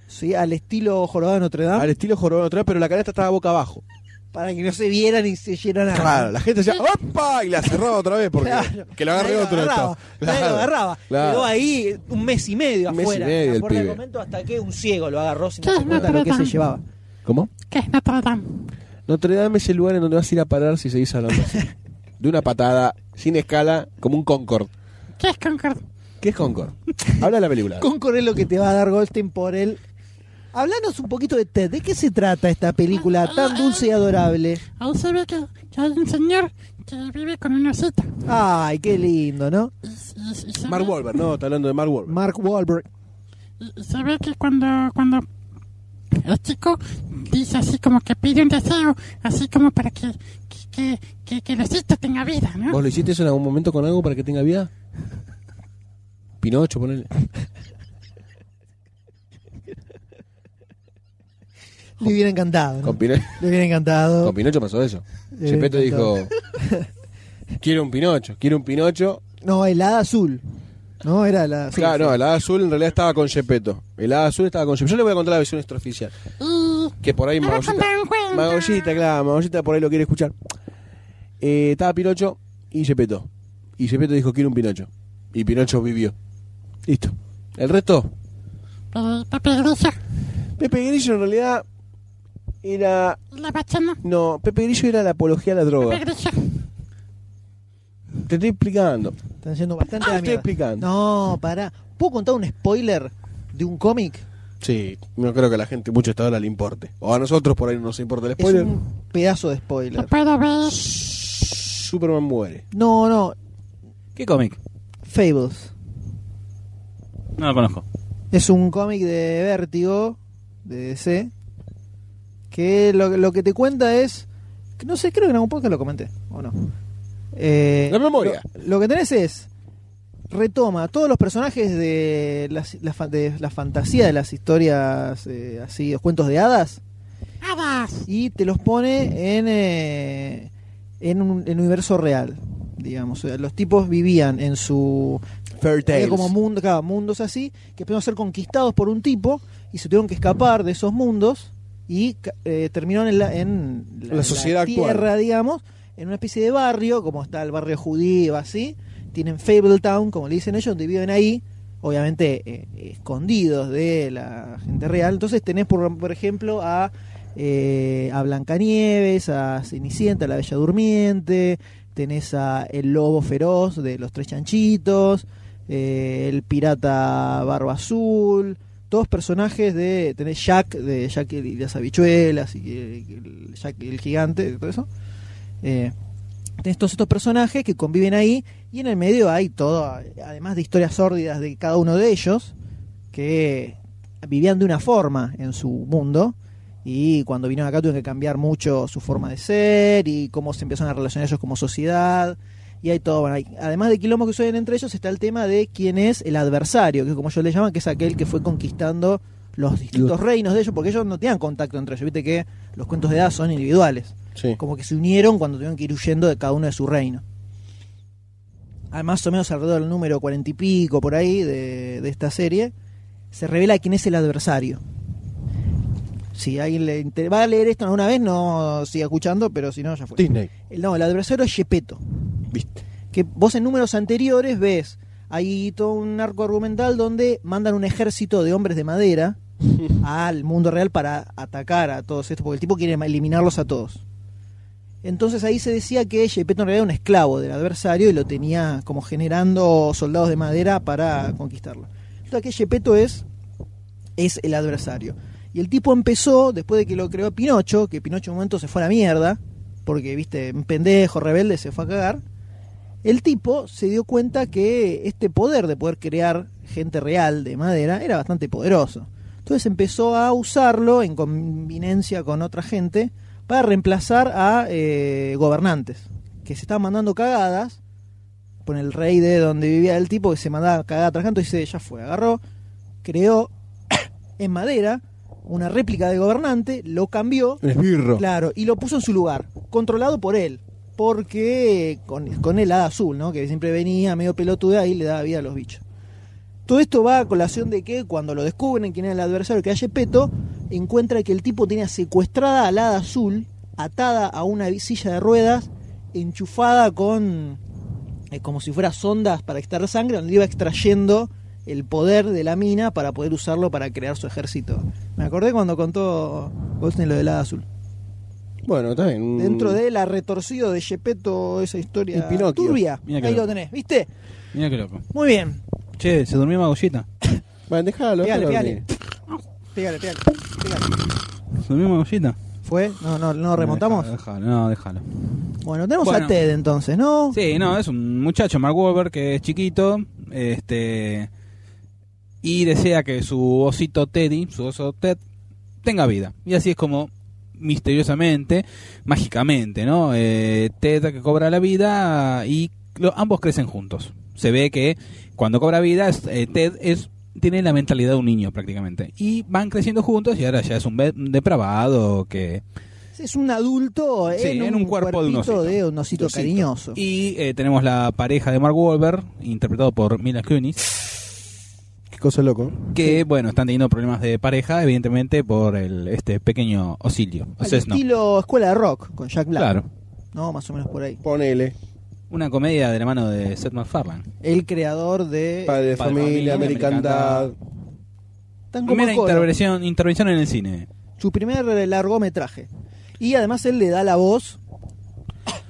S1: Sí, al estilo jorobado de Notre Dame,
S2: Al estilo jorobado otra vez, pero la canasta estaba boca abajo.
S1: para que no se vieran y se llenaran a-
S2: Claro, la gente decía, ¡opa! Y la cerraba otra vez porque
S1: Claro.
S2: que lo agarre
S1: Nadie
S2: otro.
S1: agarraba,
S2: esto.
S1: nadie lo
S2: Claro,
S1: agarraba.
S2: claro.
S1: Quedó ahí un mes y medio
S2: Un mes y
S1: afuera.
S2: medio el
S1: por el
S2: pibe.
S1: momento hasta que un ciego lo agarró sin
S11: ¿Qué
S1: darse
S11: es
S1: cuenta
S11: Notre
S1: lo que se
S11: Dame?
S1: llevaba.
S2: ¿Cómo?
S11: ¿Qué es Notre Dame?
S2: Notre Dame es el lugar en donde vas a ir a parar si seguís hablando así. De una patada, sin escala, como un Concord.
S11: ¿Qué es Concord?
S2: ¿Qué es Concord? Habla de la película.
S1: Concord es lo que te va a dar Goldstein por él. Hablanos un poquito de Ted. ¿De qué se trata esta película tan dulce y adorable?
S11: Ahí se ve que, que hay un señor que vive con un osito.
S1: Ay, qué lindo, ¿no?
S11: Y, y- y se
S2: Mark
S11: ve-
S2: Wahlberg, no, está hablando de Mark Wahlberg.
S1: Mark Wahlberg.
S11: Y y se ve que cuando, cuando el chico dice así como que pide un deseo, así como para que, que, que, que, que Diosito tenga vida, ¿no?
S2: ¿Vos lo hiciste eso en algún momento con algo para que tenga vida? Pinocho, ponele.
S1: Le hubiera encantado. ¿no?
S2: Con, Pino-
S1: Le hubiera encantado.
S2: con Pinocho pasó eso.
S1: Eh,
S2: Gepetto dijo:
S1: encantado.
S2: Quiero un Pinocho, quiero un Pinocho.
S1: No, el hada azul. No, era la. azul.
S2: Claro, no, el hada azul en realidad estaba con Gepetto. El hada azul estaba con Gepetto. Yo le voy a contar la versión extraoficial.
S11: Y
S2: Que por ahí
S11: me voy a
S2: Magollita.
S11: contar un cuento.
S2: Magollita, claro, Magollita por ahí lo quiere escuchar. Eh, estaba Pinocho y Gepetto. Y Gepetto dijo: Quiero un Pinocho. Y Pinocho vivió. Listo. El resto,
S11: Eh, Pepe Grillo,
S2: Pepe Grillo en realidad era.
S11: la bachana.
S2: No, Pepe Grillo era la apología a la
S11: Pepe
S2: droga.
S11: Grillo.
S2: Te estoy explicando.
S1: Están yendo bastante a
S2: Ah,
S1: la
S2: estoy
S1: mierda.
S2: explicando.
S1: No, pará. ¿Puedo contar un spoiler de un cómic?
S2: Sí, no creo que a la gente mucho hasta ahora le importe. O a nosotros por ahí no nos importa el
S1: Es
S2: spoiler.
S1: un pedazo de
S11: No
S1: spoiler.
S11: puedo ver.
S2: Superman muere.
S1: No, no.
S3: ¿Qué cómic?
S1: Fables.
S3: No lo conozco.
S1: Es un cómic de Vértigo, de DC, que lo, lo que te cuenta es. No sé, creo que en algún podcast lo comenté, ¿o no? Eh,
S2: La memoria.
S1: Lo, lo que tenés es. Retoma todos los personajes de la, la fa- de la fantasía, de las historias eh, así, los cuentos de hadas,
S11: Hadas.
S1: y te los pone en, eh, en un en un universo real, digamos. O sea, los tipos vivían en su
S2: Fair
S1: había como mundo, claro, mundos así, que empezaron a ser conquistados por un tipo y se tuvieron que escapar de esos mundos y ca- eh, terminaron en la, en
S2: La sociedad actual.
S1: tierra, digamos, en una especie de barrio, como está el barrio judío, así. Tienen Fable Town, como le dicen ellos, donde viven ahí, obviamente eh, escondidos de la gente real. Entonces tenés, por, por ejemplo, a, eh, a Blancanieves, a Cenicienta, a la Bella Durmiente, tenés a el lobo feroz de los tres chanchitos, eh, el pirata barba azul, todos personajes de tenés Jack de Jack y las habichuelas y el, el Jack el gigante, todo eso. Eh, tenés todos estos personajes que conviven ahí y en el medio hay todo, además de historias sórdidas de cada uno de ellos que vivían de una forma en su mundo y cuando vinieron acá tuvieron que cambiar mucho su forma de ser y cómo se empezaron a relacionar ellos como sociedad y hay todo, bueno, hay- además de quilombos que suceden entre ellos está el tema de quién es el adversario, que es como yo le llaman, que es aquel que fue conquistando los distintos reinos de ellos, porque ellos no tenían contacto entre ellos, viste que los cuentos de edad son individuales
S2: Sí.
S1: como que se unieron cuando tuvieron que ir huyendo de cada uno de su reino. Al más o menos alrededor del número cuarenta y pico por ahí de, de esta serie, se revela quién es el adversario. Si alguien le inter- va a leer esto alguna vez, no siga escuchando, pero si no, ya fue.
S2: Disney,
S1: El- No, el adversario es Gepetto
S2: viste.
S1: que vos en números anteriores ves hay todo un arco argumental donde mandan un ejército de hombres de madera al mundo real para atacar a todos estos, porque el tipo quiere eliminarlos a todos. Entonces ahí se decía que Gepetto en realidad era un esclavo del adversario y lo tenía como generando soldados de madera para conquistarlo. Entonces que Gepetto es, es el adversario. Y el tipo empezó, después de que lo creó Pinocho, que Pinocho en un momento se fue a la mierda, porque, viste, un pendejo, rebelde, se fue a cagar. El tipo se dio cuenta que este poder de poder crear gente real de madera era bastante poderoso. Entonces empezó a usarlo en convivencia con otra gente para reemplazar a eh, gobernantes que se estaban mandando cagadas. Por el rey de donde vivía el tipo que se mandaba cagada tras canto y dice, ya fue, agarró, creó en madera una réplica de gobernante, lo cambió
S2: Un esbirro.
S1: Claro, y lo puso en su lugar, controlado por él. Porque con, con el hada azul, ¿no? Que siempre venía medio pelotuda y le daba vida a los bichos. Todo esto va a colación de que cuando lo descubren quién era el adversario, que hay Peto, encuentra que el tipo tenía secuestrada al hada azul, atada a una silla de ruedas, enchufada con eh, como si fuera sondas para extraer sangre, donde iba extrayendo el poder de la mina para poder usarlo para crear su ejército. Me acordé cuando contó Goldstein lo del hada azul.
S2: Bueno, está bien. un-
S3: Mm.
S1: Dentro de la retorcido de Gepetto, esa historia
S2: Y Pinocchio.
S1: turbia.
S3: Mirá que
S1: Ahí
S3: loco.
S1: lo tenés, ¿viste?
S3: Mira qué loco.
S1: Muy bien.
S3: Che, se durmió Magollita.
S2: Bueno, déjalo.
S1: Pegale,
S2: déjalo
S1: pegale.
S2: dormir.
S1: Pégale, pégale. pégale.
S3: ¿Se durmió Magollita?
S1: ¿Fue? No, no, no remontamos.
S3: No, déjalo, no, déjalo.
S1: Bueno, tenemos
S3: Bueno.
S1: a Ted entonces, ¿no?
S3: Sí, no, es un muchacho, Mark Wahlberg, que es chiquito, este, y desea que su osito Teddy, su oso Ted, tenga vida. Y así es como misteriosamente, mágicamente, ¿no? Eh, Ted que cobra la vida y lo- ambos crecen juntos. Se ve que cuando cobra vida, es- eh, Ted es tiene la mentalidad de un niño prácticamente. Y van creciendo juntos y ahora ya es un ve- un depravado que...
S1: Es un adulto
S3: Sí,
S1: en,
S3: en un cuerpo de un
S1: cuerpito
S3: osito.
S1: de un osito
S2: Osito.
S1: cariñoso.
S3: Y eh, tenemos la pareja de Mark Wahlberg, interpretado por Mila Kunis,
S2: Qué cosa loco.
S3: que, bueno, están teniendo problemas de pareja, evidentemente, por el este pequeño Osilio. O
S1: Al
S3: sea, es no.
S1: estilo escuela de rock con Jack Black.
S3: Claro.
S1: No, más o menos por ahí.
S2: Ponele.
S3: Una comedia de la mano de Seth MacFarlane.
S1: El creador Eh, de
S2: Padre de
S3: Padre,
S2: familia,
S3: familia,
S2: americandad.
S1: Tango
S3: Primera
S1: Macoy,
S3: intervención, intervención en el cine.
S1: su primer eh, largometraje. Y además él le da la voz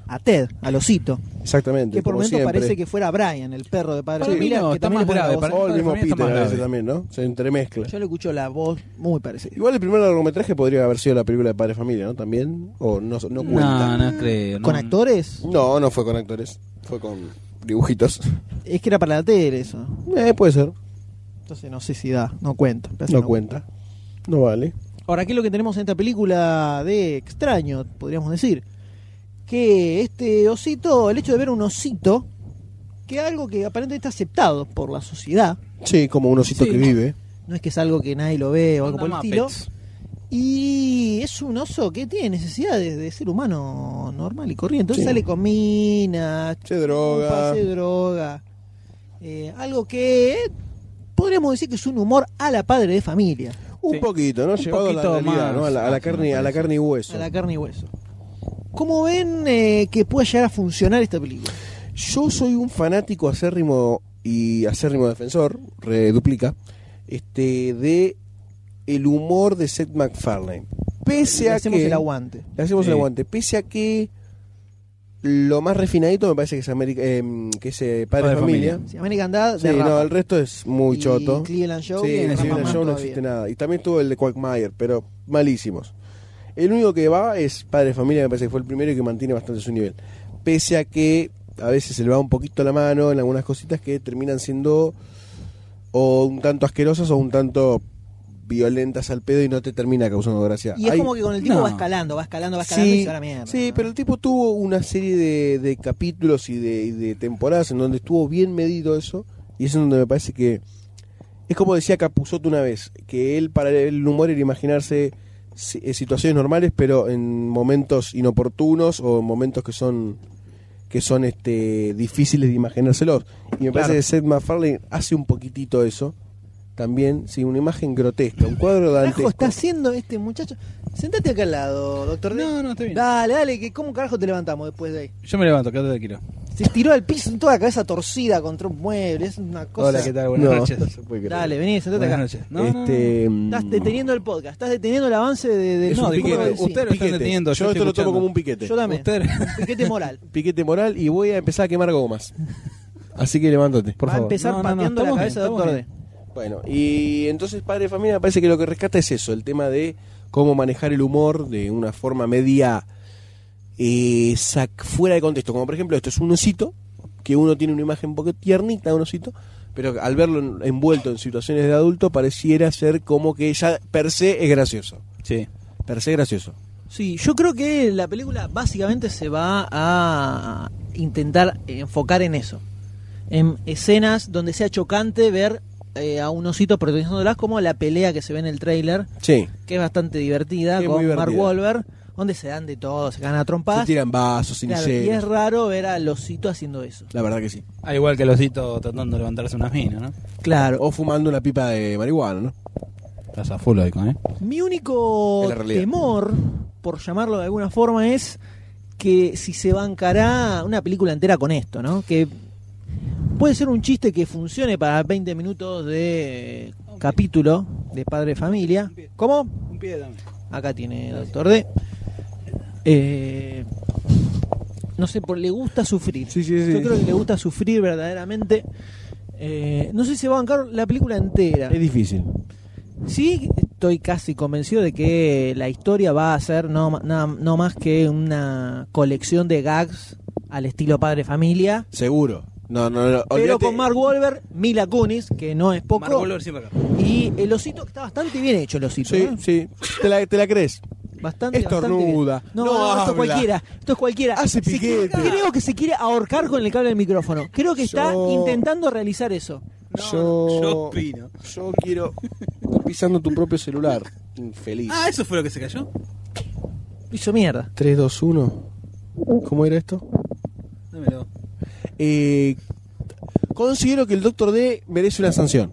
S1: a Ted, al osito,
S2: Exactamente.
S1: que por
S2: como
S1: momentos
S2: siempre.
S1: parece que fuera Brian, el perro de Padre
S3: Para
S1: de
S3: mí
S1: Familia,
S3: no,
S1: que
S3: está
S1: también le
S3: más
S1: pone la
S3: grave,
S1: voz.
S3: para
S2: O el mismo
S3: Para mí está
S2: Peter
S3: más
S2: a veces
S3: grave.
S2: también, ¿no? Se entremezcla.
S1: Yo le escucho la voz muy parecida.
S2: Igual el primer largometraje podría haber sido la película de Padre Familia, ¿no? También. O no, no
S3: No,
S2: cuenta.
S3: no creo. no.
S1: ¿Con actores?
S2: No. no fue con actores. Fue con dibujitos.
S1: Es que era para la tele eso.
S2: Eh, puede ser.
S1: Entonces no sé si da, no cuenta. Parece
S2: No
S1: que
S2: cuenta. No vale.
S1: Ahora, ¿qué es lo que tenemos en esta película de extraño, podríamos decir? Que este osito, el hecho de ver un osito, que es algo que aparentemente está aceptado por la sociedad,
S2: Sí, como un osito
S3: Sí.
S2: que vive.
S1: no es que es algo que nadie lo ve o algo por el
S3: Onda
S1: estilo,
S3: Muppets.
S1: y es un oso que tiene necesidades de ser humano normal y corriente, entonces
S2: Sí.
S1: sale con minas,
S2: Se droga.
S1: chupa, se droga, Eh, algo que podríamos decir que es un humor a la padre de familia,
S2: Un
S3: Sí.
S2: poquito, ¿no?
S3: Un
S2: Llevado a
S3: poquito
S2: la realidad,
S3: más
S2: ¿no? A la, a la
S3: ágil,
S2: carne,
S3: me
S2: a la
S3: parece.
S2: carne y hueso.
S1: a la carne y hueso. ¿Cómo ven eh, que puede llegar a funcionar esta película?
S2: Yo soy un fanático acérrimo y acérrimo defensor, reduplica, este, de el humor de Seth MacFarlane. Pese
S1: Le
S2: a
S1: hacemos
S2: que
S1: el aguante.
S2: le hacemos el
S3: Sí.
S2: aguante. Pese a que lo más refinadito me parece que es América, em, que es eh, Padre,
S3: Padre
S2: de
S3: de
S2: Familia.
S3: Familia.
S1: Si American Dad,
S2: Sí,
S1: derrapa.
S2: no, el resto es muy
S1: Y
S2: choto.
S1: Cleveland Show,
S2: Sí,
S1: y
S2: en el
S1: derrapa
S2: Cleveland
S1: más
S2: Show no
S1: todavía.
S2: existe nada. Y también tuvo el de Quagmire, pero malísimos. El único que va es Padre de Familia, me parece que fue el primero y que mantiene bastante su nivel. Pese a que a veces se le va un poquito la mano en algunas cositas que terminan siendo o un tanto asquerosas o un tanto violentas al pedo y no te termina causando gracia.
S1: Y es
S2: Hay-
S1: como que con el tiempo
S3: No.
S1: va escalando, va escalando, va escalando y
S2: Sí,
S1: se va a la mierda.
S2: sí,
S1: ¿no?
S2: pero el tipo tuvo una serie de, de capítulos y de, y de temporadas en donde estuvo bien medido eso, y es en donde me parece que es como decía Capuzotto una vez, que él para él, el humor era imaginarse si- eh, situaciones normales, pero en momentos inoportunos o en momentos que son que son este difíciles de imaginárselos. Y me parece que Seth MacFarlane hace un poquitito eso. También, sí, una imagen grotesca, un cuadro
S1: carajo está
S2: dantesco.
S1: haciendo este muchacho? Sentate acá al lado, doctor D.
S3: No, no, está bien.
S1: Dale, dale, que ¿cómo carajo te levantamos después de ahí?
S3: Yo me levanto, quédate tranquilo.
S1: Se tiró al piso con toda la cabeza torcida contra un mueble, es una cosa...
S3: Hola, ¿qué tal? Buenas
S2: No,
S3: noches.
S2: no se puede creer.
S1: Dale, vení, sentate
S3: Buenas
S1: acá.
S3: noches. No, no,
S2: este,
S1: Estás
S2: mm,
S1: deteniendo el podcast, estás deteniendo el avance de... de
S2: Es
S3: No,
S2: un
S1: de-
S3: disculpe,
S2: piquete.
S1: sí.
S3: usted lo está
S2: Piquete.
S3: entendiendo,
S2: Yo,
S3: yo
S2: esto lo
S3: estoy
S2: tomo
S3: escuchando.
S2: como un piquete.
S1: Yo también.
S3: Usted-
S1: Piquete moral.
S2: Piquete moral y voy a empezar a quemar gomas. Así que levántate.
S3: Por
S1: va
S3: favor.
S1: a empezar
S3: No, no, no,
S1: pateando
S3: estamos
S1: la cabeza
S3: bien,
S1: de doctor D.
S3: estamos
S2: Bueno, y entonces Padre de Familia me parece que lo que rescata es eso, el tema de cómo manejar el humor de una forma media eh, sac- fuera de contexto. Como por ejemplo, esto es un osito, que uno tiene una imagen un poco tiernita de un osito, pero al verlo en- envuelto en situaciones de adulto pareciera ser como que ya per se es gracioso.
S3: Sí.
S2: Per se es gracioso.
S1: Sí, yo creo que la película básicamente se va a intentar enfocar en eso. En escenas donde sea chocante ver eh, a un osito protagonizándolas, como la pelea que se ve en el tráiler,
S2: Sí.
S1: que es bastante divertida,
S2: Es
S1: con
S2: muy divertida.
S1: Mark Wahlberg, donde se dan de todo, se ganan a
S2: Se
S1: trompadas.
S2: tiran vasos,
S1: Claro,
S2: cinceros.
S1: y es raro ver al osito haciendo eso.
S2: La verdad que sí.
S3: Al Ah, igual que el osito tratando de levantarse unas minas, ¿no?
S1: Claro.
S2: O fumando una pipa de marihuana, ¿no?
S3: Estás a full hoy con, ¿eh?
S1: Mi
S2: Es
S1: único
S2: la realidad.
S1: temor, por llamarlo de alguna forma, es que si se bancará una película entera con esto, ¿no? Que puede ser un chiste que funcione para 20 minutos de eh, capítulo de Padre Familia. ¿Cómo?
S3: Un pie dame.
S1: Acá tiene Doctor D. Eh, no sé, por, le gusta sufrir.
S2: Sí, sí, sí.
S1: Yo creo que le gusta sufrir verdaderamente. Eh, no sé si se va a bancar la película entera.
S2: Es difícil.
S1: Sí, estoy casi convencido de que la historia va a ser no, ma- na- no más que una colección de gags al estilo padre familia.
S2: Seguro. No, no, no.
S1: Pero
S2: olvídate.
S1: con Mark Wahlberg, Mila Kunis, que no es poco,
S3: Marco Volver siempre acá.
S1: y el osito, que está bastante bien hecho el osito.
S2: Sí,
S1: ¿eh?
S2: sí. Te la, te la crees.
S1: Bastante,
S2: Estornuda,
S1: bastante bien. No,
S2: no
S1: no, esto
S2: habla.
S1: es cualquiera. Esto es cualquiera.
S2: Hace
S1: Se-
S2: piquete.
S1: creo que se quiere ahorcar con el cable del micrófono. Creo que está
S2: Yo-
S1: intentando realizar eso.
S2: yo,
S3: yo opino.
S2: Yo quiero. Estás pisando tu propio celular. Infeliz.
S3: Ah, eso fue lo que se cayó.
S1: Hizo mierda.
S2: 3, 2, 1. ¿Cómo era esto?
S3: Dámelo.
S2: Eh, considero que el Doctor D merece una sanción.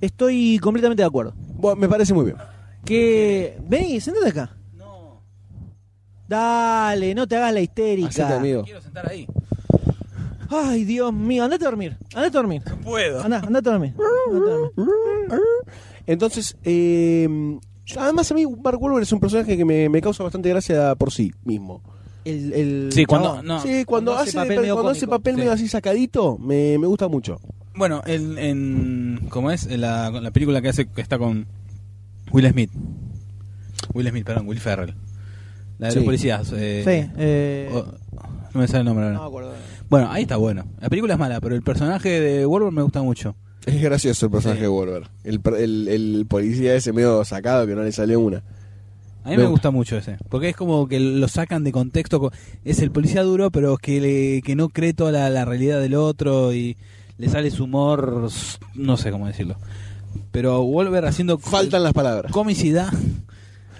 S1: Estoy completamente de acuerdo.
S2: Bueno, me parece muy bien.
S1: Que. Vení, sentate acá.
S3: No,
S1: Dale, no te hagas la histérica.
S2: Hacete amigo.
S3: quiero sentar ahí.
S1: Ay, Dios mío, andate a dormir. Andate a dormir.
S3: No puedo.
S1: Andá, andate a dormir. Andate a dormir.
S2: Entonces, eh, además a mí Mark Wahlberg es un personaje que me, me causa bastante gracia por sí mismo. El, el
S3: Sí, cuando-
S2: chabón.
S3: no.
S2: Sí, cuando, hace, papel,
S1: medio
S2: cuando hace
S1: cómico.
S2: papel
S3: Sí.
S2: medio así sacadito, me, me gusta mucho.
S3: Bueno, en, en ¿cómo es? En la, la película que hace que está con Will Smith. Will Smith, perdón, Will Ferrell. La de
S2: Sí.
S3: los policías. eh,
S1: Sí, eh,
S3: o- no me sale el nombre ahora.
S1: no me acuerdo.
S3: Bueno, ahí está bueno. La película es mala, pero el personaje de Warburg me gusta mucho.
S2: Es gracioso el personaje
S3: Sí.
S2: de Wahlberg. El, per- el- el policía ese medio sacado que no le salió una.
S3: A mí
S2: Me
S3: me gusta mucho ese, porque es como que lo sacan de contexto. co- Es el policía duro, pero que, le, que no cree toda la, la realidad del otro y le sale su humor, s- no sé cómo decirlo. Pero Wolver haciendo co-
S2: Faltan las palabras.
S3: comicidad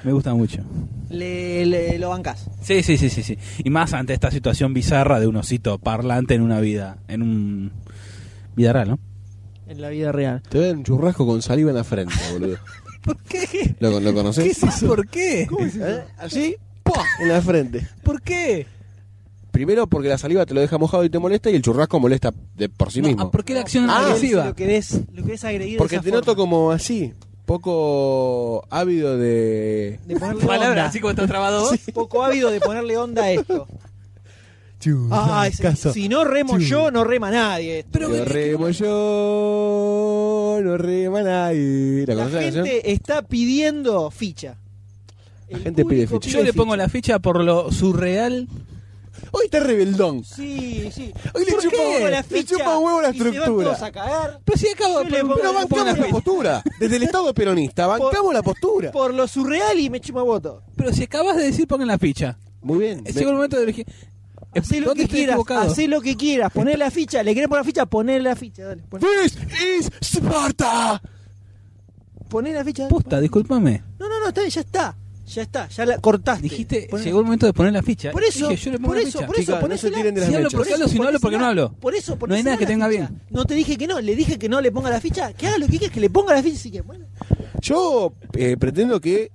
S3: me gusta mucho.
S1: Le, le- lo bancás.
S3: Sí, sí, sí, sí, sí. Y más ante esta situación bizarra de un osito parlante en una vida, en un vida real, ¿no?
S1: En la vida real.
S2: Te voy a dar un churrasco con saliva en la frente, boludo.
S3: ¿Por qué?
S2: ¿Lo, lo conoces?
S3: ¿Por qué?
S2: ¿Eh? Así, ¡pua! en la frente.
S3: ¿Por qué?
S2: Primero porque la saliva te lo deja mojado y te molesta y el churrasco molesta de por sí
S3: No,
S2: mismo.
S3: ah, ¿Por qué la acción
S2: Ah,
S1: Si
S3: agresiva?
S1: Lo querés, lo querés agredir. de
S2: Porque
S1: esa
S2: te noto
S1: forma.
S2: como así, poco ávido de...
S1: De ponerle
S3: Palabra,
S1: onda.
S3: así como está trabado vos.
S1: Poco ávido de ponerle onda a esto.
S2: Ah,
S1: Ay, si- si no remo yo, no rema nadie.
S2: Pero no remo yo, no rema nadie. ¿La
S1: La
S2: conoces la canción?
S1: gente está pidiendo ficha.
S2: La
S1: El
S2: gente pide
S1: público
S2: ficha.
S3: Yo le pongo la ficha por lo surreal.
S2: Hoy está rebeldón.
S1: Sí, sí.
S2: Hoy le
S1: ¿Por
S2: chupa
S1: qué?
S2: huevo la-
S1: La
S2: le
S1: ficha
S2: chupa huevo la
S1: y se van
S2: estructura.
S1: todos a cagar
S3: Pero si acabo
S1: Yo le pongo-
S2: Pero
S1: le pongo
S2: bancamos
S1: la
S2: la
S1: ficha.
S2: postura. Desde el Estado peronista, bancamos la postura.
S1: por lo surreal y me chupa voto.
S3: Pero si acabas de decir pongan la ficha.
S2: Muy bien.
S1: Eh,
S3: Llegó el momento de elegir.
S1: Hacé lo
S3: ¿Dónde
S1: que
S3: estoy
S1: quieras,
S3: equivocado?
S1: hacé lo que quieras, poner la ficha, le querés poner la ficha, poner la ficha, dale, pon-
S2: This is Sparta.
S1: poné la ficha. dale,
S3: Posta,
S1: pon-
S3: discúlpame.
S1: No, no, no, está, bien, ya está, ya está, ya la cortaste.
S3: Dijiste,
S1: Poné-
S3: llegó el momento de poner la ficha.
S1: Por eso,
S3: Dije, yo le pongo
S1: por
S3: la
S1: eso,
S3: ficha.
S1: por eso,
S2: Chicas, no se
S1: ponésela.
S2: tiren de las
S1: Si hablo
S2: mechas.
S1: porque hablo,
S3: si no hablo, porque no
S1: ponésela.
S3: hablo.
S1: Por eso,
S3: No hay nada
S1: ponésela
S3: que
S1: la
S3: tenga
S1: ficha.
S3: bien.
S1: No te dije que no, le dije que no le ponga la ficha, que haga lo que quieras, que le ponga la ficha, así que bueno.
S2: Yo eh, pretendo que,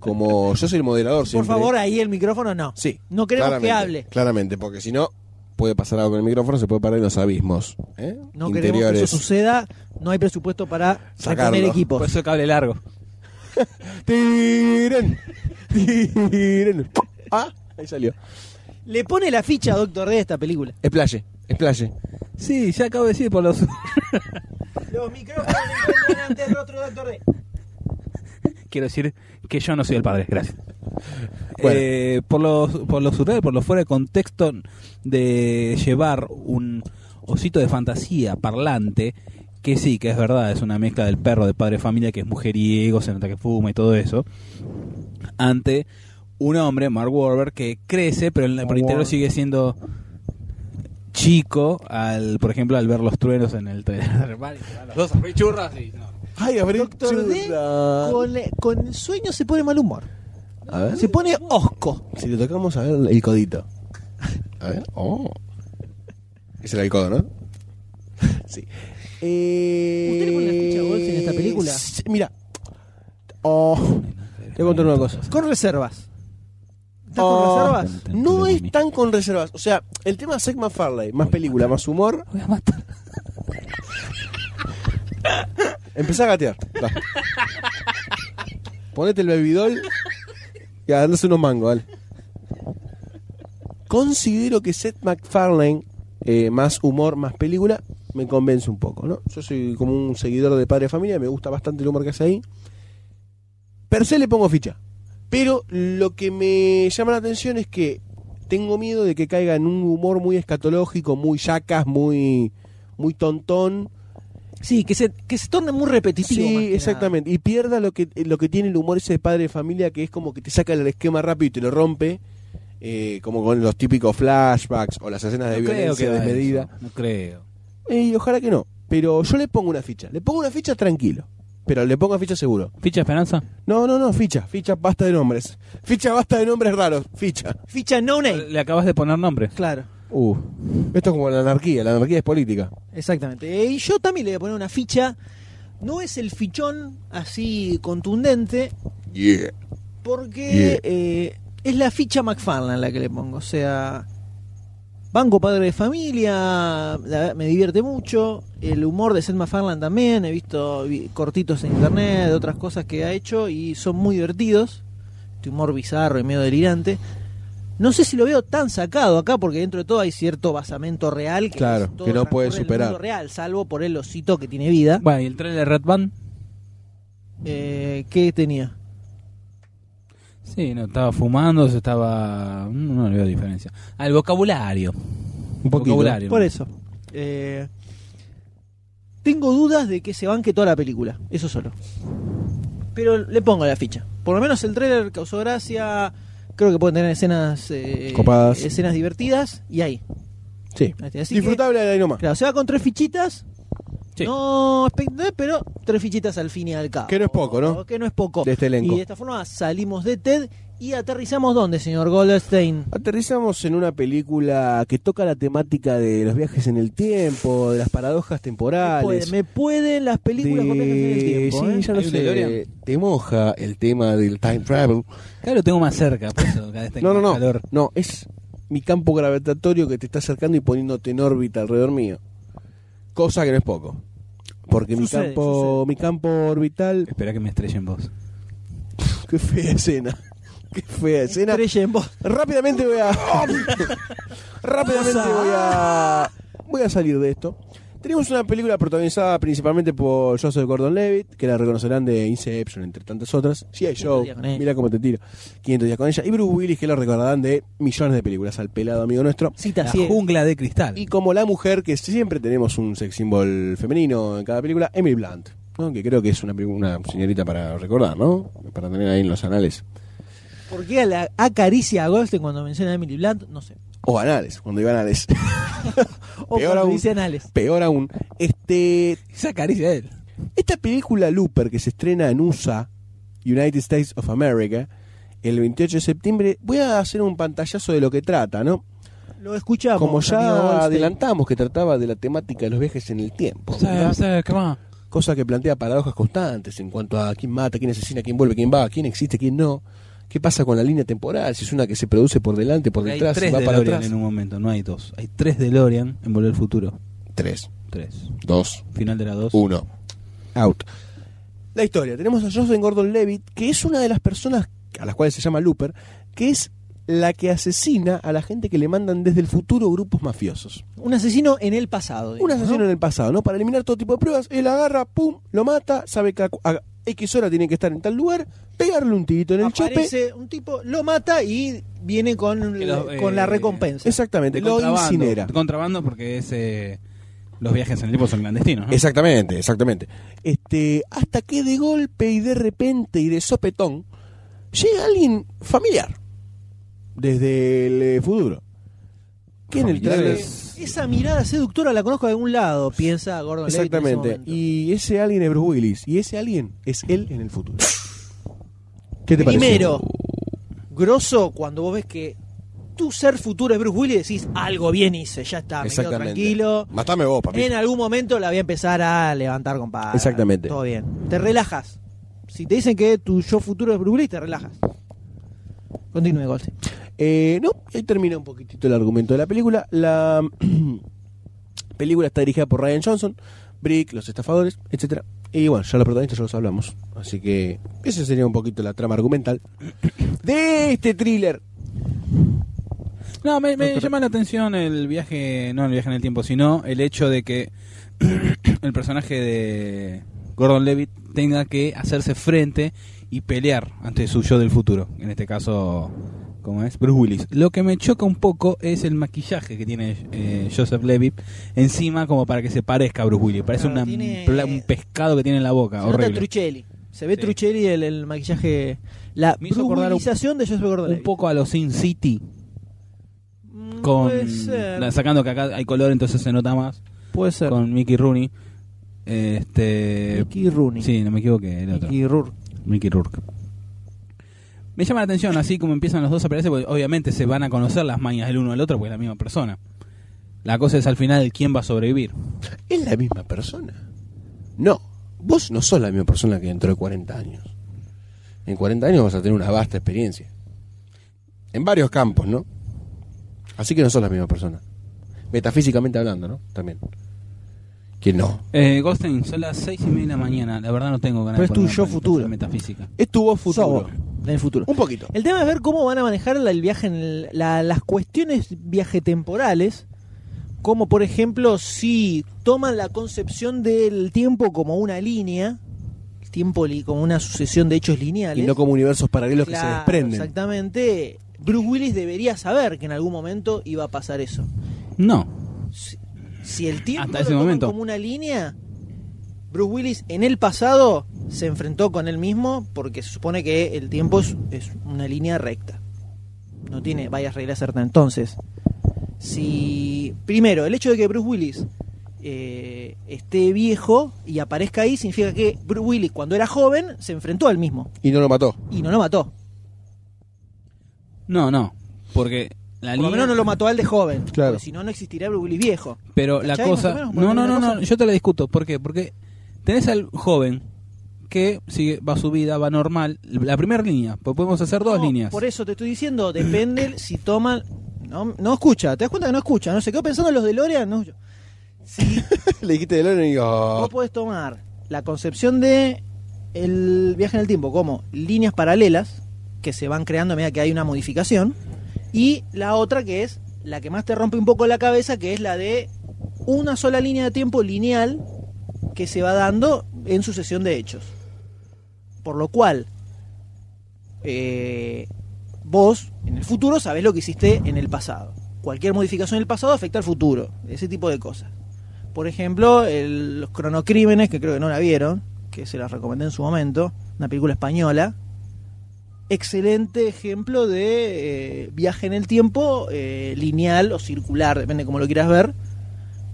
S2: como yo soy el moderador
S1: Por
S2: siempre...
S1: favor, ahí el micrófono no.
S2: Sí.
S1: No queremos que
S2: claramente,
S1: hable.
S2: Claramente, porque si no, puede pasar algo con el micrófono, se puede parar en los abismos. ¿eh?
S1: No queremos que
S2: Interiores.
S1: eso suceda, no hay presupuesto para
S2: Sacarlo.
S1: reponer
S3: Por
S1: equipos.
S3: eso cable largo.
S2: Tiren. Tiren. Ah, ahí salió.
S1: Le pone la ficha a Doctor D a esta película.
S2: Esplaye, esplaye.
S3: Sí, ya acabo de decir por los.
S1: Los micrófonos delante del rostro de Doctor D.
S3: Quiero decir que yo no soy el padre, gracias.
S2: Bueno.
S3: Eh, por los por lo surreal, por lo fuera de contexto de llevar un osito de fantasía parlante, que sí, que es verdad, es una mezcla del perro de padre de familia que es mujeriego, se nota que fuma y todo eso, ante un hombre, Mark Wahlberg, que crece, pero en la- por el interior sigue siendo chico, al por ejemplo, al ver los truenos en el trailer. Los churras y...
S2: Ay, abrí
S1: Doctor D
S2: churra.
S1: con, con el sueño se pone mal humor.
S2: A ver,
S1: Se pone osco.
S2: si le tocamos a ver el codito. A ver. Oh. Es el codo, ¿no? Sí. Eh...
S1: ¿Usted le pone la ficha a Golsen en esta película?
S2: sí, mira. Oh. Te voy a contar una cosa.
S1: Con reservas. ¿Estás
S2: Oh,
S1: con reservas?
S2: No es tan con reservas. O sea, el tema de Zack Farley, más película, más humor,
S3: Voy a matar.
S2: empezá a gatear. Va. Ponete el bebidol y andás unos mangos, dale. Considero que Seth MacFarlane, eh, más humor, más película, me convence un poco, ¿no? Yo soy como un seguidor de Padre de Familia, me gusta bastante el humor que hace ahí. Per se le pongo ficha. Pero lo que me llama la atención es que tengo miedo de que caiga en un humor muy escatológico, muy yacas, muy, muy tontón.
S1: Sí, que se, que se torne muy repetitivo. más
S2: Sí,
S1: que
S2: exactamente. Y pierda lo que, lo que tiene el humor ese de padre de familia, que es como que te saca el esquema rápido y te lo rompe, eh, como con los típicos flashbacks o las escenas de
S3: No creo que
S2: violencia
S3: va
S2: desmedida.
S3: eso, No creo.
S2: Y ojalá que no. Pero yo le pongo una ficha. Le pongo una ficha tranquilo. Pero le pongo ficha seguro.
S3: ¿Ficha Esperanza?
S2: No, no, no, ficha. Ficha basta de nombres. Ficha basta de nombres raros. Ficha.
S1: nada. Ficha no name.
S3: Le acabas de poner nombre.
S1: Claro,
S2: Uh, esto es como la anarquía. La anarquía es política.
S1: exactamente. Eh, Y yo también le voy a poner una ficha. No es el fichón así contundente,
S5: Yeah.
S1: Porque eh, es la ficha McFarlane la que le pongo. O sea, banco padre de familia, la- me divierte mucho. El humor de Seth McFarlane también. He visto vi- cortitos en internet, de otras cosas que ha hecho y son muy divertidos. Este humor bizarro y medio delirante. No sé si lo veo tan sacado acá, porque dentro de todo hay cierto basamento real que,
S2: Claro,
S1: es todo
S2: que no puede
S1: transcurre en el
S2: superar.
S1: mundo real, salvo por el osito que tiene vida.
S3: Bueno, ¿y el trailer de Red Band?
S1: Eh, ¿Qué tenía?
S3: Sí, no, estaba fumando, se estaba... No, no le veo diferencia. Ah, el vocabulario.
S2: Un poquito.
S3: Vocabulario.
S1: Por eso. Eh, tengo dudas de que se banque toda la película, eso solo. Pero le pongo la ficha. Por lo menos el trailer causó gracia. Creo que pueden tener escenas eh,
S2: Copadas.
S1: escenas divertidas y ahí.
S2: Sí.
S1: Así que-
S2: Disfrutable de ahí nomás.
S1: Claro, se va con tres fichitas.
S3: Sí.
S1: No expectante, pero tres fichitas al fin y al cabo.
S2: Que no es poco, ¿no?
S1: Que no es poco.
S2: De este elenco.
S1: Y de esta forma salimos de TED y aterrizamos ¿dónde, señor Goldstein?
S2: Aterrizamos en una película que toca la temática de los viajes en el tiempo, de las paradojas
S1: Me
S2: temporales.
S1: pueden, me pueden las películas con viajes en el
S2: de-
S1: tiempo.
S2: Sí,
S1: ¿eh?
S2: ya lo
S3: Hay un
S2: sé.
S3: DeLorean.
S2: Te moja el tema del time travel.
S3: Acá lo tengo más cerca, por eso, acá está
S2: No, no,
S3: con
S2: no.
S3: calor.
S2: No, es mi campo gravitatorio que te está acercando y poniéndote en órbita alrededor mío. Cosa que no es poco. Porque mi
S1: Sucede,
S2: campo, mi campo orbital.
S3: Espera que me estrellen vos.
S2: Qué fea escena. Qué fea escena.
S1: Estrella en vos.
S2: Rápidamente voy a. Rápidamente voy a. Voy a salir de esto. Tenemos una película protagonizada principalmente por Joseph Gordon Levitt, que la reconocerán de Inception, entre tantas otras. Sí, hay show.
S1: días con ella.
S2: Mira cómo te tiro. 500 días con ella. Y Bruce Willis, que lo recordarán de millones de películas, al pelado amigo nuestro.
S1: Cita
S3: La
S1: ciega.
S3: jungla de cristal.
S2: Y como la mujer, que siempre tenemos un sex symbol femenino en cada película, Emily Blunt, ¿no? que creo que es una, pri- una señorita para recordar, ¿no? Para tener ahí en los anales.
S1: ¿Por qué la acaricia a Goldstein cuando menciona a Emily Blunt? No sé.
S2: O anales, cuando iba anales.
S1: O
S2: Peor
S1: cuando
S2: aún.
S1: dice anales.
S2: Peor aún, este,
S3: Esa caricia de él.
S2: esta película Looper que se estrena en USA, United States of America, el 28 de septiembre, voy a hacer un pantallazo de lo que trata, ¿no?
S1: Lo escuchamos.
S2: Como
S1: amigo
S2: ya
S1: Goldstein.
S2: adelantamos que trataba de la temática de los viajes en el tiempo. ¿verdad?
S3: qué más?
S2: cosa que plantea paradojas constantes en cuanto a quién mata, quién asesina, quién vuelve, quién va, quién existe, quién no. ¿Qué pasa con la línea temporal? Si es una que se produce por delante, por
S3: Hay
S2: detrás,
S3: tres
S2: va para
S3: DeLorean
S2: atrás.
S3: en un momento, no hay dos. Hay tres DeLorean en Volver al Futuro.
S2: Tres,
S3: Tres.
S2: dos,
S3: Final de la dos.
S2: uno. Out. La historia. Tenemos a Joseph Gordon Levitt, que es una de las personas a las cuales se llama Looper, que es la que asesina a la gente que le mandan desde el futuro grupos mafiosos.
S1: Un asesino en el pasado.
S2: Un
S1: digamos,
S2: asesino
S1: ¿no?
S2: en el pasado, ¿no? Para eliminar todo tipo de pruebas, él agarra, pum, lo mata, sabe que a, a X hora tiene que estar en tal lugar, pegarle un tirito en el chope.
S1: Aparece un tipo, lo mata y viene con,
S3: Que lo-
S1: con la
S3: eh,
S1: recompensa.
S2: Exactamente, lo
S3: contrabando.
S2: incinera.
S3: De contrabando porque es, eh, los viajes en el tiempo son clandestinos, ¿no?
S2: Exactamente, exactamente. Este, hasta que de golpe y de repente y de sopetón llega alguien familiar desde el eh, futuro. Que en el trailer-
S3: Familiares.
S1: Esa mirada seductora la conozco de algún lado, piensa Gordon Levitt en ese
S2: Exactamente.
S1: momento.
S2: Y ese alien es Bruce Willis y ese alien es él en el futuro. ¿Qué te parece?
S1: Primero, grosso cuando vos ves que tu ser futuro es Bruce Willis y decís algo bien hice, ya está, me quedo tranquilo.
S2: Matame vos, papi.
S1: En algún momento la voy a empezar a levantar, compadre.
S2: Exactamente.
S1: Todo bien. Te relajas. Si te dicen que tu yo futuro es Brugli, te relajas. Continúe, Goldstein.
S2: Eh, no, ahí termina un poquitito el argumento de la película. La película está dirigida por Ryan Johnson, Brick, Los Estafadores, etcétera. Y bueno, ya los protagonistas ya los hablamos. Así que esa sería un poquito la trama argumental de este thriller.
S3: No, me, me llama la atención el viaje, no el viaje en el tiempo, sino el hecho de que el personaje de Gordon Levitt tenga que hacerse frente y pelear ante su yo del futuro, en este caso ¿Cómo es? Bruce Willis. Lo que me choca un poco es el maquillaje que tiene eh, Joseph Levy encima, como para que se parezca a Bruce Willis. Parece
S1: Claro,
S3: una-
S1: tiene-
S3: pla- un pescado que tiene en la boca.
S1: Se nota
S3: horrible.
S1: Truchelli. Se ve
S3: Sí.
S1: Truchelli el, el maquillaje. La
S3: Me hizo acordar un-
S1: brutalización de Joseph
S3: Un
S1: Gordon.
S3: poco a los Sin City. Con,
S1: Puede ser.
S3: la- sacando que acá hay color, entonces se nota más.
S1: Puede ser.
S3: Con Mickey Rooney. Este.
S1: Mickey Rooney.
S3: Sí, no me equivoqué, el otro.
S1: Mickey Rourke.
S3: Mickey Rourke. Me llama la atención así como empiezan los dos a pelearse, porque obviamente se van a conocer las mañas del uno al otro, porque es la misma persona. La cosa es al final quién va a sobrevivir.
S2: ¿Es la misma persona? No, vos no sos la misma persona que dentro de 40 años. En 40 años vas a tener una vasta experiencia. En varios campos, ¿no? Así que no sos la misma persona. Metafísicamente hablando, ¿no? También. Que no.
S3: Eh, Goldstein, son las seis y media de la mañana. La verdad no tengo ganas
S1: Pero es
S3: de ponerme
S1: tu yo
S3: a pensar
S1: futuro.
S3: en Metafísica.
S2: Es tu vos
S1: Sos
S2: futuro.
S1: vos, en el futuro.
S2: Un poquito.
S1: El tema es ver cómo van a manejar la- el viaje en el- la- las cuestiones viaje temporales, como por ejemplo si toman la concepción del tiempo como una línea, el tiempo li- como una sucesión de hechos lineales.
S2: Y no como universos paralelos que se
S1: Claro,
S2: desprenden.
S1: Exactamente. Bruce Willis debería saber que en algún momento iba a pasar eso.
S3: No.
S1: Si, si el tiempo
S3: Hasta
S1: lo
S3: ese
S1: toman
S3: momento.
S1: como una línea, Bruce Willis en el pasado se enfrentó con él mismo porque se supone que el tiempo es, es una línea recta. No tiene varias reglas certas. Entonces, si primero el hecho de que Bruce Willis eh, esté viejo y aparezca ahí significa que Bruce Willis cuando era joven se enfrentó al mismo
S2: Y no lo mató.
S1: y no lo mató.
S3: No, no. Porque la
S1: Por lo
S3: línea-
S1: menos no lo mató al de joven.
S2: Claro.
S1: Porque si no, no existiría Bruce Willis viejo.
S3: Pero la
S1: ¿Cachai? Más o
S3: cosa.
S1: menos, por
S3: No,
S1: ahí
S3: no,
S1: la
S3: no,
S1: cosa.
S3: no, yo te la discuto. ¿Por qué? Porque tenés al joven que sigue, va su vida, va normal. La primera línea, pues podemos hacer dos
S1: No,
S3: líneas.
S1: Por eso te estoy diciendo, depende si toman. No, no escucha, te das cuenta que no escucha, no se quedó pensando en los de Lorean. No, yo- Si
S2: Le dijiste de Loren y digo.
S1: vos podés tomar la concepción de el viaje en el tiempo como líneas paralelas que se van creando a medida que hay una modificación, y la otra que es la que más te rompe un poco la cabeza, que es la de una sola línea de tiempo lineal que se va dando en sucesión de hechos. Por lo cual, eh, vos en el futuro sabés lo que hiciste en el pasado. Cualquier modificación en el pasado afecta al futuro, ese tipo de cosas. Por ejemplo, el- los cronocrímenes, que creo que no la vieron, que se las recomendé en su momento, una película española. Excelente ejemplo de eh, viaje en el tiempo eh, lineal o circular, depende como lo quieras ver,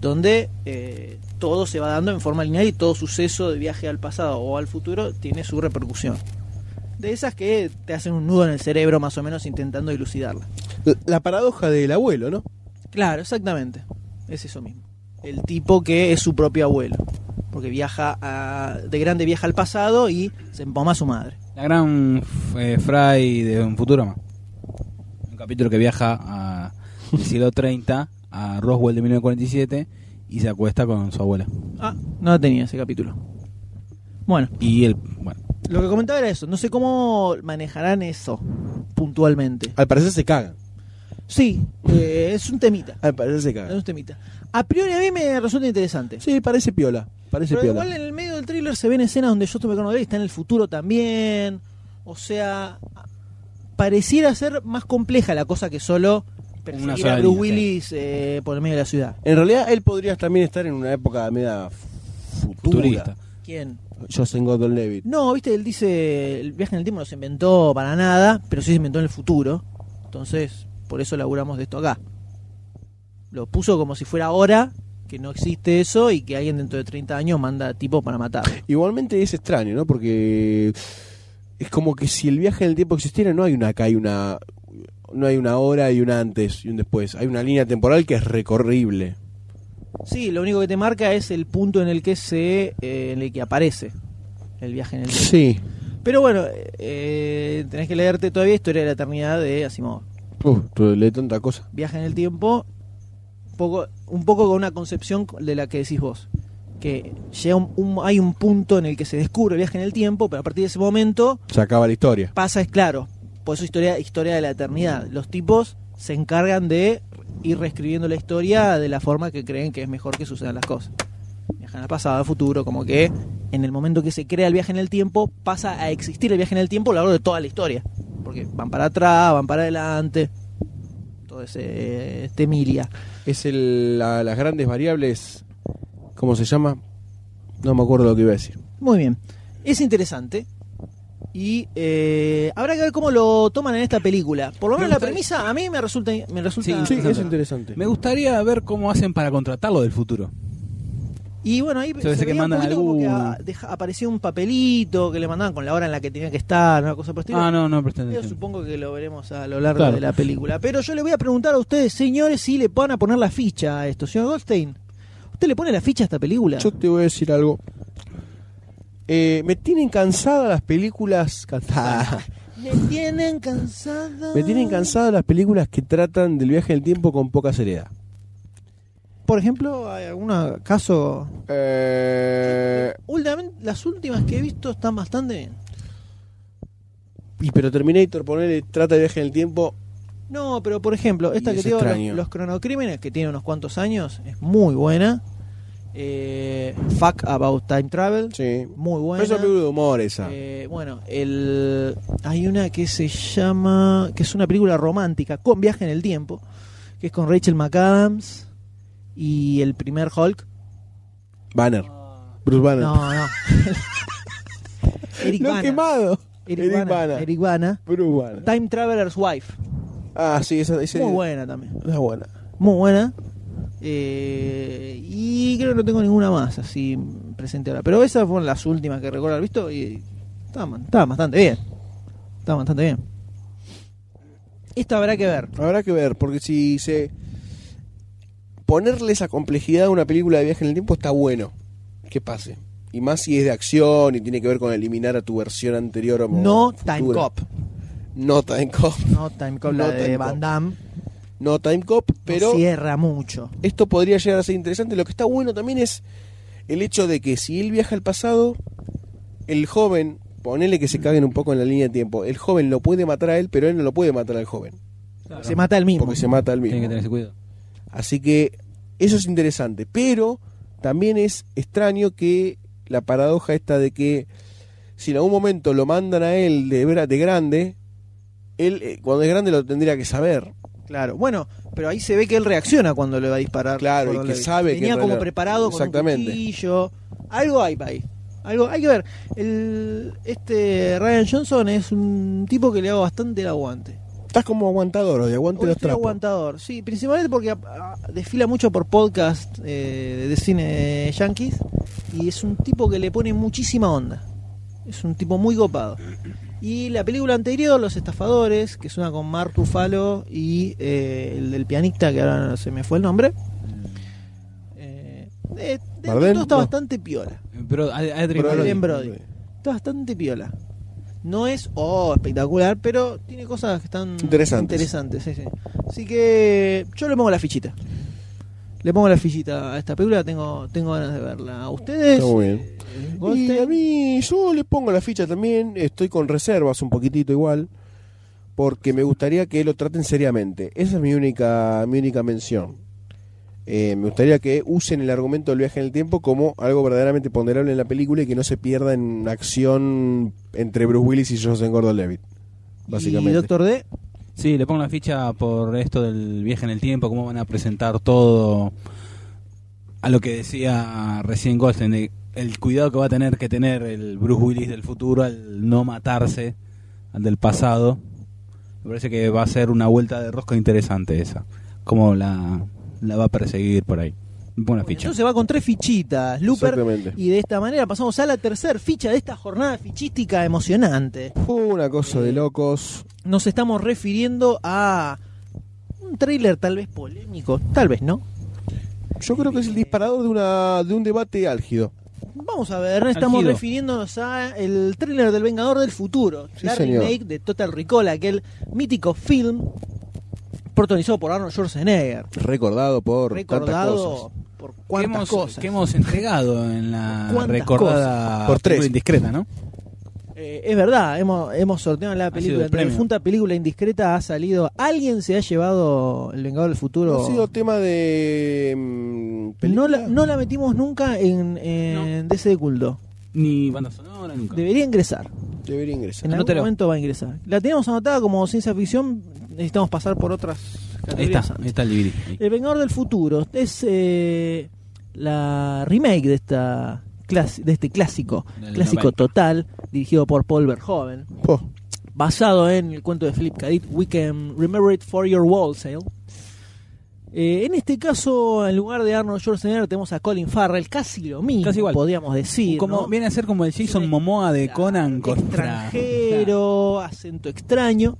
S1: donde eh, todo se va dando en forma lineal y todo suceso de viaje al pasado o al futuro tiene su repercusión. De esas que te hacen un nudo en el cerebro más o menos intentando dilucidarla.
S2: La paradoja del abuelo, ¿no?
S1: Claro, exactamente. Es eso mismo. El tipo que es su propio abuelo. Porque viaja a- de grande viaja al pasado y se empoma a su madre.
S3: La gran eh, Fry de un Futurama. Un capítulo que viaja a el siglo 30, a Roswell de 1947, y se acuesta con su abuela.
S1: Ah, no la tenía ese capítulo. Bueno,
S3: Y él, bueno,
S1: lo que comentaba era eso. No sé cómo manejarán eso puntualmente.
S2: Al parecer se cagan.
S1: Sí, eh, es un temita.
S2: Al parecer se
S1: Es
S2: cagan.
S1: un temita. A priori a mí me resulta interesante.
S2: Sí, parece piola. Parece
S1: Pero
S2: piola.
S1: igual en el medio del tráiler se ven escenas donde Joseph McConaughey está en el futuro también. O sea, pareciera ser más compleja la cosa que solo
S3: Una
S1: perseguir
S3: sola
S1: a Bruce
S3: línea, sí.
S1: Willis eh, por el medio de la ciudad.
S2: En realidad, él podría también estar en una época media futurista.
S3: futurista.
S1: ¿Quién?
S2: Joseph Gordon Levitt.
S1: No, viste, él dice, el viaje en el tiempo no se inventó para nada, pero sí se inventó en el futuro. Entonces, por eso laburamos de esto acá. Lo puso como si fuera ahora, que no existe eso y que alguien dentro de 30 años manda tipo para matar.
S2: Igualmente es extraño, ¿no? Porque es como que si el viaje en el tiempo existiera, no hay una acá y una. No hay una hora y una antes y un después. Hay una línea temporal que es recorrible.
S1: Sí, lo único que te marca es el punto en el que se eh, en el que aparece el viaje en el tiempo.
S2: Sí.
S1: Pero bueno, eh, tenés que leerte todavía Historia de la Eternidad de Asimov.
S2: Uf, leí tanta cosa.
S1: Viaje en el tiempo, poco, un poco con una concepción de la que decís vos. Que llega un- un- hay un punto en el que se descubre el viaje en el tiempo, pero a partir de ese momento
S2: Se acaba la historia.
S1: pasa, es claro. Por eso historia, historia de la eternidad. Los tipos se encargan de ir reescribiendo la historia de la forma que creen que es mejor que sucedan las cosas. Viajan al pasado, al futuro, como que en el momento que se crea el viaje en el tiempo, pasa a existir el viaje en el tiempo a lo largo de toda la historia. Porque porque van para atrás, van para adelante. Todo ese este milia.
S2: Es el, la- las grandes variables. ¿Cómo se llama? No me acuerdo lo que iba a decir.
S1: Muy bien. Es interesante. Y eh, habrá que ver cómo lo toman en esta película. Por lo
S3: Me
S1: menos la
S3: gustaría-
S1: premisa a mí me resulta. Me resulta
S3: Sí, es
S2: interesante.
S3: Me gustaría ver cómo hacen para contratarlo del futuro.
S1: Y bueno, ahí
S3: Se
S1: se
S3: ve que
S1: veía un
S3: mandan
S1: poquito como que
S3: algún-
S1: ah, deja- aparecía un papelito que le mandaban con la hora en la que tenía que estar, una cosa por el estilo.
S3: Ah, no, no
S1: Yo
S3: pretende.
S1: supongo que lo veremos a lo largo
S3: Claro.
S1: de la película. Pero yo le voy a preguntar a ustedes, señores, si le van a poner la ficha a esto. Señor Goldstein, ¿usted le pone la ficha a esta película?
S2: Yo te voy a decir algo. Eh, me tienen cansada las películas.
S1: Ah.
S2: Cansada.
S1: Me tienen cansada.
S2: Me tienen cansadas las películas que tratan del viaje del tiempo con poca seriedad.
S1: Por ejemplo, hay algún caso... Eh. Últimamente, las últimas que he visto están bastante bien.
S2: y pero Terminator, ponele, trata el viaje del tiempo.
S1: No, pero por ejemplo, esta
S2: Y
S1: que
S2: es
S1: te digo, los,
S2: extraño.
S1: los cronocrímenes, que tiene unos cuantos años, es muy buena. Eh, Fuck About Time Travel,
S2: Sí.
S1: muy
S2: Pero
S1: buena.
S2: es una película de humor esa.
S1: Eh, bueno, el, hay una que se llama, que es una película romántica, con viaje en el tiempo, que es con Rachel McAdams y el primer Hulk.
S2: Banner. Bruce Banner.
S1: No, no. Eric
S2: Lo
S1: Bana.
S2: quemado.
S1: Eric,
S2: Eric
S1: Bana,
S2: Bana.
S1: Eric Bana.
S2: Bruce Banner.
S1: Time Traveler's Wife.
S2: Ah, sí, esa, esa
S1: Muy buena también.
S2: esa es buena.
S1: Muy buena. Eh, y creo que no tengo ninguna más así presente ahora. Pero esas fueron las últimas que recuerdo haber visto y estaban, estaban bastante bien. Estaban bastante bien. Esta habrá que ver.
S2: Habrá que ver, porque si se. Ponerle esa complejidad a una película de viaje en el tiempo está bueno. Que pase. Y más si es de acción y tiene que ver con eliminar a tu versión anterior o
S1: No
S2: futura.
S1: Time Cop.
S2: No Time Cop.
S1: No Time Cop, la
S2: No
S1: de
S2: Time
S1: Van
S2: Cop.
S1: Damme.
S2: No Time Cop, pero.
S1: no cierra mucho.
S2: esto podría llegar a ser interesante. Lo que está bueno también es el hecho de que si él viaja al pasado, el joven, ponele que se caguen un poco en la línea de tiempo, el joven lo puede matar a él, pero él no lo puede matar al joven,
S1: Se mata el mismo.
S2: porque se mata al
S3: Tiene que
S2: mismo.
S3: tenerse cuidado.
S2: Así que eso es interesante, pero también es extraño que la paradoja esta de que si en algún momento lo mandan a él de, vera- de grande, él eh, cuando es grande lo tendría que saber.
S1: Claro. Bueno, pero ahí se ve que él reacciona cuando le va a disparar.
S2: Claro,
S1: por
S2: y
S1: donde
S2: que
S1: le-
S2: sabe que en
S1: Venía como
S2: realidad-
S1: preparado con un
S2: Exactamente.
S1: cuchillo. Algo hay pa' ahí. Algo, hay que ver. El, este Ryan Johnson es un tipo que le hago bastante el aguante.
S2: Estás como aguantador hoy, aguante
S1: Hoy
S2: los
S1: estoy
S2: trapos.
S1: aguantador, sí, principalmente porque ah, desfila mucho por podcast eh, de cine yankees y es un tipo que le pone muchísima onda. Es un tipo muy copado. Y la película anterior, Los Estafadores, que es una con Mark Ruffalo y eh, el del pianista, que ahora no se me fue el nombre. Eh, eh, de-
S2: Bardem,
S1: todo está
S2: no.
S1: bastante piola.
S3: Pero Ad- Adrien
S2: Brody.
S3: Brody.
S1: Adrien Brody. Está bastante piola. No es oh, espectacular, pero tiene cosas que están
S2: Interesantes.
S1: interesantes, sí, sí. Así que yo le pongo la fichita. Le pongo la fichita a esta película, tengo, tengo ganas de verla. ¿A ustedes?
S2: Está muy bien.
S1: Eh,
S2: Y
S1: Goldstein.
S2: a mí, yo le pongo la ficha también, estoy con reservas un poquitito igual, porque me gustaría que lo traten seriamente. Esa es mi única, mi única mención. Eh, me gustaría que usen el argumento del viaje en el tiempo como algo verdaderamente ponderable en la película y que no se pierda en acción entre Bruce Willis y Joseph Gordon-Levitt, básicamente.
S1: Y Doctor D.
S3: Sí, le pongo la ficha por esto del viaje en el tiempo, cómo van a presentar todo. A lo que decía recién Goldstein, de el cuidado que va a tener que tener el Bruce Willis del futuro al no matarse al del pasado. Me parece que va a ser una vuelta de rosca interesante esa. Cómo la, la va a perseguir por ahí. Le pongo la ficha.
S1: Entonces va con tres fichitas, Looper.
S2: Exactamente.
S1: Y de esta manera pasamos a la tercera ficha de esta jornada fichística emocionante.
S2: Fue una cosa de locos.
S1: Nos estamos refiriendo a un tráiler tal vez polémico, tal vez no.
S2: Yo creo que es el disparador de, una, de un debate álgido.
S1: Vamos a ver, estamos
S3: Algido.
S1: refiriéndonos a el tráiler del Vengador del Futuro,
S2: Sí,
S1: la
S2: señor.
S1: remake de Total Recall, aquel mítico film protagonizado por Arnold Schwarzenegger,
S2: Recordado por tantas
S1: recordado
S2: cosas.
S1: por
S3: ¿Qué
S1: cuántas
S3: hemos,
S1: cosas.
S3: que hemos entregado en la
S1: ¿Cuántas
S3: recordada
S2: Por tres.
S3: película indiscreta, ¿no?
S1: Eh, es verdad, hemos, hemos sorteado en la
S3: sido
S1: película,
S3: el
S1: en la
S3: premio.
S1: difunta película indiscreta ha salido, alguien se ha llevado el Vengador del Futuro.
S2: No ha sido tema de. mm,
S1: No la,
S2: película.
S1: no la metimos nunca en, en DC de culto.
S3: Ni banda sonora, nunca.
S1: Debería ingresar.
S2: Debería ingresar.
S1: En algún
S3: Anótelo.
S1: momento va a ingresar. La tenemos anotada como ciencia ficción. Necesitamos pasar por otras
S3: Ahí
S1: categorías.
S3: está,
S1: antes.
S3: ahí está el DVD.
S1: El Vengador del Futuro es eh, la remake de esta clas- de este clásico,
S3: Del
S1: clásico
S3: 90.
S1: total, dirigido por Paul Verhoeven,
S2: Po.
S1: basado en el cuento de Philip K. Dick, We Can Remember It for Your Wholesale. Eh, en este caso, en lugar de Arnold Schwarzenegger, tenemos a Colin Farrell, casi lo mismo,
S3: Casi igual.
S1: podríamos decir.
S3: Como,
S1: ¿no?
S3: Viene a ser como el Jason
S1: Sí.
S3: Momoa de
S1: Claro,
S3: Conan contra-
S1: extranjero, acento extraño.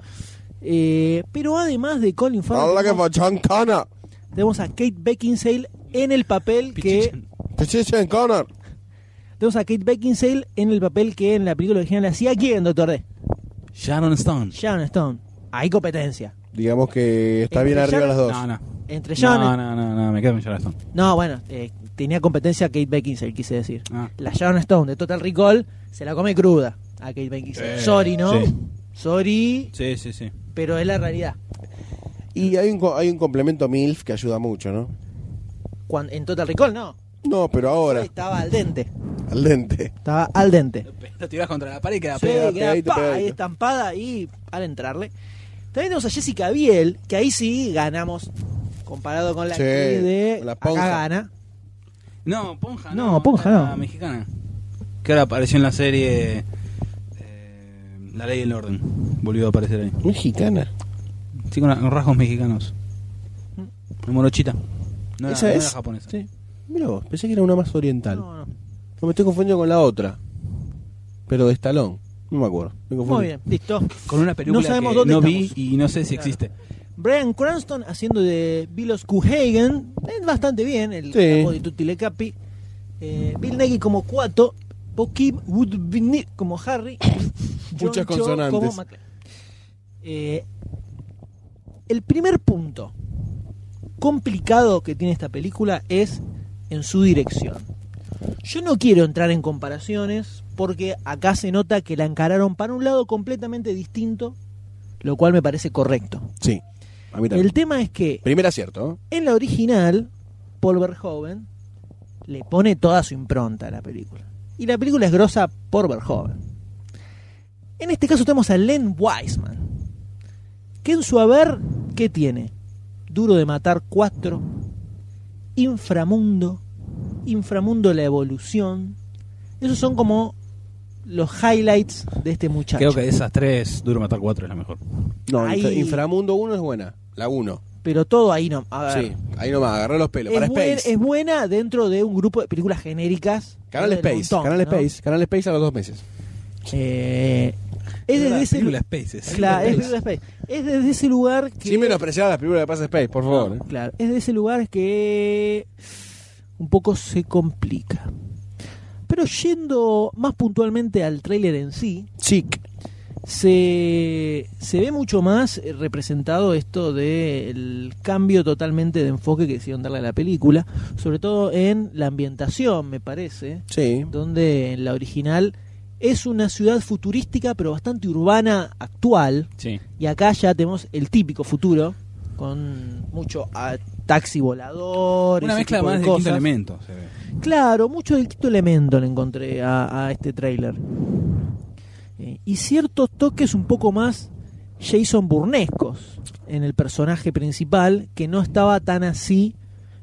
S1: Eh, pero además de Colin Farrell,
S2: Habla que
S1: tenemos,
S2: fachan cana.
S1: tenemos a Kate Beckinsale en el papel que
S3: Pichichen.
S2: Pichichen Connor.
S1: tenemos a Kate Beckinsale en el papel que en la película original hacía quién, doctor D.
S3: Sharon Stone.
S1: Sharon Stone. Hay competencia
S2: Digamos que está
S1: Entre
S2: bien arriba
S1: ya-
S2: las dos.
S3: No, no.
S1: entre Sharon.
S3: No,
S1: No,
S3: no, no, no, me quedo con Sharon Stone.
S1: bueno, eh, tenía competencia Kate Beckinsale, quise decir.
S3: Ah.
S1: La Sharon Stone de Total Recall se la come cruda a Kate Beckinsale. Sorry, ¿no?
S3: sí.
S1: Sorry,
S3: Sí, sí, sí.
S1: pero es la realidad.
S2: Y hay un, co- hay un complemento MILF que ayuda mucho, ¿no?
S1: Cuan- en Total Recall no.
S2: No, pero ahora,
S1: Estaba al dente.
S2: al dente.
S1: Estaba al dente.
S3: Te tirás contra la pared y queda
S1: Sí,
S2: pegada,
S1: queda,
S2: pegadito,
S1: pa, ahí
S2: pegadito.
S1: estampada y al entrarle. También tenemos a Jessica Biel, que ahí sí ganamos comparado con la
S2: Sí,
S1: actriz de
S2: la
S1: acá
S2: Ponja.
S1: gana.
S3: No, Ponja.
S1: No, Ponja no.
S3: La mexicana. Que ahora apareció en la serie eh, La Ley y el Orden. Volvió a aparecer ahí.
S2: Mexicana.
S3: Sí, con con rasgos mexicanos. Una morochita. No,
S2: ¿Esa
S3: era, no
S2: es?
S3: era japonesa.
S2: Sí. Mirá vos, pensé que era una más oriental. No,
S1: No, no.
S2: me estoy confundiendo con la otra. Pero de estalón. No me acuerdo. Me confundí.
S1: Muy bien, listo.
S3: Con una película
S1: No sabemos
S3: que
S1: dónde
S3: no vi
S1: estamos.
S3: y no sé si
S1: Claro.
S3: existe.
S1: Brian Cranston haciendo de Vilos Kuhagen. eh, Bastante bien, el
S2: Sí.
S1: capo de Tutti Lecapi. Eh, Bill Nagy como Cuato. Bo Kim Woodbine como Harry. John Cho
S2: Muchas consonantes.
S1: como Macla- Eh, el primer punto complicado que tiene esta película es en su dirección. Yo no quiero entrar en comparaciones porque acá se nota que la encararon para un lado completamente distinto, lo cual me parece correcto.
S2: Sí. A mí también.
S1: El tema es que
S2: Primer acierto. ¿no?
S1: en la original, Paul Verhoeven le pone toda su impronta a la película. Y la película es grosa por Verhoeven. En este caso tenemos a Len Wiseman, que en su haber, ¿qué tiene? Duro de matar 4, Inframundo, Inframundo la evolución. Esos son como los highlights de este muchacho.
S3: Creo que de esas tres, Duro Matar 4 es la mejor.
S2: No,
S1: Ahí-
S2: Infra- Inframundo 1 es buena. La 1.
S1: Pero todo ahí no. a ver.
S2: Sí. Ahí nomás, agarré los pelos. Para
S1: es, buen-
S2: Space.
S1: es buena dentro de un grupo de películas genéricas.
S2: Canal
S1: del
S2: Space.
S1: montón,
S2: Canal
S1: ¿no?
S2: Space. Canal Space a los dos meses.
S1: Eh, es desde
S3: la
S1: ese
S3: película
S1: lugar.
S3: Spaces.
S1: Claro, es película Space. Es desde ese lugar que.
S2: Sin menospreciar las películas que pasa Space, por favor. ¿eh?
S1: Claro, es de ese lugar que un poco se complica. Pero yendo más puntualmente al tráiler en sí,
S2: Chic.
S1: se, se ve mucho más eh, representado esto del cambio totalmente de enfoque que decidieron darle a la película, sobre todo en la ambientación, me parece
S2: Sí.
S1: donde en la original es una ciudad futurística pero bastante urbana actual
S3: Sí.
S1: y acá ya tenemos el típico futuro con mucho ah, taxi volador
S3: Una
S1: ese
S3: mezcla
S1: tipo
S3: más de quinto
S1: cosas.
S3: elemento. se ve.
S1: claro mucho del quinto elemento le encontré a, a este tráiler Eh, y ciertos toques un poco más Jason Burnescos en el personaje principal que no estaba tan así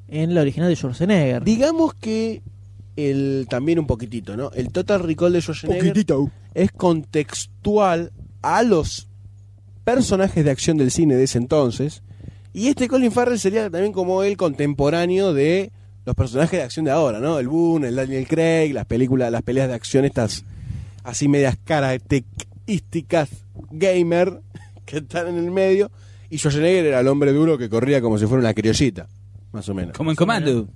S1: en la original de Schwarzenegger
S2: Digamos que el también un poquitito, ¿no? El Total Recall de Schwarzenegger es contextual a los personajes de acción del cine de ese entonces. Y este Colin Farrell sería también como el contemporáneo de los personajes de acción de ahora, ¿no? El Boone, el Daniel Craig, las películas, las peleas de acción estas así medias características gamer que están en el medio. Y Schwarzenegger era el hombre duro que corría como si fuera una criollita, más o menos.
S3: Como en Commando.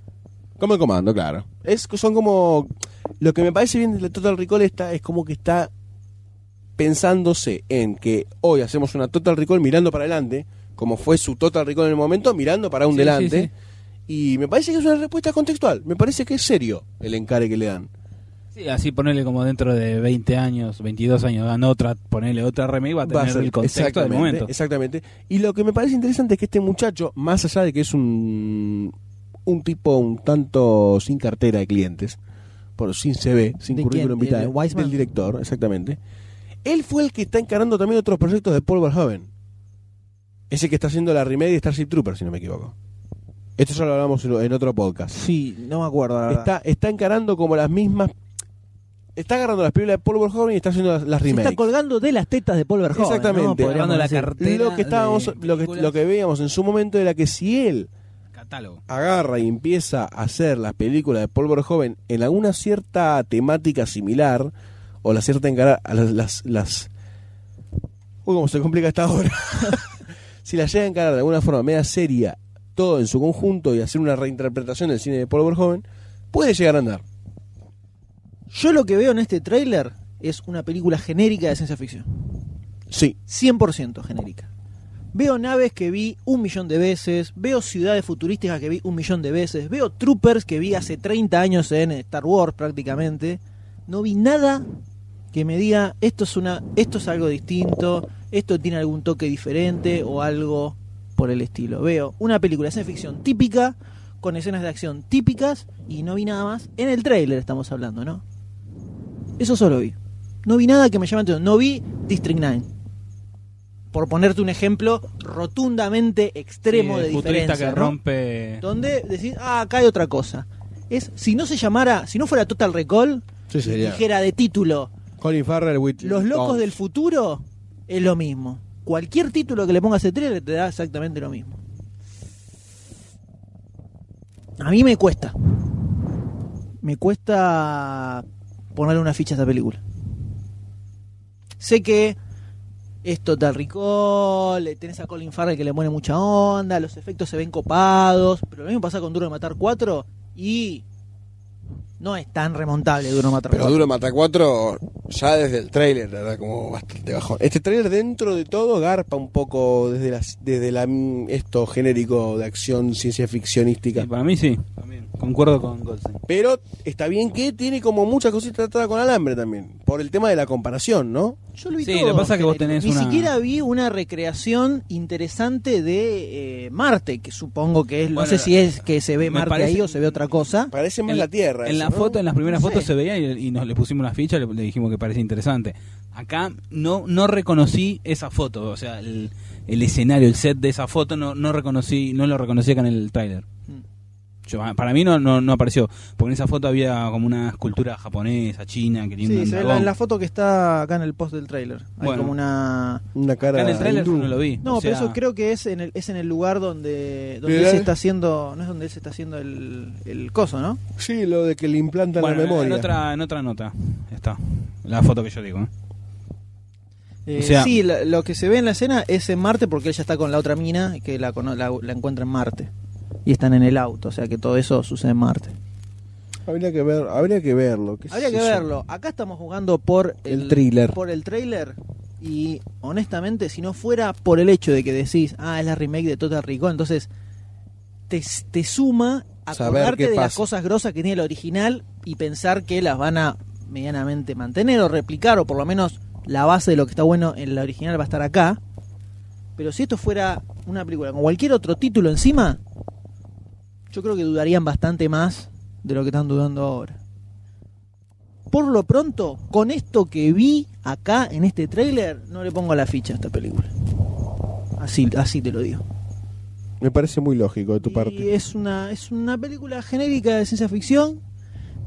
S2: Como el comando, claro. Es, son como. Lo que me parece bien de Total Recall está, es como que está pensándose en que hoy hacemos una Total Recall mirando para adelante, como fue su Total Recall en el momento, mirando para un
S3: Sí,
S2: delante.
S3: sí,
S2: Y me parece que es una respuesta contextual. Me parece que es serio el encare que le dan.
S3: Sí, así ponerle como dentro de 20 años, 22 años, dan otra, ponerle otra remake, va a tener
S2: Va a ser-
S3: el contexto del
S2: exactamente,
S3: momento.
S2: Exactamente. Y lo que me parece interesante es que este muchacho, más allá de que es un, un tipo un tanto sin cartera de clientes, por, sin CV, sin
S1: ¿De
S2: currículum
S1: quién? ¿El
S2: vitae,
S1: Wiseman?
S2: del director, exactamente, Él fue el que está encarando también otros proyectos de Paul Verhoeven. Ese que está haciendo la remake de Starship Trooper, si no me equivoco. Esto ya lo hablamos en en otro podcast.
S1: Sí, no me acuerdo, la verdad.
S2: Está, está encarando como las mismas. Está agarrando las películas de Paul Verhoeven y está haciendo las, las
S12: Se
S2: remakes.
S12: está colgando de las tetas de Paul Verhoeven. ¿no?
S2: Exactamente.
S12: Podríamos
S3: Agarrando la
S12: decir.
S3: carta.
S2: lo que estábamos,
S3: de
S2: lo que,
S3: películas.
S2: lo que veíamos en su momento era que si él
S3: Catálogo.
S2: agarra y empieza a hacer las películas de Paul Verhoeven en alguna cierta temática similar o la cierta encara a las, las, las- uy cómo se complica esta hora si la llega a encarar de alguna forma media seria todo en su conjunto y hacer una reinterpretación del cine de Paul Verhoeven puede llegar a andar
S1: Yo lo que veo en este tráiler es una película genérica de ciencia ficción.
S2: sí
S1: 100% genérica. Veo naves que vi un millón de veces, veo ciudades futurísticas que vi un millón de veces, veo troopers que vi hace 30 años en Star Wars prácticamente. No vi nada que me diga esto es una esto es algo distinto, esto tiene algún toque diferente o algo por el estilo. Veo una película de ciencia ficción típica con escenas de acción típicas y no vi nada más. En el tráiler estamos hablando, ¿no? Eso solo vi. No vi nada que me llame la atención. No vi District 9 por ponerte un ejemplo rotundamente extremo
S3: Sí,
S1: de
S3: futurista
S1: diferencia.
S3: que
S1: ¿no?
S3: rompe.
S1: Donde decís, ah, acá hay otra cosa. Es, si no se llamara, si no fuera Total Recall,
S2: sí sería
S1: dijera de título,
S2: Colin Farrell with
S1: Los locos
S2: oh,
S1: del futuro, es lo mismo. Cualquier título que le pongas a ese trailer te da exactamente lo mismo. A mí me cuesta. Me cuesta ponerle una ficha a esta película. Sé que es Total Recall, tenés a Colin Farrell que le pone mucha onda, los efectos se ven copados, pero lo mismo pasa con Duro de Matar 4 y no es tan remontable Duro de Matar
S2: pero
S1: 4.
S2: Duro Mata 4 ya desde el tráiler era como bastante bajón. Este tráiler dentro de todo garpa un poco desde las desde la mm, esto genérico de acción ciencia ficcionística.
S3: Sí, para mí sí. También. Concuerdo con Goldstein.
S2: Pero está bien que tiene como muchas cositas tratadas con alambre también, por el tema de la comparación, ¿no?
S1: Yo lo vi
S3: Sí,
S1: todo
S3: lo que pasa es que vos
S1: genérico.
S3: tenés
S1: Ni
S3: una-
S1: siquiera vi una recreación interesante de eh, Marte, que supongo que es.
S3: Bueno, eh,
S1: no sé si es que se ve
S3: me
S1: Marte
S3: parece-
S1: ahí o se ve otra cosa.
S2: Parece más
S3: En-
S2: la Tierra.
S3: En
S2: eso,
S3: la
S2: ¿no?
S3: foto, en las primeras
S1: No sé.
S3: fotos se veía y, y nos le pusimos una ficha, le, le dijimos que parecía interesante. Acá no no reconocí esa foto, o sea, el, el escenario, el set de esa foto no no reconocí, no lo reconocí acá en el tráiler.
S1: Mm.
S3: Yo, ah, para mí no, no no apareció, porque en esa foto había como una escultura japonesa, china, que tenía un
S1: Sí, se ve la,
S3: dragón.
S1: la foto que está acá en el post del trailer. Hay
S3: Bueno.
S1: como una.
S2: Una cara
S3: Acá en el tráiler yo
S2: hindú.
S3: no lo vi.
S1: No,
S3: o sea,
S1: pero eso creo que es en el, es en el lugar donde, donde
S2: ¿Le
S1: él
S2: da?
S1: se está haciendo. No es donde él se está haciendo el, el coso, ¿no?
S2: Sí, lo de que le implantan
S3: bueno,
S2: la memoria.
S3: en otra en otra nota está la foto que yo digo. ¿eh?
S1: Eh,
S3: O sea-
S1: sí, la- lo que se ve en la escena es en Marte porque él ya está con la otra mina que la, cono- la, la encuentra en Marte. Y están en el auto, o sea que todo eso sucede en Marte.
S2: Habría que ver, habría que verlo. qué
S1: Habría
S2: sé
S1: que
S2: yo.
S1: verlo. Acá estamos jugando por
S2: El thriller.
S1: Por el tráiler. Y honestamente, si no fuera por el hecho de que decís, ah, es la remake de Total Recall, entonces te, te suma
S2: Saber
S1: acordarte
S2: qué
S1: de las
S2: pasa.
S1: cosas grosas que tiene el original y pensar que las van a medianamente mantener o replicar, o por lo menos la base de lo que está bueno en la original va a estar acá. Pero si esto fuera una película con cualquier otro título encima, yo creo que dudarían bastante más de lo que están dudando ahora. Por lo pronto, con esto que vi acá en este tráiler, no le pongo la ficha a esta película. Así, así te lo digo.
S2: Me parece muy lógico de tu
S1: Y
S2: parte.
S1: es una, es una película genérica de ciencia ficción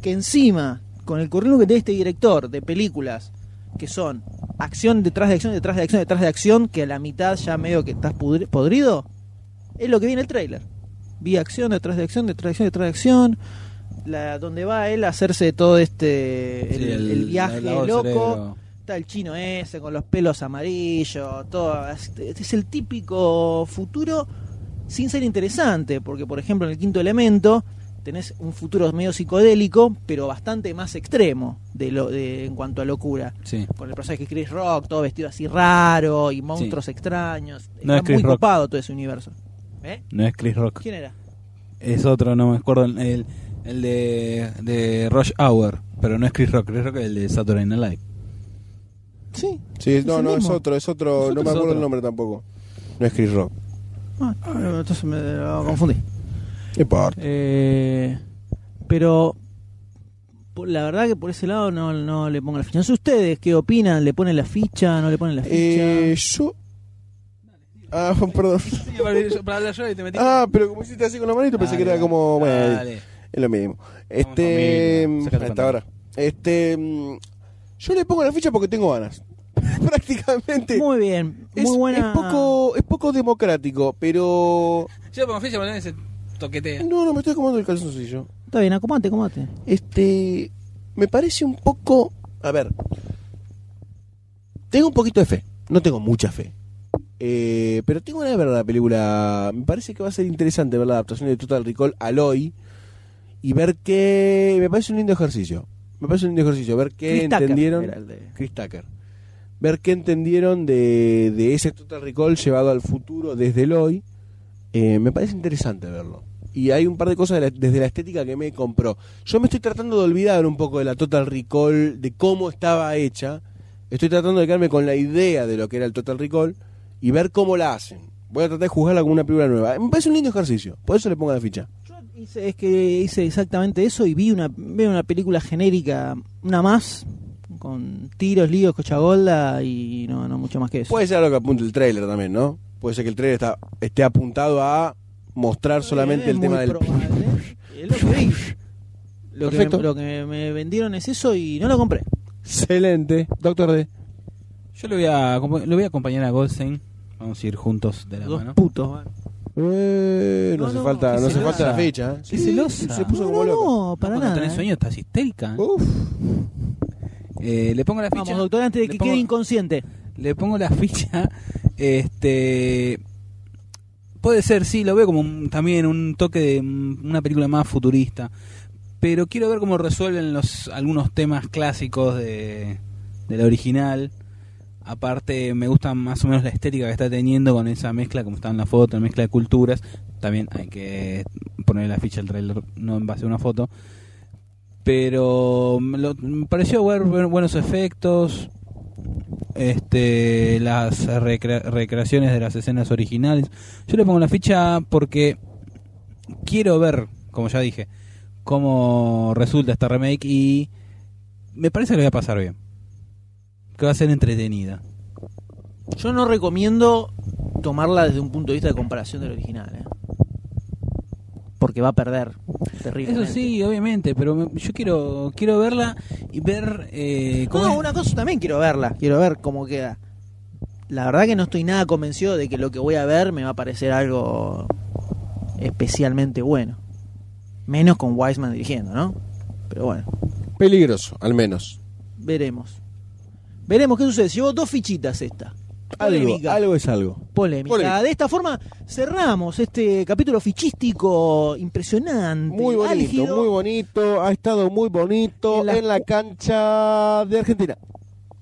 S1: que encima, con el currículum que tiene este director de películas que son acción detrás de acción, detrás de acción, detrás de acción, que a la mitad ya medio que estás pudri- podrido, es lo que viene el tráiler. Vi acción detrás de acción, detrás de acción, detrás de acción. La, donde va él a hacerse todo este el,
S3: Sí,
S1: el viaje
S3: lavado del
S1: loco
S3: cerebro.
S1: Está el chino ese con los pelos amarillos, todo. Es, es el típico futuro sin ser interesante, porque por ejemplo en el quinto elemento tenés un futuro medio psicodélico, pero bastante más extremo de lo, de- en cuanto a locura.
S3: Sí.
S1: Con el personaje de Chris Rock, todo vestido así raro y monstruos extraños.
S3: No
S1: Está
S3: es Chris
S1: muy
S3: Rock.
S1: copado todo ese universo. ¿Eh?
S3: No es Chris Rock.
S1: ¿Quién era?
S3: Es otro, no me acuerdo. El, el de, de Rush Hour. Pero no es Chris Rock. Chris Rock es el de Saturday Night Live.
S1: Sí.
S2: Sí,
S1: es
S2: no,
S1: el
S2: no, es
S1: mismo.
S2: otro, es otro,
S3: Es
S2: no me
S3: otro, es
S2: acuerdo
S3: otro.
S2: el nombre tampoco. No es Chris Rock.
S1: Ah, entonces me ah, lo confundí.
S2: No importa.
S1: Eh, pero Eh, por- la verdad que por ese lado no, no le pongo la ficha. No sé ustedes qué opinan, le ponen la ficha, no le ponen la ficha.
S2: Eh, yo. Ah, perdón.
S3: Sí, para, para hablar yo y te metí.
S2: Ah, pero como hiciste así con la manito pensé que era como. Bueno,
S3: Dale.
S2: es lo mismo.
S3: familia,
S2: Este. mm,
S3: sacate
S2: Hasta
S3: pantalón.
S2: ahora. Este. mm, Yo le pongo la ficha porque tengo ganas. Prácticamente.
S1: Muy bien,
S2: es,
S1: muy buena.
S2: es poco, es poco democrático, pero.
S3: Yo pongo ficha, pero se toquetea.
S2: No, no, me estoy acomodando el calzoncillo.
S1: Está bien, acomate, acomate.
S2: Este. Me parece un poco. A ver. Tengo un poquito de fe. No tengo mucha fe. Eh, pero tengo ganas de ver la película. Me parece que va a ser interesante ver la adaptación de Total Recall al hoy. Y ver qué. Me parece un lindo ejercicio. Me parece un lindo ejercicio. Ver qué
S1: Chris Tucker
S2: entendieron.
S1: era el de-
S2: Chris Tucker. Ver qué entendieron de, de ese Total Recall llevado al futuro desde el hoy. Eh, me parece interesante verlo. Y hay un par de cosas de la- desde la estética que me compró. Yo me estoy tratando de olvidar un poco de la Total Recall, de cómo estaba hecha. Estoy tratando de quedarme con la idea de lo que era el Total Recall y ver cómo la hacen. Voy a tratar de juzgarla como una película nueva. Me parece un lindo ejercicio. Por eso le pongo la ficha.
S1: Yo hice, es que hice exactamente eso y vi una, vi una película genérica, una más, con tiros, líos, cochagolda y no, no mucho más que eso.
S2: Puede ser algo que apunte el tráiler también, ¿no? Puede ser que el tráiler está- esté apuntado a mostrar solamente
S1: Eh, Es
S2: el
S1: muy
S2: tema del...
S1: probable. Es lo que vi. Lo que,
S2: Perfecto.
S1: me, lo que me vendieron es eso y no lo compré.
S2: Excelente. Doctor D.
S3: Yo lo voy a, acompa- lo voy a acompañar a Goldstein. Vamos a ir juntos de la
S1: Dos
S3: mano.
S1: putos. van.
S2: Eh, no,
S1: No,
S2: hace
S1: no,
S2: falta,
S1: qué
S2: no hace
S1: celosa.
S2: falta la ficha. ¿eh?
S3: Qué celosa.
S2: Se puso
S1: no, no,
S2: como loco.
S1: no, para
S3: Cuando
S1: nada.
S3: tenés
S1: eh.
S3: sueño estás histérica.
S2: Uf.
S3: Eh, le pongo la ficha.
S1: Vamos, doctor, antes de
S3: le
S1: que
S3: pongo-
S1: quede inconsciente.
S3: Le pongo la ficha. Este. Puede ser, sí, lo veo como un- también un toque de mm, una película más futurista. Pero quiero ver cómo resuelven los algunos temas clásicos de, de la original. Aparte, me gusta más o menos la estética que está teniendo con esa mezcla, como está en la foto, la mezcla de culturas. También hay que poner la ficha al trailer, no en base a una foto. Pero me, lo- me pareció ver ver buenos efectos, este las recre- recreaciones de las escenas originales. Yo le pongo la ficha porque quiero ver, como ya dije, cómo resulta esta remake y me parece que le voy a pasar bien. Que va a ser entretenida.
S1: Yo no recomiendo tomarla desde un punto de vista de comparación del original, ¿eh? Porque va a perder. Terriblemente.
S3: Eso sí, obviamente, pero me- yo quiero quiero verla y ver eh,
S1: No,
S3: cómo es-
S1: Ah, una cosa también quiero verla. Quiero ver cómo queda. La verdad que no estoy nada convencido de que lo que voy a ver me va a parecer algo especialmente bueno. Menos con Wiseman dirigiendo, ¿no? Pero bueno,
S2: Peligroso, al menos.
S1: veremos. Veremos qué sucede. Llevo dos fichitas esta.
S2: Algo,
S1: Polémica.
S2: algo es algo.
S1: Polémica.
S2: Polémica.
S1: De esta forma cerramos este capítulo fichístico impresionante.
S2: Muy bonito,
S1: álgido.
S2: muy bonito. Ha estado muy bonito en
S1: En
S2: la,
S1: la-
S2: cancha de Argentina.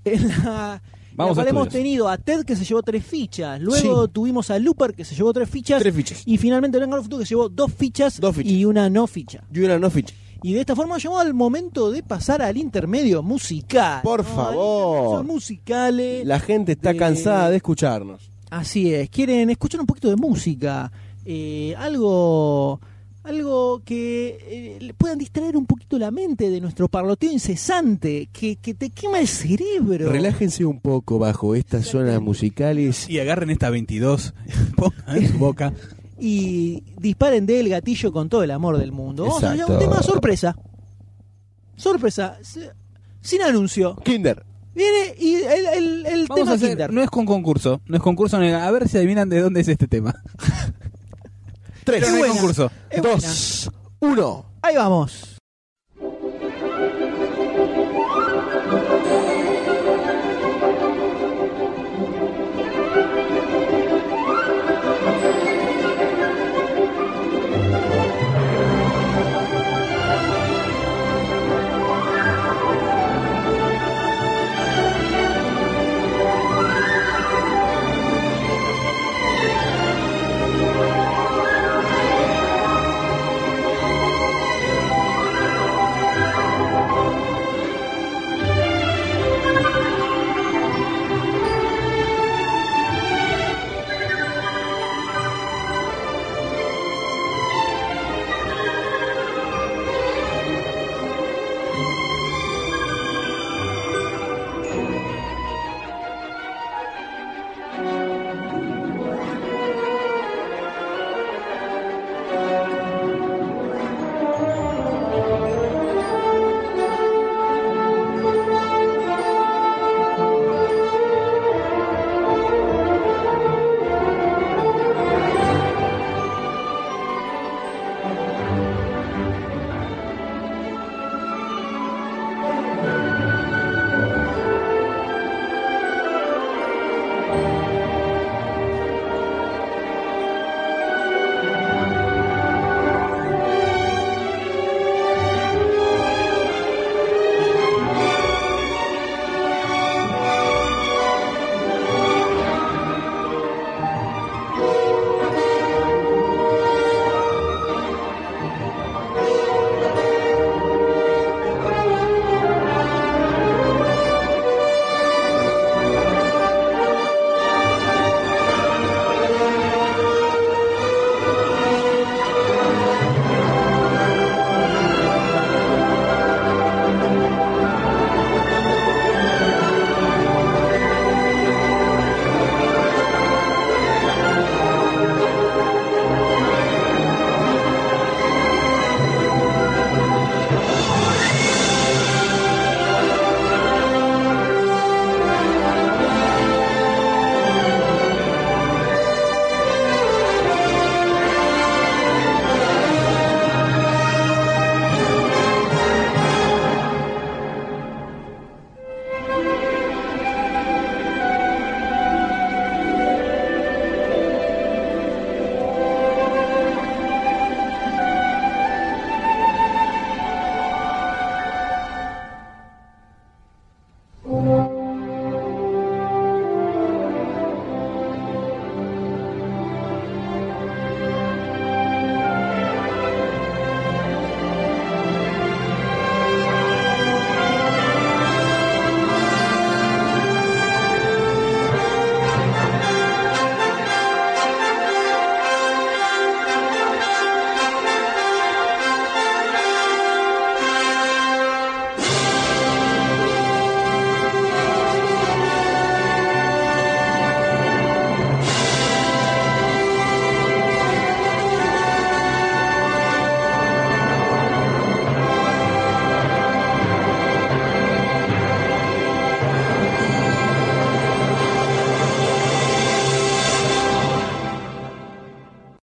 S1: En la, en
S3: Vamos
S1: la
S3: a
S1: cual hemos
S3: estudios.
S1: tenido a Ted que se llevó tres fichas. Luego tuvimos a Looper que se llevó tres fichas.
S2: Tres fichas.
S1: Y finalmente Blanca Futuro que se llevó dos fichas,
S2: Dos fichas.
S1: y una no ficha.
S2: Y una no ficha.
S1: Y de esta forma llegó al momento de pasar al intermedio musical.
S2: Por
S1: ¿no? Al
S2: favor.
S1: intermedio musicales.
S2: La gente está
S1: de-
S2: cansada de escucharnos.
S1: Así es. Quieren escuchar un poquito de música. eh, algo. Algo que eh, le puedan distraer un poquito la mente de nuestro parloteo incesante, que, que te quema el cerebro.
S2: Relájense un poco bajo estas zonas musicales.
S3: y agarren esta 22, pongan en su boca.
S1: y disparen del gatillo con todo el amor del mundo. Vamos a
S2: Exacto.
S1: un tema sorpresa. Sorpresa. S- Sin anuncio.
S2: Kinder.
S1: Viene y el, el- el
S3: Vamos
S1: tema
S3: a hacer,
S1: Kinder.
S3: no es con concurso, no es concurso, no es- a ver si adivinan de dónde es este tema.
S2: Tres,
S3: Pero no hay
S1: buena.
S3: concurso.
S1: Es buena.
S2: dos, uno.
S1: Ahí vamos.